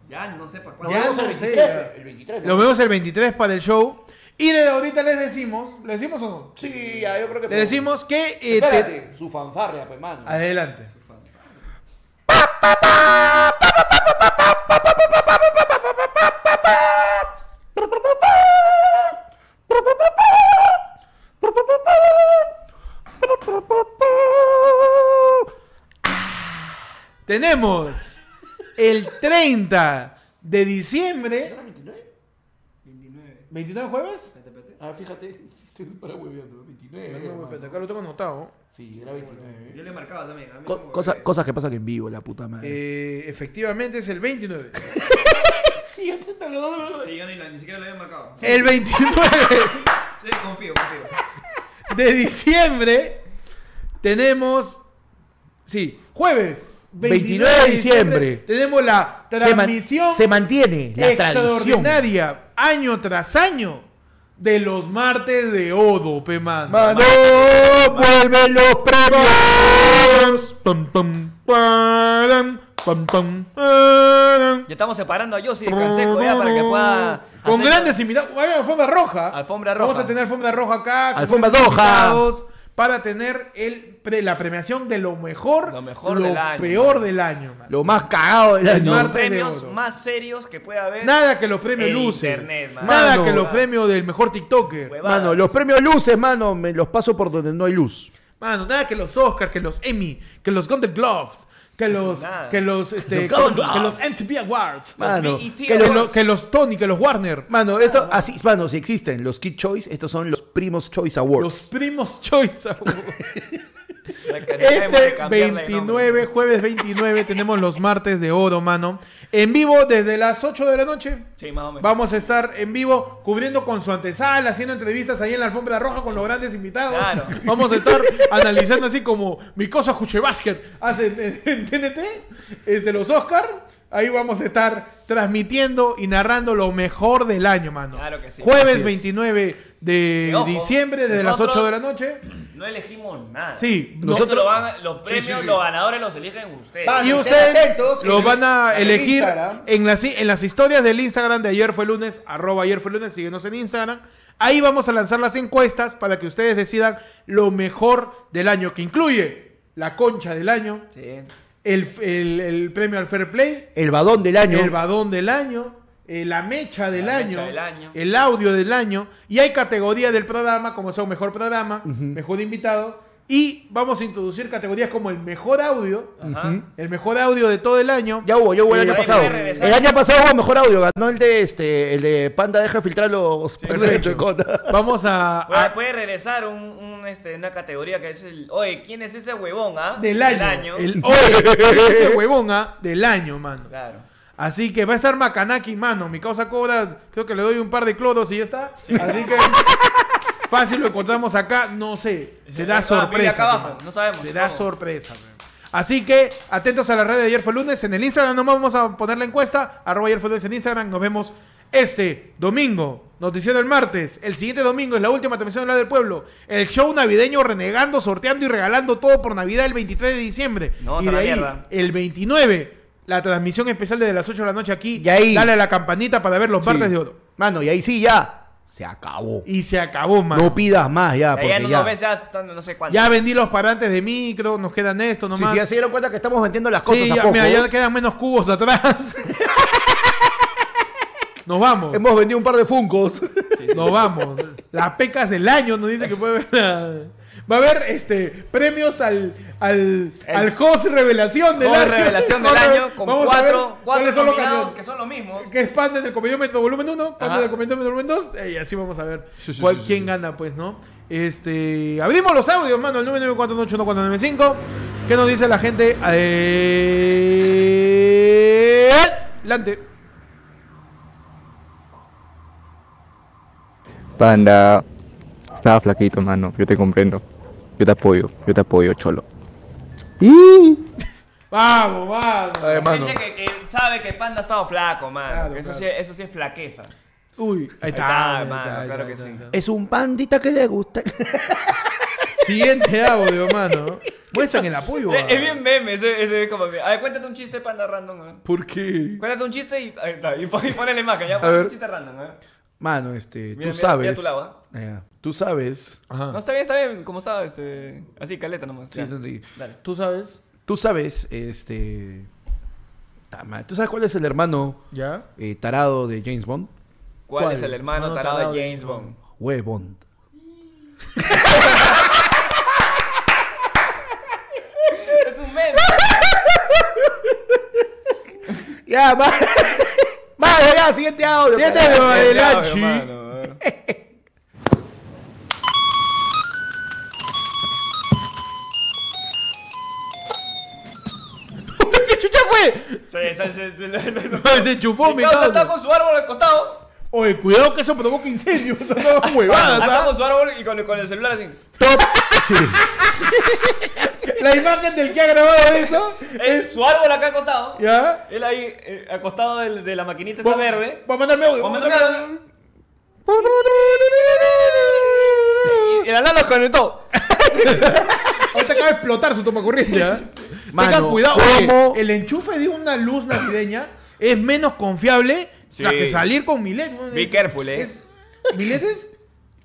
S2: Ya no sé para
S3: Nos
S2: cuándo.
S5: Ya
S3: vemos
S5: no
S3: el
S5: sé,
S3: 23.
S5: ya.
S3: El 23. ¿no?
S5: Lo vemos el 23 para el show. Y desde ahorita les decimos. ¿Les decimos o no?
S3: Sí, ya, yo creo que.
S5: Les decimos que. eh, te-
S3: Espérate, su fanfarria, pues, mano.
S5: Adelante. Tenemos el 30 de diciembre.
S3: ¿Era 29?
S2: 29.
S5: ¿29 jueves?
S2: ¿TTPT?
S3: Ah, fíjate, *laughs* estoy para hueveando. 29. hermano.
S5: Acá lo tengo anotado.
S3: Sí, era 29.
S2: Yo le marcaba también. a mí como que-
S3: cosas que pasan en vivo, la puta madre.
S5: Eh, efectivamente es el 29.
S3: sí, *laughs* yo te lo doy.
S2: Sí, yo ni, la- ni siquiera lo había marcado. Sí,
S5: El 29.
S2: confío, confío.
S5: de diciembre tenemos. Sí, jueves
S3: 29 de diciembre.
S5: Tenemos la transmisión
S3: mantiene
S5: extraordinaria año tras año de los martes de Odo, pe mano.
S1: Mano, vuelven los premios.
S5: Pam, pam, param, pam, pam, param.
S2: Ya estamos separando a Yossi de Canseco ya para que pueda.
S5: Con
S2: hacer-
S5: grandes invitados. Bueno, alfombra roja.
S2: Ah, Alfombra
S5: Vamos
S2: roja.
S5: a tener alfombra roja acá. con
S3: Alfombra
S5: grandes
S3: roja.
S5: invitados Para tener el pre- la premiación de lo mejor,
S2: Lo mejor del año,
S5: peor
S2: man.
S5: del año. man.
S3: Lo más cagado del
S5: año.
S2: Los
S5: Marte de
S2: premios
S5: oro.
S2: más serios que pueda haber.
S5: Nada que los premios
S2: El
S5: luces.
S2: internet, man.
S5: nada
S3: Mano.
S5: que los premios del mejor TikToker.
S2: Huevadas.
S3: Mano, los premios luces, mano, me los paso por donde no hay luz.
S5: Mano, nada que los Oscars, que los Emmy, que los Golden Globes, que los
S2: Nada.
S5: que los este
S3: Los Golden
S5: que, que
S3: Globes.
S5: los MTV Awards,
S3: Mano,
S2: BET
S3: que
S5: que,
S3: los-
S2: Awards.
S5: lo- que los Tony, que los Warner,
S3: mano, esto, así, mano, si existen los Kid Choice, estos son los Primos Choice
S5: los
S3: Awards.
S5: Primos Choice Awards.
S2: La cantidad de
S5: Este
S2: monedas cambiarle de nombre.
S5: 29, jueves 29, tenemos los martes de oro, mano. En vivo desde las 8 de la noche.
S2: Sí, más o menos.
S5: Vamos a estar en vivo cubriendo con su antesala, haciendo entrevistas ahí en la alfombra roja con los grandes invitados.
S2: Claro.
S5: *laughs* Vamos a estar analizando así como mi cosa Juchebasket hace en, en TNT, este, los Oscar. Ahí vamos a estar transmitiendo y narrando lo mejor del año, mano.
S2: Claro que sí.
S5: Jueves
S3: es.
S5: 29 de
S2: Y ojo,
S5: diciembre, desde las 8
S2: nosotros-
S5: de la noche.
S2: No elegimos nada.
S5: Sí,
S2: nosotros
S5: nosotros-
S2: los
S5: Sí, sí,
S2: premios,
S5: sí.
S2: los ganadores los eligen ustedes.
S3: Van.
S5: Y
S3: Estén
S5: ustedes
S3: atentos
S5: los
S3: en-
S5: van a
S3: en el
S5: elegir
S3: Instagram.
S5: en las, en las historias del Instagram de ayer fue lunes, arroba ayer fue lunes, síguenos en Instagram. Ahí vamos a lanzar las encuestas para que ustedes decidan lo mejor del año, que incluye la concha del año,
S2: Sí.
S5: el, el- el premio al fair play,
S3: El badón del año.
S5: el badón del año, eh, la mecha, del,
S2: La
S5: año,
S2: mecha del año.
S5: el audio del año. Y hay categorías del programa, como son mejor programa, mejor invitado. Y vamos a introducir categorías como el mejor audio.
S2: Ajá.
S5: El mejor audio de todo el año.
S3: Ya hubo, ya hubo el
S5: Eh,
S3: año
S5: ahí
S3: pasado.
S2: puede regresar.
S3: El año pasado hubo mejor audio, ganó el de este, el de Panda deja filtrar los
S5: perfecto.
S1: *laughs*
S5: Vamos a,
S2: Puede,
S5: a-
S2: puede regresar un, un, este, una categoría que es el. Oye, ¿quién es ese huevón? Ah?
S5: del año. El oye,
S3: *laughs*
S5: ese huevón ah, del año, mano.
S2: Claro.
S5: Así que va a estar Macanaki, mano. Mi causa cobra, creo que le doy un par de clodos y ya está. Así que *laughs* fácil lo encontramos acá, no sé. Se da
S2: Ah, mira
S5: sorpresa.
S2: acá abajo,
S5: hermano.
S2: no sabemos,
S5: Se da
S2: vamos.
S5: sorpresa. hermano. Así que atentos a la red de ayer fue lunes. En el Instagram no vamos a poner la encuesta. Arroba ayer fue lunes en Instagram. Nos vemos este domingo. Noticiero el martes. El siguiente domingo es la última transmisión de la del pueblo. El show navideño renegando, sorteando y regalando todo por Navidad el 23 de diciembre.
S2: No,
S5: y
S2: se
S5: de
S2: la
S5: ahí, Ah,
S2: mierda.
S5: el 29, la transmisión especial desde las 8 de la noche aquí.
S3: Y ahí-
S5: Dale a la campanita para ver los martes de oro.
S3: Mano, y ahí sí ya se acabó.
S5: Y se acabó, mano.
S3: No pidas más ya,
S2: Ya, ya
S3: porque
S2: no
S3: ya.
S2: nos ves ya hasta no sé cuánto.
S5: ya vendí los parantes de micro, nos quedan esto
S3: Si
S5: nomás.
S3: ya se dieron cuenta que estamos vendiendo las cosas
S5: Sí,
S3: a
S5: ya,
S3: poco.
S5: mira, ya quedan menos cubos atrás. *laughs* Nos vamos,
S3: Hemos vendido un par de funcos.
S5: nos vamos. Las pecas del año nos dice que puede haber. la- Va a haber este, premios al, al,
S2: El-
S5: al host revelación del
S2: Joven
S5: año.
S2: revelación del
S5: Vamos a ver-
S2: año con
S5: vamos a ver
S2: cuatro, cuatro
S5: cuáles son los
S2: nominados
S5: candidatos.
S2: que son los mismos.
S5: Que es Panda del Comediómetro Volumen 1, Panda
S2: Ajá.
S5: del Comediómetro Volumen 2, eh, y así vamos a ver
S1: sí,
S5: cuál-
S1: sí, sí,
S5: quién
S1: sí.
S5: gana, pues, ¿no? Este, abrimos los audios, mano, el 994181495. ¿Qué nos dice la gente? Adelante.
S6: Panda, estaba flaquito, mano. Yo te comprendo. Yo te apoyo, yo te apoyo, cholo. Y
S1: Vamos, vamos.
S4: Ay, mano.
S2: Gente que, que sabe que el panda ha estado flaco, mano.
S1: Claro,
S2: eso,
S1: claro.
S2: Sí, es- eso sí es flaqueza.
S1: Uy, ahí
S2: está,
S1: está. ahí
S2: mano,
S1: ahí
S2: claro
S1: ahí
S2: que
S1: está,
S2: sí.
S1: ahí está.
S3: Es un pandita que le *laughs* gusta.
S1: Siguiente audio, mano. Muestran el apoyo.
S2: Es,
S1: ah.
S2: es bien meme, ese, ese es como... que, A ver, cuéntate un chiste, panda random. ¿eh?
S4: ¿Por qué?
S2: Cuéntate un chiste y, ahí está, y pon y ponle la imagen, ya.
S4: A ver.
S2: Un chiste random, ¿eh?
S4: Mano, este,
S2: Mira, mira,
S4: tú
S2: mira a
S4: sabes.
S2: tu lado,
S4: Ah,
S3: Eh,
S4: ya. Tú sabes.
S1: Ajá.
S2: No, está bien, está bien, como estaba, este... Así, caleta nomás.
S4: Sí,
S2: Ya.
S4: no te-
S2: Dale.
S1: ¿Tú sabes?
S4: Tú sabes, este. ta madre, ¿Tú sabes cuál es el hermano
S1: ¿Ya?
S4: eh, tarado de James Bond?
S2: ¿Cuál,
S1: ¿Cuál?
S2: es el hermano
S1: Hermano
S2: tarado
S1: tarado
S2: de
S1: de
S2: James Bond?
S4: Hue Bond.
S2: *laughs* es un meme.
S4: *laughs*
S3: ya, mano. Mano, ya, siguiente audio.
S1: Siguiente
S3: carajo.
S1: audio,
S2: Ya, ya,
S1: Adelanchi.
S2: hermano, a ver.
S1: *laughs* ¿Qué chucha fue?
S2: Se, se, se, se,
S1: Se enchufó mi
S2: causa
S1: causa.
S2: está con su árbol al costado.
S1: Oye, cuidado que eso provoca incendios. *laughs* Son todas huevadas,
S2: Está
S1: ¿ah?
S2: con su árbol y con, con el celular así. Eh,
S4: Top. Sí.
S1: La imagen del que ha grabado eso
S2: Es
S1: es.
S2: su árbol acá al costado.
S1: ¿Ya?
S2: Él ahí, eh, al costado del- de la maquinita está verde.
S1: Va a mandarme audio. va a mandarme audio.
S2: Y el ala lo conectó.
S1: Ahorita acaba de explotar su toma corriente. ¿ah?
S4: Mano,
S1: Tengan cuidado.
S4: ¿cómo?
S1: oye, el enchufe de una luz navideña es menos confiable
S2: Sí.
S1: la que salir con Milet. ¿no?
S2: Be
S1: Es-
S2: careful, eh.
S1: es- ¿Milet es?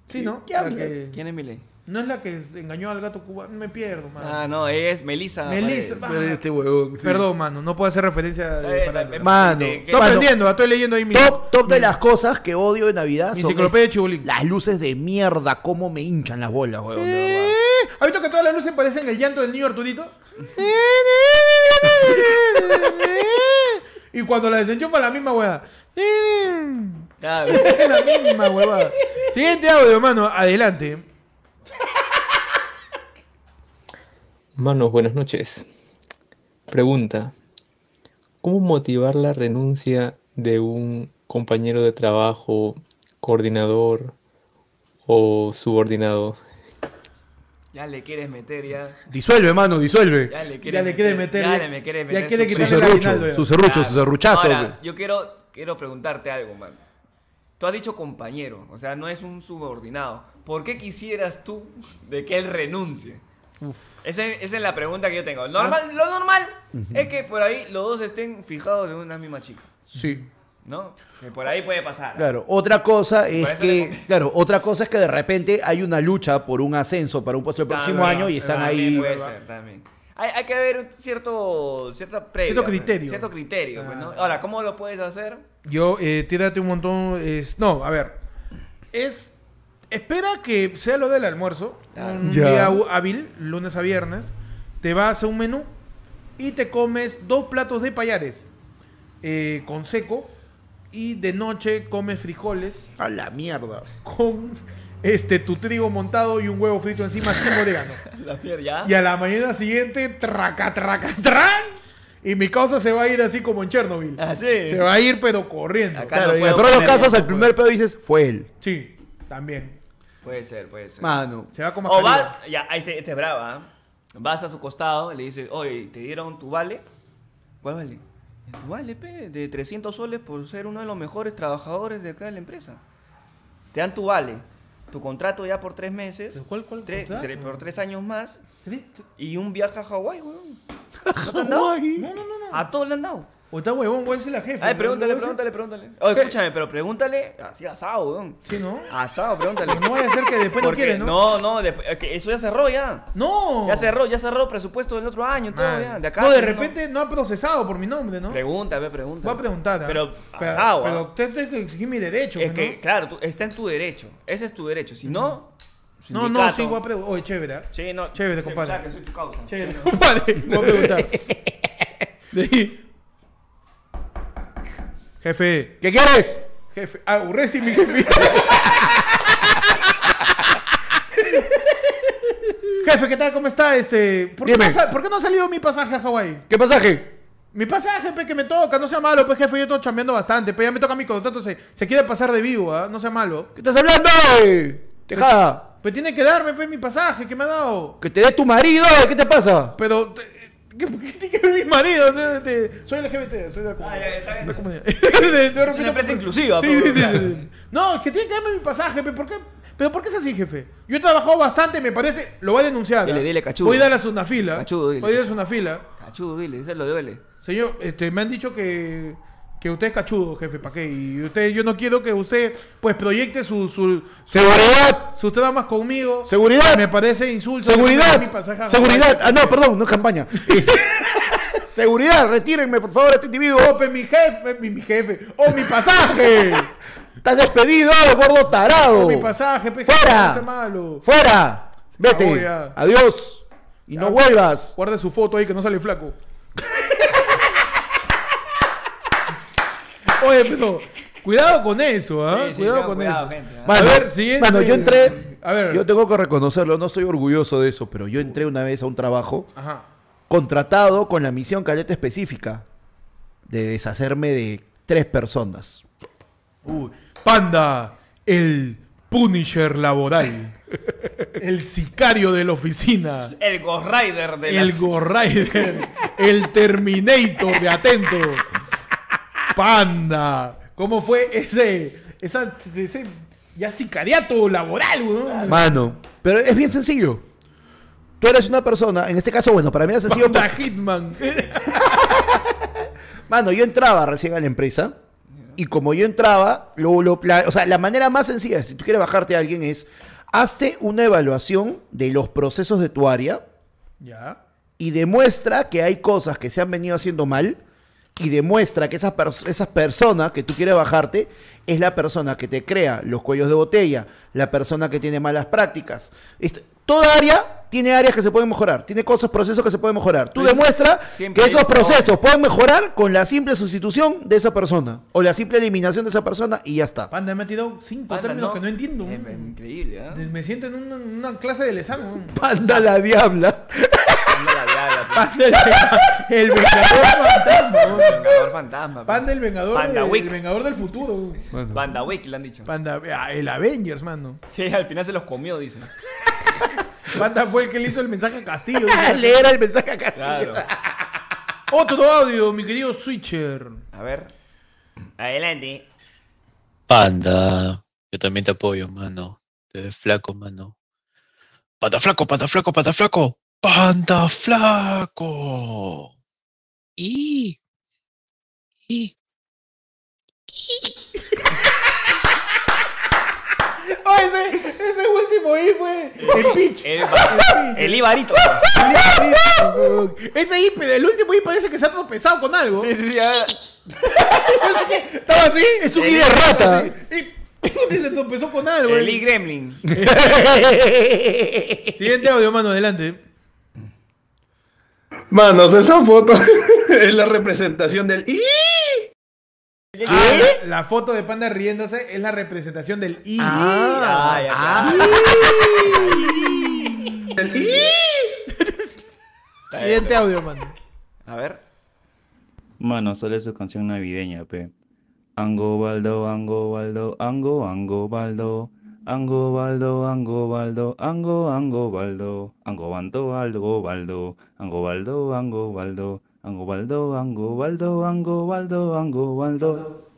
S1: Sí, ¿no? La que-
S2: ¿Quién es Miley?
S1: No es la que engañó al gato cubano. Me pierdo, mano.
S2: Ah, no, es Melissa.
S1: Melissa,
S2: Paredes.
S1: va.
S4: Este huevón. sí.
S1: Perdón, mano. No puedo hacer referencia. de
S2: Está bien, está
S1: farándula.
S2: bien.
S4: Mano,
S2: Eh, ¿qué-
S1: Estoy
S3: Mano,
S1: aprendiendo, ah, estoy leyendo ahí mi.
S3: Top, top de las cosas que odio de Navidad
S1: Mi
S3: son
S1: enciclopedia
S3: es-
S1: de Chibolín.
S3: las luces de mierda, cómo me hinchan las bolas, weón. de verdad.
S1: ¿Eh? ¿Has visto que todas las luces parecen el llanto del niño Arturito? y cuando la desenchufa la misma huevada.
S2: Ya,
S1: la misma huevada. Siguiente audio, mano. Adelante.
S6: Manos, buenas noches. Pregunta, ¿cómo motivar la renuncia de un compañero de trabajo, coordinador o subordinado?
S2: ya le quieres meter, ya.
S4: Disuelve, mano, disuelve.
S2: Ya le quieres
S1: Ya le quiere meter.
S2: Ya le me quieres meter.
S1: Ya quiere
S2: su-
S4: Su
S1: quitarle el aguinaldo,
S4: serrucho,
S1: ya.
S4: su serrucho, su serruchazo.
S2: Ahora,
S4: güey.
S2: yo quiero, quiero preguntarte algo, man. Tú has dicho compañero, o sea, no es un subordinado. ¿Por qué quisieras tú de que él renuncie? Ese- Esa es la pregunta que yo tengo. Normal, Lo normal es que por ahí los dos estén fijados en una misma chica,
S1: Sí.
S2: ¿no? Que por ahí puede pasar.
S3: Claro, otra cosa es
S2: eso le
S3: que,
S2: conviene.
S3: claro, otra cosa es que de repente hay una lucha por un ascenso para un puesto el próximo
S2: También,
S3: año y están
S2: también
S3: ahí.
S2: Puede ser, también. Hay, hay que haber un cierto, cierta previa,
S1: Cierto
S2: pues,
S1: criterio.
S2: Cierto criterio, pues, ¿no?
S1: Ah.
S2: Ahora, ¿cómo lo puedes hacer? *laughs*
S1: Yo, eh, tírate un montón. es- No, a ver. Es. Espera que sea lo del almuerzo.
S2: Claro.
S1: Un
S4: Ya.
S1: día hú- hábil, lunes a viernes. Te vas a un menú y te comes dos platos de payares eh, con seco. Y de noche comes frijoles
S3: A la mierda.
S1: con este tu trigo montado y un huevo frito encima sin orégano.
S2: La piel ya.
S1: Y a la mañana siguiente, traca, traca, tran. Y mi causa se va a ir así como en Chernobyl.
S2: Ah, sí.
S1: Se va a ir, pero corriendo.
S2: Acá
S3: Claro,
S2: no
S3: y
S2: puedo
S3: en todos los
S2: poner,
S3: casos
S2: no
S3: al primer pedo dices, fue él.
S1: Sí, también.
S2: Puede ser, puede ser.
S3: Mano.
S1: Se va como
S2: O vas, ya, ahí te, te brava, ¿ah? vas a su costado, le dices, oye, ¿te dieron tu vale? ¿Cuál vale? "El Tu vale, pe, de 300 soles por ser uno de los mejores trabajadores de acá de la empresa. Te dan tu vale, tu contrato ya por tres meses,
S1: ¿Cuál, cuál?
S2: tre-
S1: contrato?
S2: tre- por tres años más,
S1: ¿Tres?
S2: y un viaje a
S1: *laughs*
S2: Hawái, weón.
S1: No, no, no, no.
S2: A todos le han dado.
S1: O está huevón, güey, es la jefa.
S2: Ay,
S1: ¿no?
S2: pregúntale,
S1: ¿No?
S2: pregúntale, pregúntale. Oye, escúchame, pero pregúntale así asado, weón.
S1: Sí, ¿no?
S2: Asado, pregúntale.
S1: Pero no vaya a ser que después no
S2: Porque-
S1: quiere, ¿no?
S2: No, no, después- es que eso ya cerró ya.
S1: ¡No!
S5: Oh.
S2: Ya cerró, ya cerró presupuesto del otro año, todo,
S1: Madre.
S2: ya. De acá.
S1: no, de
S2: sí,
S1: repente no. ha procesado por mi nombre, ¿no?
S2: Pregunta, ve, pregunta.
S1: Voy a preguntar. ¿ah?
S2: Pero,
S1: pero,
S2: asado,
S1: pero
S2: ¿ah?
S1: usted tiene que exigir mi derecho, pues,
S2: es
S1: ¿no?
S2: que, claro, tú- está en tu derecho. Ese es tu derecho. Si no,
S1: No, no,
S2: sindicato.
S1: sí, voy a preguntar. Oye, chévere. ¿ah?
S2: Sí, no.
S1: Chévere,
S2: sí,
S1: compadre.
S2: O sea, que soy tu causa.
S1: *laughs* Chévere, compadre. Voy a
S5: *laughs*
S1: preguntar. Jefe,
S3: ¿Qué quieres?
S1: jefe. Ah, Urresti, mi jefe. jefe, ¿qué tal? ¿Cómo está? Este, ¿por, qué no,
S3: Dime.
S1: sa- por qué no ha salido mi pasaje a Hawái?
S3: ¿Qué pasaje?
S1: Mi pasaje, pe, que me toca, no sea malo, pues jefe, yo estoy chambeando bastante, pe, ya me toca mi contrato, se, se quiere pasar de vivo, ¿ah? no sea malo.
S3: ¿Qué estás hablando? Tejada.
S1: Pero tiene que darme, pe, mi pues, pasaje, que me ha dado.
S3: Que te dé tu marido, ¿qué te pasa?
S1: Pero, te-
S5: ¿Qué, qué tiene que ver mi marido? O sea, este, soy LGBT, soy de la
S2: Ah, ya, ya, está bien.
S5: la comunidad. *laughs* De- de-
S2: Es una empresa inclusiva, pues,
S5: Sí,
S2: todo,
S5: sí, sí,
S2: claro.
S5: sí, sí. No, es que tiene que darme mi pasaje, pe, ¿por qué? ¿Pero por qué es así, jefe? Yo he trabajado bastante, me parece. Lo voy a denunciar.
S2: Dile,
S5: ¿ah?
S2: dile, cachudo.
S5: Voy a dar a una fila.
S2: Cachudo, dile.
S5: Voy a dar a una fila.
S2: Cachudo, dile, eso lo duele.
S5: Señor, este, me han dicho que, que usted es cachudo, jefe, ¿para qué? Y usted, yo no quiero que usted, pues, proyecte su, su-
S3: ¡Seguridad!
S5: sus tramas conmigo.
S3: ¡Seguridad!
S5: Me parece insulto. Mi pasaje
S3: ¡Seguridad!
S5: a-
S3: ¡Seguridad! Ah, no, perdón, no es campaña. Este, *laughs*
S1: Seguridad, retírenme por favor a este individuo.
S5: ¡Oh, pe, mi jefe! Mi, mi jefe! ¡Oh, mi pasaje!
S3: ¡Estás despedido, gordo tarado!
S5: ¡Oh, mi pasaje!
S1: pues,
S5: pe, jefe,
S3: ¡Fuera!
S5: no sea malo.
S3: ¡Fuera!
S5: acabó
S3: ¡Vete!
S5: ya.
S3: ¡Adiós! ¡Y no vuelvas!
S5: Guarde su foto ahí que no sale flaco. *laughs* Oye, pero cuidado con eso, ¿ah?
S2: Sí, sí,
S5: cuidado
S2: tengan
S5: con
S2: cuidado,
S5: eso.
S2: gente, ¿ah?
S5: A ver, siguiente.
S3: Mano, yo entré.
S5: A ver.
S3: Yo tengo que reconocerlo, no estoy orgulloso de eso, pero yo entré una vez a un trabajo
S5: Ajá.
S3: contratado con la misión caleta específica de deshacerme de tres personas.
S5: Uy. Panda, el
S1: *laughs*
S5: Punisher laboral. el sicario de la oficina.
S2: El Ghost Rider de
S5: El
S2: las-
S5: Ghost Rider. el Terminator de Atento. Panda. ¿Cómo fue ese, esa, ese ya sicariato laboral, weón?
S3: Mano, pero es bien sencillo. Tú eres una persona, en este caso, bueno, para mí era sencillo.
S5: Panda Hitman.
S3: Mano, yo entraba recién a la empresa y como yo entraba, lo- lo- la, o sea, la manera más sencilla, si tú quieres bajarte a alguien, es hazte una evaluación de los procesos de tu área
S5: ya.
S3: y demuestra que hay cosas que se han venido haciendo mal y demuestra que esa, pers- esa persona que tú quieres bajarte es la persona que te crea los cuellos de botella, la persona que tiene malas prácticas. Este- toda área tiene áreas que se pueden mejorar, tiene cosas, procesos que se pueden mejorar. Tú demuestra
S2: siempre
S3: que esos
S2: hay pro-
S3: procesos pueden mejorar con la simple sustitución de esa persona o la simple eliminación de esa persona y ya está.
S5: Panda, me ha tirado cinco
S2: Panda,
S5: términos que no entiendo.
S2: Eh, pero increíble, ¿ah?
S5: Me siento en una, una clase de lesano.
S3: Panda la diabla.
S2: Panda la diabla, pues. pe.
S5: Panda el, el vengador fantasma.
S2: El Vengador fantasma. pe.
S5: Panda el vengador,
S2: Panda
S5: del-
S2: Wick.
S5: el vengador del futuro.
S2: Panda Wick le han dicho.
S5: Panda, ah, el Avengers, mano.
S2: Sí, al final se los comió, dicen.
S5: Panda fue el que le hizo el mensaje a Castillo.
S3: *laughs* Leer el mensaje acá.
S5: Otro audio, mi querido *laughs* Switcher.
S2: A ver. Adelante.
S7: Panda, yo también te apoyo, mano. Te ves flaco, mano. Panda flaco, panda flaco, panda flaco. Panda flaco. Y. Y.
S5: Oh, ese, ese último I fue el pitch.
S2: El, ba- el Ibarito. pe.
S5: Ese I, el último I parece que se ha tropezado con algo. Estaba así, es un
S2: El
S5: I de
S2: I-
S5: rata. Y se tropezó con algo.
S2: El I Gremlin.
S3: *laughs*
S5: Siguiente audio, mano, adelante.
S8: Manos, esa foto es la representación del ¡Ih!
S5: Ah, la foto de Panda riéndose es la representación del I.
S2: Ah, ya, claro.
S8: del ¡Ih!
S5: Siguiente audio, mano.
S2: A ver.
S9: Mano, sale su canción navideña, pe. Ango Baldo, Ango Baldo, Ango, Ango Baldo, Ango Baldo, Ango Baldo, Ango, Ango Baldo, Ango Baldo, Algo Baldo, Ango Baldo, Ango Baldo, Ango Baldo, Ango Baldo, Ango Baldo, Ango Baldo.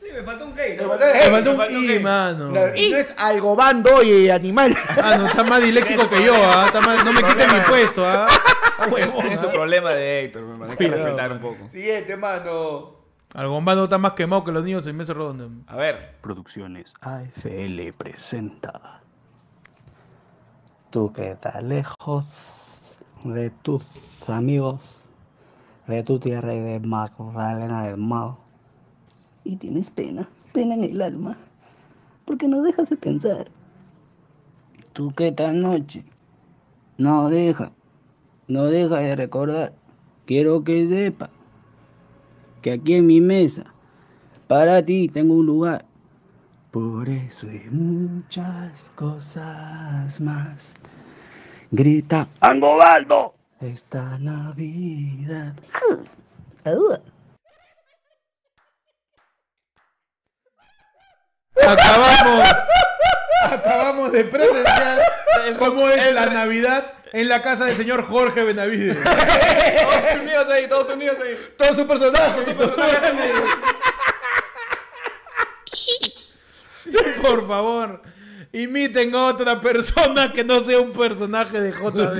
S2: Sí, me falta un gay. ¿no?
S5: Me Ah, faltó un I, mano.
S1: Y no es algo bando y animal.
S5: Ah, no, está más disléxico que yo, ¿ah? Está más- no me quiten mi puesto, ¿ah? Ah, huevón,
S2: Es
S5: ¿ah?
S2: un problema de Héctor, me parece que respetar un poco.
S1: Siguiente, mano.
S5: Al Gombado está más quemado que los niños en mesa redonda.
S2: A ver.
S9: Producciones AFL presenta. Tú que estás lejos de tus amigos, de tu tierra y de Magdalena del Mao.
S10: y tienes pena, pena en el alma, porque no dejas de pensar. Tú que tan noche, no deja, no deja de recordar. Quiero que sepa que aquí en mi mesa, para ti tengo un lugar.
S9: Por eso y muchas cosas más. Grita ¡Angobaldo! Esta Navidad.
S5: Acabamos. acabamos de presenciar cómo es la Navidad
S1: en la casa del señor Jorge Benavides.
S2: Todos unidos ahí, todos unidos ahí.
S1: Todos sus personajes. *laughs* Por favor, imiten a otra persona que no sea un personaje de
S4: *laughs*
S1: JB.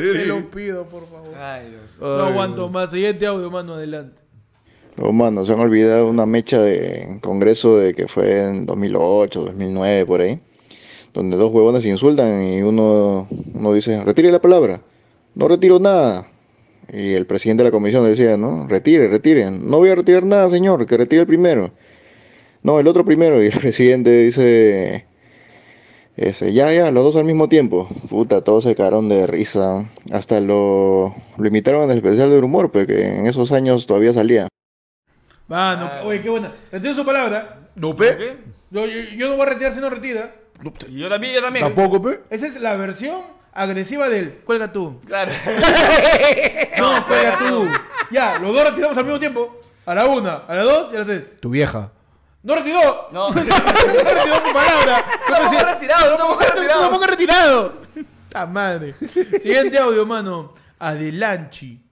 S1: Te lo pido, por favor. No
S11: Ay,
S1: aguanto más. Siguiente audio, mano, adelante.
S11: Oh, mano, se han olvidado una mecha de congreso de que fue en 2008, 2009, por ahí, donde dos huevones se insultan y uno, uno dice, retire la palabra, no retiro nada. Y el presidente de la comisión decía, no, retire, retire, no voy a retirar nada, señor, que retire el primero. No, el otro primero. Y el presidente dice, ese, ya, ya, los dos al mismo tiempo. Puta, todos se cagaron de risa. Hasta lo, lo imitaron en el especial del humor, porque en esos años todavía salía.
S1: Mano,
S4: Ah,
S1: oye, qué buena. Retiro su palabra. No,
S2: ¿Qué?
S1: Yo, yo- yo no voy a retirar si no retira.
S2: Y yo también, yo también.
S1: pe. Esa es la versión agresiva del cuelga tú.
S2: Claro.
S4: Ah.
S1: no, cuelga tú. Ya, los dos retiramos al mismo tiempo. A la una, a la dos y a la tres.
S4: Tu vieja.
S1: ¡No retiró!
S2: No.
S1: retiró su palabra.
S2: Tampoco ha retirado, tampoco ha retirado.
S1: Tampoco ha retirado. ¡Ta madre! Siguiente audio, mano. Adelanchi.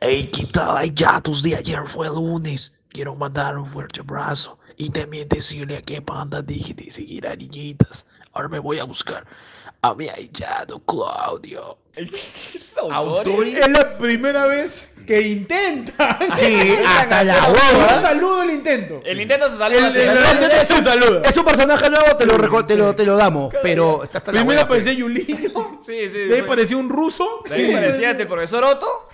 S12: Ey, ¿qué tal? Ay, Ya, tus de ayer fue lunes. Quiero mandar un fuerte abrazo y también decirle a qué panda dije de seguir a niñitas. Ahora me voy a buscar a mi ahijado Claudio.
S1: Autori. Es la primera vez que intenta. *laughs*
S4: Sí, hasta la hueva.
S1: Un saludo el intento.
S2: Eh, El intento se
S1: saluda. El, el- el-
S4: es,
S1: se saluda.
S4: un, es un personaje nuevo, te lo, reco- te lo, te lo damos. Pero está hasta la
S1: Primero
S4: hueva, pe.
S1: parecía Yulín.
S2: Sí, sí.
S1: De ahí parecía un ruso.
S2: De ahí parecía este profesor Otto.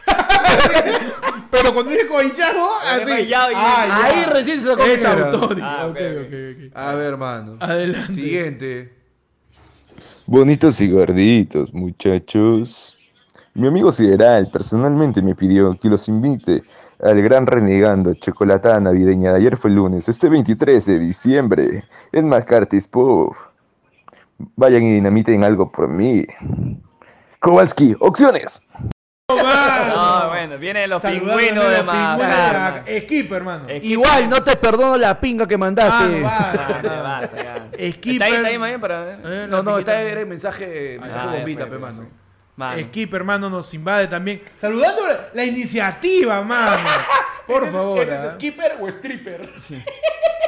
S1: Pero cuando dijo Aillado, así.
S2: Ahijado,
S1: Ah,
S4: Ahí
S1: ya.
S4: recién se sacó
S1: Es
S4: que era.
S1: Autori.
S4: Ah,
S1: ok, ok, ok.
S11: A ver, mano.
S1: Adelante.
S4: Siguiente.
S10: Bonitos y gorditos, muchachos. Mi amigo Sideral personalmente me pidió que los invite al gran renegando chocolatada navideña de ayer fue lunes, este 23 de diciembre, en McCarthy's Pub. Vayan y dinamiten algo por mí. Kowalski, opciones.
S2: No, bueno, vienen los
S1: Saludando
S2: pingüinos
S1: a
S2: de
S1: los pingüinos de
S2: más.
S1: la- Skipper, hermano.
S4: Igual no te perdono la pinga que
S1: Ah,
S4: mandaste.
S2: Está ahí, está ahí, más bien para.
S1: Eh,
S2: Ah,
S4: no, no, está
S1: era
S4: el mensaje, mensaje
S1: ya,
S4: bombita,
S1: Ah, fue, Ah,
S4: pe, mano.
S1: Skip, hermano, nos invade también. Saludando la- la iniciativa, mano. Por favor.
S4: ¿Ese
S1: ¿ah?
S4: es skipper o stripper?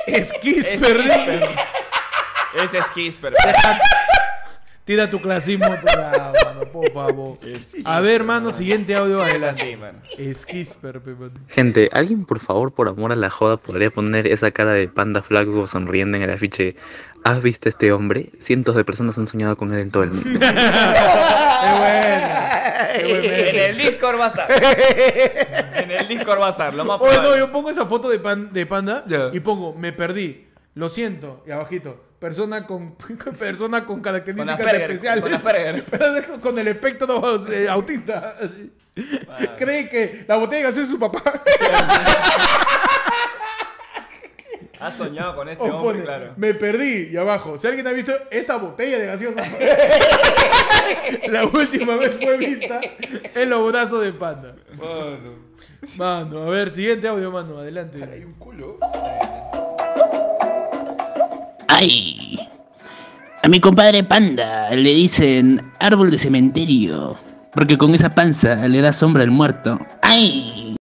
S1: Esquisper.
S2: Esquisper. Ese es
S1: *laughs*
S2: Kisper.
S1: Tira tu clasismo a otro lado, mano, por favor. A ver, hermano, siguiente audio adelante. Esquisper, pe, mano.
S13: Gente, ¿alguien por favor, por amor a la joda, podría poner esa cara de panda flaco sonriendo en el afiche? ¿Has visto a este hombre? Cientos de personas han soñado con él en todo el mundo.
S4: *laughs*
S2: En el Discord va
S1: *laughs*
S2: a estar. En el Discord va a estar. Lo más
S1: Oye, no,
S2: probable.
S1: yo pongo esa foto de, pan- de panda y pongo, me perdí, lo siento, y abajito, persona con, *laughs* persona con características
S2: Asperger,
S1: especiales.
S2: con
S1: *laughs*
S2: Asperger.
S1: Persona con el espectro eh, autista. *laughs* Cree que la botella de gaseosa es su papá. *laughs*
S2: Has soñado con este
S1: O
S2: hombre,
S1: Oh, pone,
S2: claro.
S1: me perdí, y abajo, si alguien ha visto esta botella de gaseosa, la última vez fue vista en los brazos de panda. Mano. Mano, a ver, siguiente audio, mano, adelante. Hay un culo.
S12: ¡Ay! A mi compadre Panda le dicen árbol de cementerio. Porque con esa panza le da sombra al muerto. ¡Ay!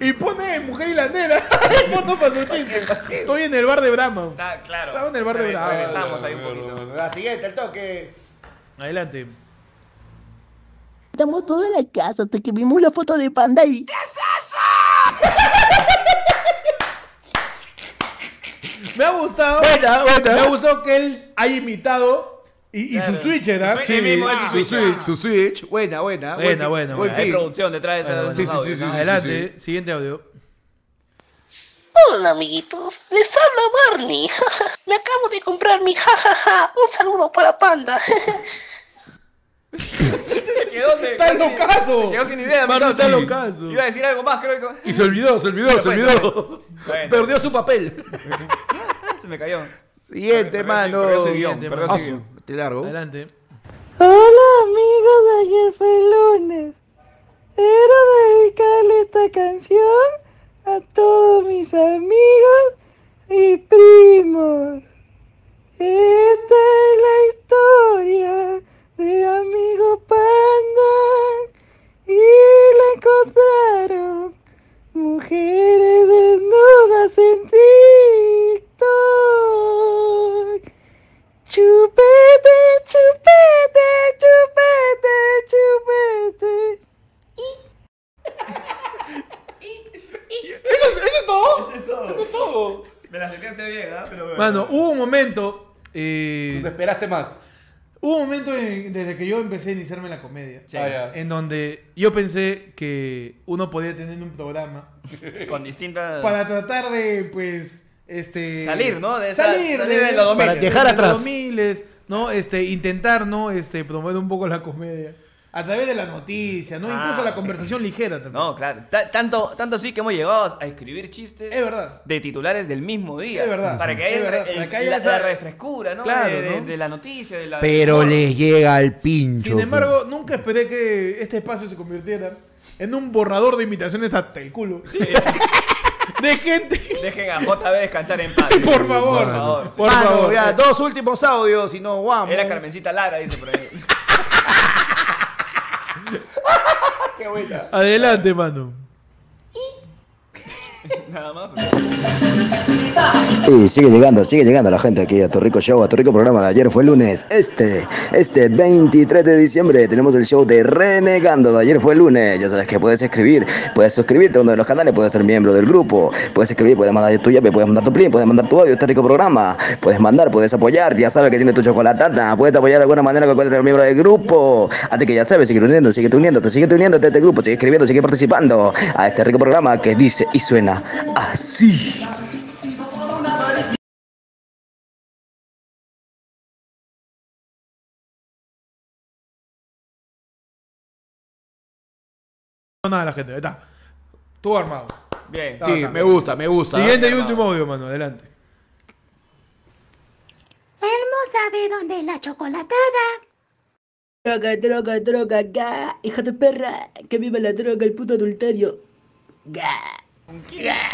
S1: Y pone mujer *laughs* hilandera. Y foto para su chiste. Estoy en el bar de Brahma.
S2: claro.
S1: Estaba en el bar de Brahma.
S2: Regresamos ahí un poquito.
S4: La siguiente, el toque.
S1: Adelante.
S14: Estamos todos en la casa hasta que vimos la foto de panda y. ¿Qué es eso?
S1: *laughs* Me ha gustado.
S4: Buena, buena.
S1: Me ha gustado que él haya imitado. Y, y
S4: Claro.
S1: su switch, ¿verdad? ah,
S4: Sí, su
S2: Ah.
S4: switch, su switch. Buena, buena. buen
S1: Buena,
S4: fin, buen
S1: buena. buena.
S4: fin.
S1: Bueno, bueno.
S4: Sí, sí, sí, sí, sí, sí,
S1: Adelante,
S4: sí.
S1: siguiente audio.
S15: Hola amiguitos, les habla Barney. Me acabo de comprar mi jajaja. Un saludo para Panda.
S2: Se quedó sin
S1: Está locazo.
S2: Se quedó sin idea,
S1: Mano,
S2: entonces.
S1: está locazo.
S2: Iba a decir algo más, creo que.
S1: Y se olvidó, se olvidó,
S2: Ya
S1: se
S2: fue,
S1: olvidó.
S2: Bueno.
S4: Perdió su papel.
S2: *laughs* Se me cayó.
S4: Siguiente,
S2: Perdió-
S4: mano.
S2: perdió su guión, perdió su
S4: Ah, su-
S2: guión.
S4: Te largo.
S1: Adelante.
S16: Hola amigos, ayer fue lunes. Quiero dedicarle esta canción a todos mis amigos y primos. Esta es la historia de amigos
S2: Me la acercaste bien, ¿ah? Pero bueno.
S1: Mano, hubo un momento. eh,
S4: Nunca esperaste más.
S1: Hubo un momento en- desde que yo empecé a iniciarme en la comedia.
S2: Sí. Ah, ya.
S1: En donde yo pensé que uno podía tener un programa
S2: Con distintas.
S1: para tratar de, pues, este...
S2: Salir, ¿no? De esa-
S1: salir,
S2: salir de los dos Para miles. dejar
S1: de
S2: atrás.
S1: los miles, ¿no? Este, intentar, ¿no? Este, promover un poco la comedia. Ah, A través de la noticia, ¿no? Incluso la conversación ligera también.
S2: No, claro. Ta- tanto, tanto sí que hemos llegado a escribir chistes.
S1: Es verdad.
S2: De titulares del mismo día.
S1: Es verdad.
S2: Para que
S1: Es
S2: haya el re-
S1: verdad.
S2: el-
S1: Para que haya
S2: la,
S1: esa-
S2: la refrescura, ¿no?
S1: Claro,
S2: de, de-
S1: ¿no?
S2: de la noticia, de la.
S4: Pero les llega al pincho.
S1: Sin embargo, nunca esperé que este espacio se convirtiera en un borrador de imitaciones hasta el culo. de gente.
S2: Dejen a JB descansar en paz.
S1: *laughs* Por favor,
S2: por favor.
S1: por
S4: pues. Mano,
S1: favor. eh.
S4: ya, dos últimos audios y no, vamos.
S2: Era Carmencita Lara, dice por ahí. *laughs*
S4: Qué buena.
S1: Adelante, mano.
S2: Nada más.
S17: Y sigue llegando, sigue llegando la gente aquí a tu rico show, a tu rico programa de ayer fue el lunes. Este, este 23 de diciembre tenemos el show de Renegando de ayer fue el lunes. Ya sabes que puedes escribir, puedes suscribirte a uno de los canales, puedes ser miembro del grupo, puedes escribir, puedes mandar tu llave, puedes mandar tu plin, puedes mandar tu audio, este rico programa, puedes mandar, puedes apoyar, ya sabes que tiene tu chocolatata, puedes apoyar de alguna manera con cualquier miembro del grupo. Así que ya sabes, sigue uniendo, sigue uniéndote, sigue uniéndote a este grupo, sigue escribiendo, sigue participando a este rico programa que dice y suena así.
S1: No, nada, la gente, ahí está. Todo armado.
S2: Bien.
S1: Está, está. Siguiente y último audio, mano. Adelante.
S18: Elmo sabe dónde es la chocolatada.
S14: Droga, droga, droga, ga. Hija de perra, que viva la droga, el puto adulterio.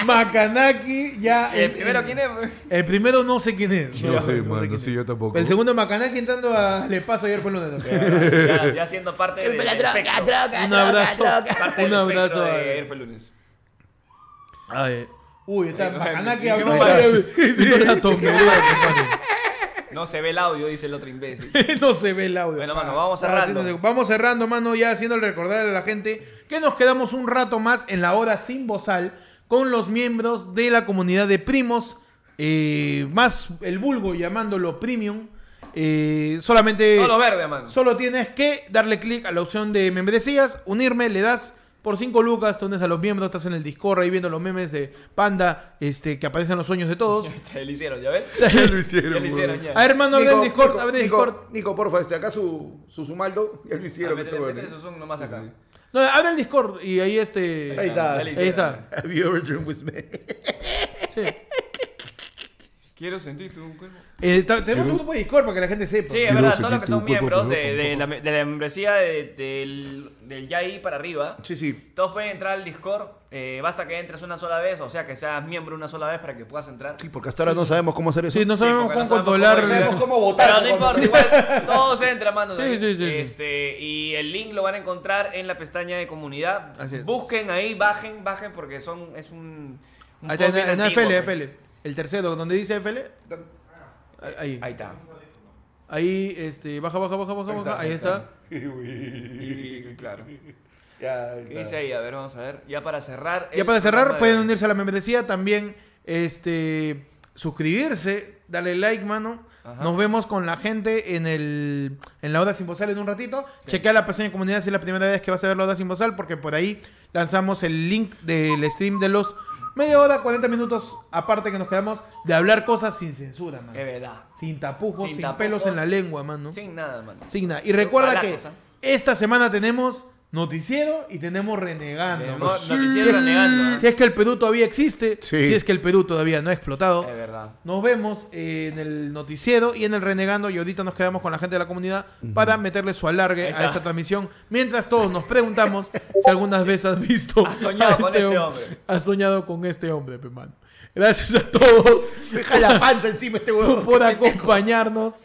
S1: Macanaki ya.
S2: El Eh, primero, ¿quién es?
S1: El primero no sé quién es.
S19: Yo
S1: No,
S19: sé,
S1: no sé
S19: mano,
S1: quién es.
S19: sí, yo tampoco.
S1: El segundo Macanaki entrando a Le Paso ayer fue el lunes.
S2: Ya, ya
S1: *laughs*
S2: siendo parte de.
S4: Eh,
S1: La droga, droga,
S2: Un
S1: droga,
S2: abrazo.
S1: droga.
S2: Parte
S1: Un
S2: del espectro
S1: abrazo,
S2: de
S1: eh.
S2: Ayer fue el lunes.
S1: Ay, Uy, está Macanaki
S2: Dije,
S1: habló.
S2: no, vale.
S1: Hizo una tontería, compadre.
S2: No se ve el audio, dice el otro imbécil.
S1: *laughs* no se ve el audio.
S2: Bueno, mano, vamos
S1: Ah,
S2: cerrando.
S1: sí, no sé. Vamos cerrando, mano, ya haciéndole recordar a la gente que nos quedamos un rato más en la hora sin bozal con los miembros de la comunidad de primos, eh, más el vulgo llamándolo premium. Eh, solamente
S2: Todo lo verde, mano.
S1: solo tienes que darle clic a la opción de membresías, unirme, le das por 5 lucas, te unes a los miembros, estás en el Discord ahí viendo los memes de Panda este, que aparecen en los sueños de
S2: *laughs*
S1: todos.
S2: Te *laughs* lo hicieron, ¿ya ves?
S1: *laughs* Ya lo Ah,
S2: Ya lo hicieron, ya.
S1: A ver, hermano, abre el Discord,
S4: Nico,
S1: abre el
S4: Nico,
S1: Discord.
S4: Nico, porfa, este, acá su, su sumaldo, ya lo hicieron.
S2: Ah,
S4: este
S2: métele-
S4: huevón.
S2: métele su Zoom nomás acá.
S1: No, abre el Discord y ahí este.
S4: Ahí está.
S1: Ahí está.
S4: *laughs* Have you ever dreamed with me?
S2: *laughs* Quiero sentir tu cuerpo.
S1: Eh, ta- tenemos un grupo de Discord para que la gente sepa.
S2: Sí, es verdad, todos los que son miembros de, de la, de la membresía de- del, del YAI para arriba,
S4: Sí, sí.
S2: todos pueden entrar al Discord. eh, basta que entres una sola vez, o sea, que seas miembro una sola vez para que puedas entrar. Sí,
S4: Porque hasta ahora no sabemos cómo hacer eso.
S1: Sí, no sabemos
S2: porque
S1: cómo
S2: sabemos
S1: controlar.
S2: cómo-
S1: No sabemos cómo votar.
S2: Pero no importa, igual todos entran, mano.
S1: Sí,
S2: ahí.
S1: sí, sí, sí.
S2: Este, Y el link lo van a encontrar en la pestaña de comunidad.
S1: Así es.
S2: Busquen ahí, bajen, bajen, porque son, es un. un
S1: Ahí está,
S2: post bien
S1: en, en
S2: antiguo,
S1: FL,
S2: pues.
S1: FL. El tercero, donde dice FL. Ahí.
S2: Ahí está.
S1: Ahí, este, baja, baja, baja, baja, baja. Ahí está.
S2: Y, claro. ¿Qué
S1: está.
S2: dice ahí? A ver, vamos a ver. Ya para cerrar.
S1: Ya
S2: el
S1: para cerrar,
S2: programa de
S1: pueden
S2: hoy.
S1: unirse a la membresía. También, este, suscribirse, darle like, mano.
S2: Ajá.
S1: Nos vemos con la gente en el en la Oda Sin Bozal en un ratito. Chequea la pestaña de comunidad si es la primera vez que vas a ver la Oda Sin Bozal, porque por ahí lanzamos el link del stream de los media hora, 40 minutos, aparte que nos quedamos, de hablar cosas sin censura, mano.
S2: Es verdad.
S1: Sin tapujos, sin,
S2: Eh. tapujos,
S1: pelos en la lengua, mano.
S2: Sin nada, mano.
S1: Sin nada. Y recuerda que
S2: Balazos, ¿ah?
S1: esta semana tenemos noticiero y tenemos renegando.
S2: Tenemos
S1: mano.
S2: noticiero y renegando, ¿ah?
S1: Si es que el Perú todavía existe,
S4: Sí.
S1: si es que el Perú todavía no ha explotado.
S2: Es verdad.
S1: Nos vemos eh, en el noticiero y en el renegando y ahorita nos quedamos con la gente de la comunidad para meterle su alargue
S2: Ahí
S1: a
S2: está.
S1: esta transmisión. Mientras todos nos
S2: *laughs*
S1: preguntamos si algunas veces has visto
S2: Has
S1: *laughs*
S2: soñado
S1: a
S2: con este
S1: hom-
S2: hombre.
S1: Has soñado con este hombre, pe, mano. Gracias a todos.
S4: Deja la panza encima este
S1: *laughs*
S4: huevón.
S1: Por *laughs* acompañarnos.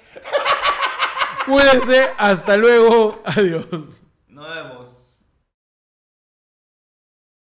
S1: Cuídense. Hasta luego. Adiós.
S2: Nos vemos.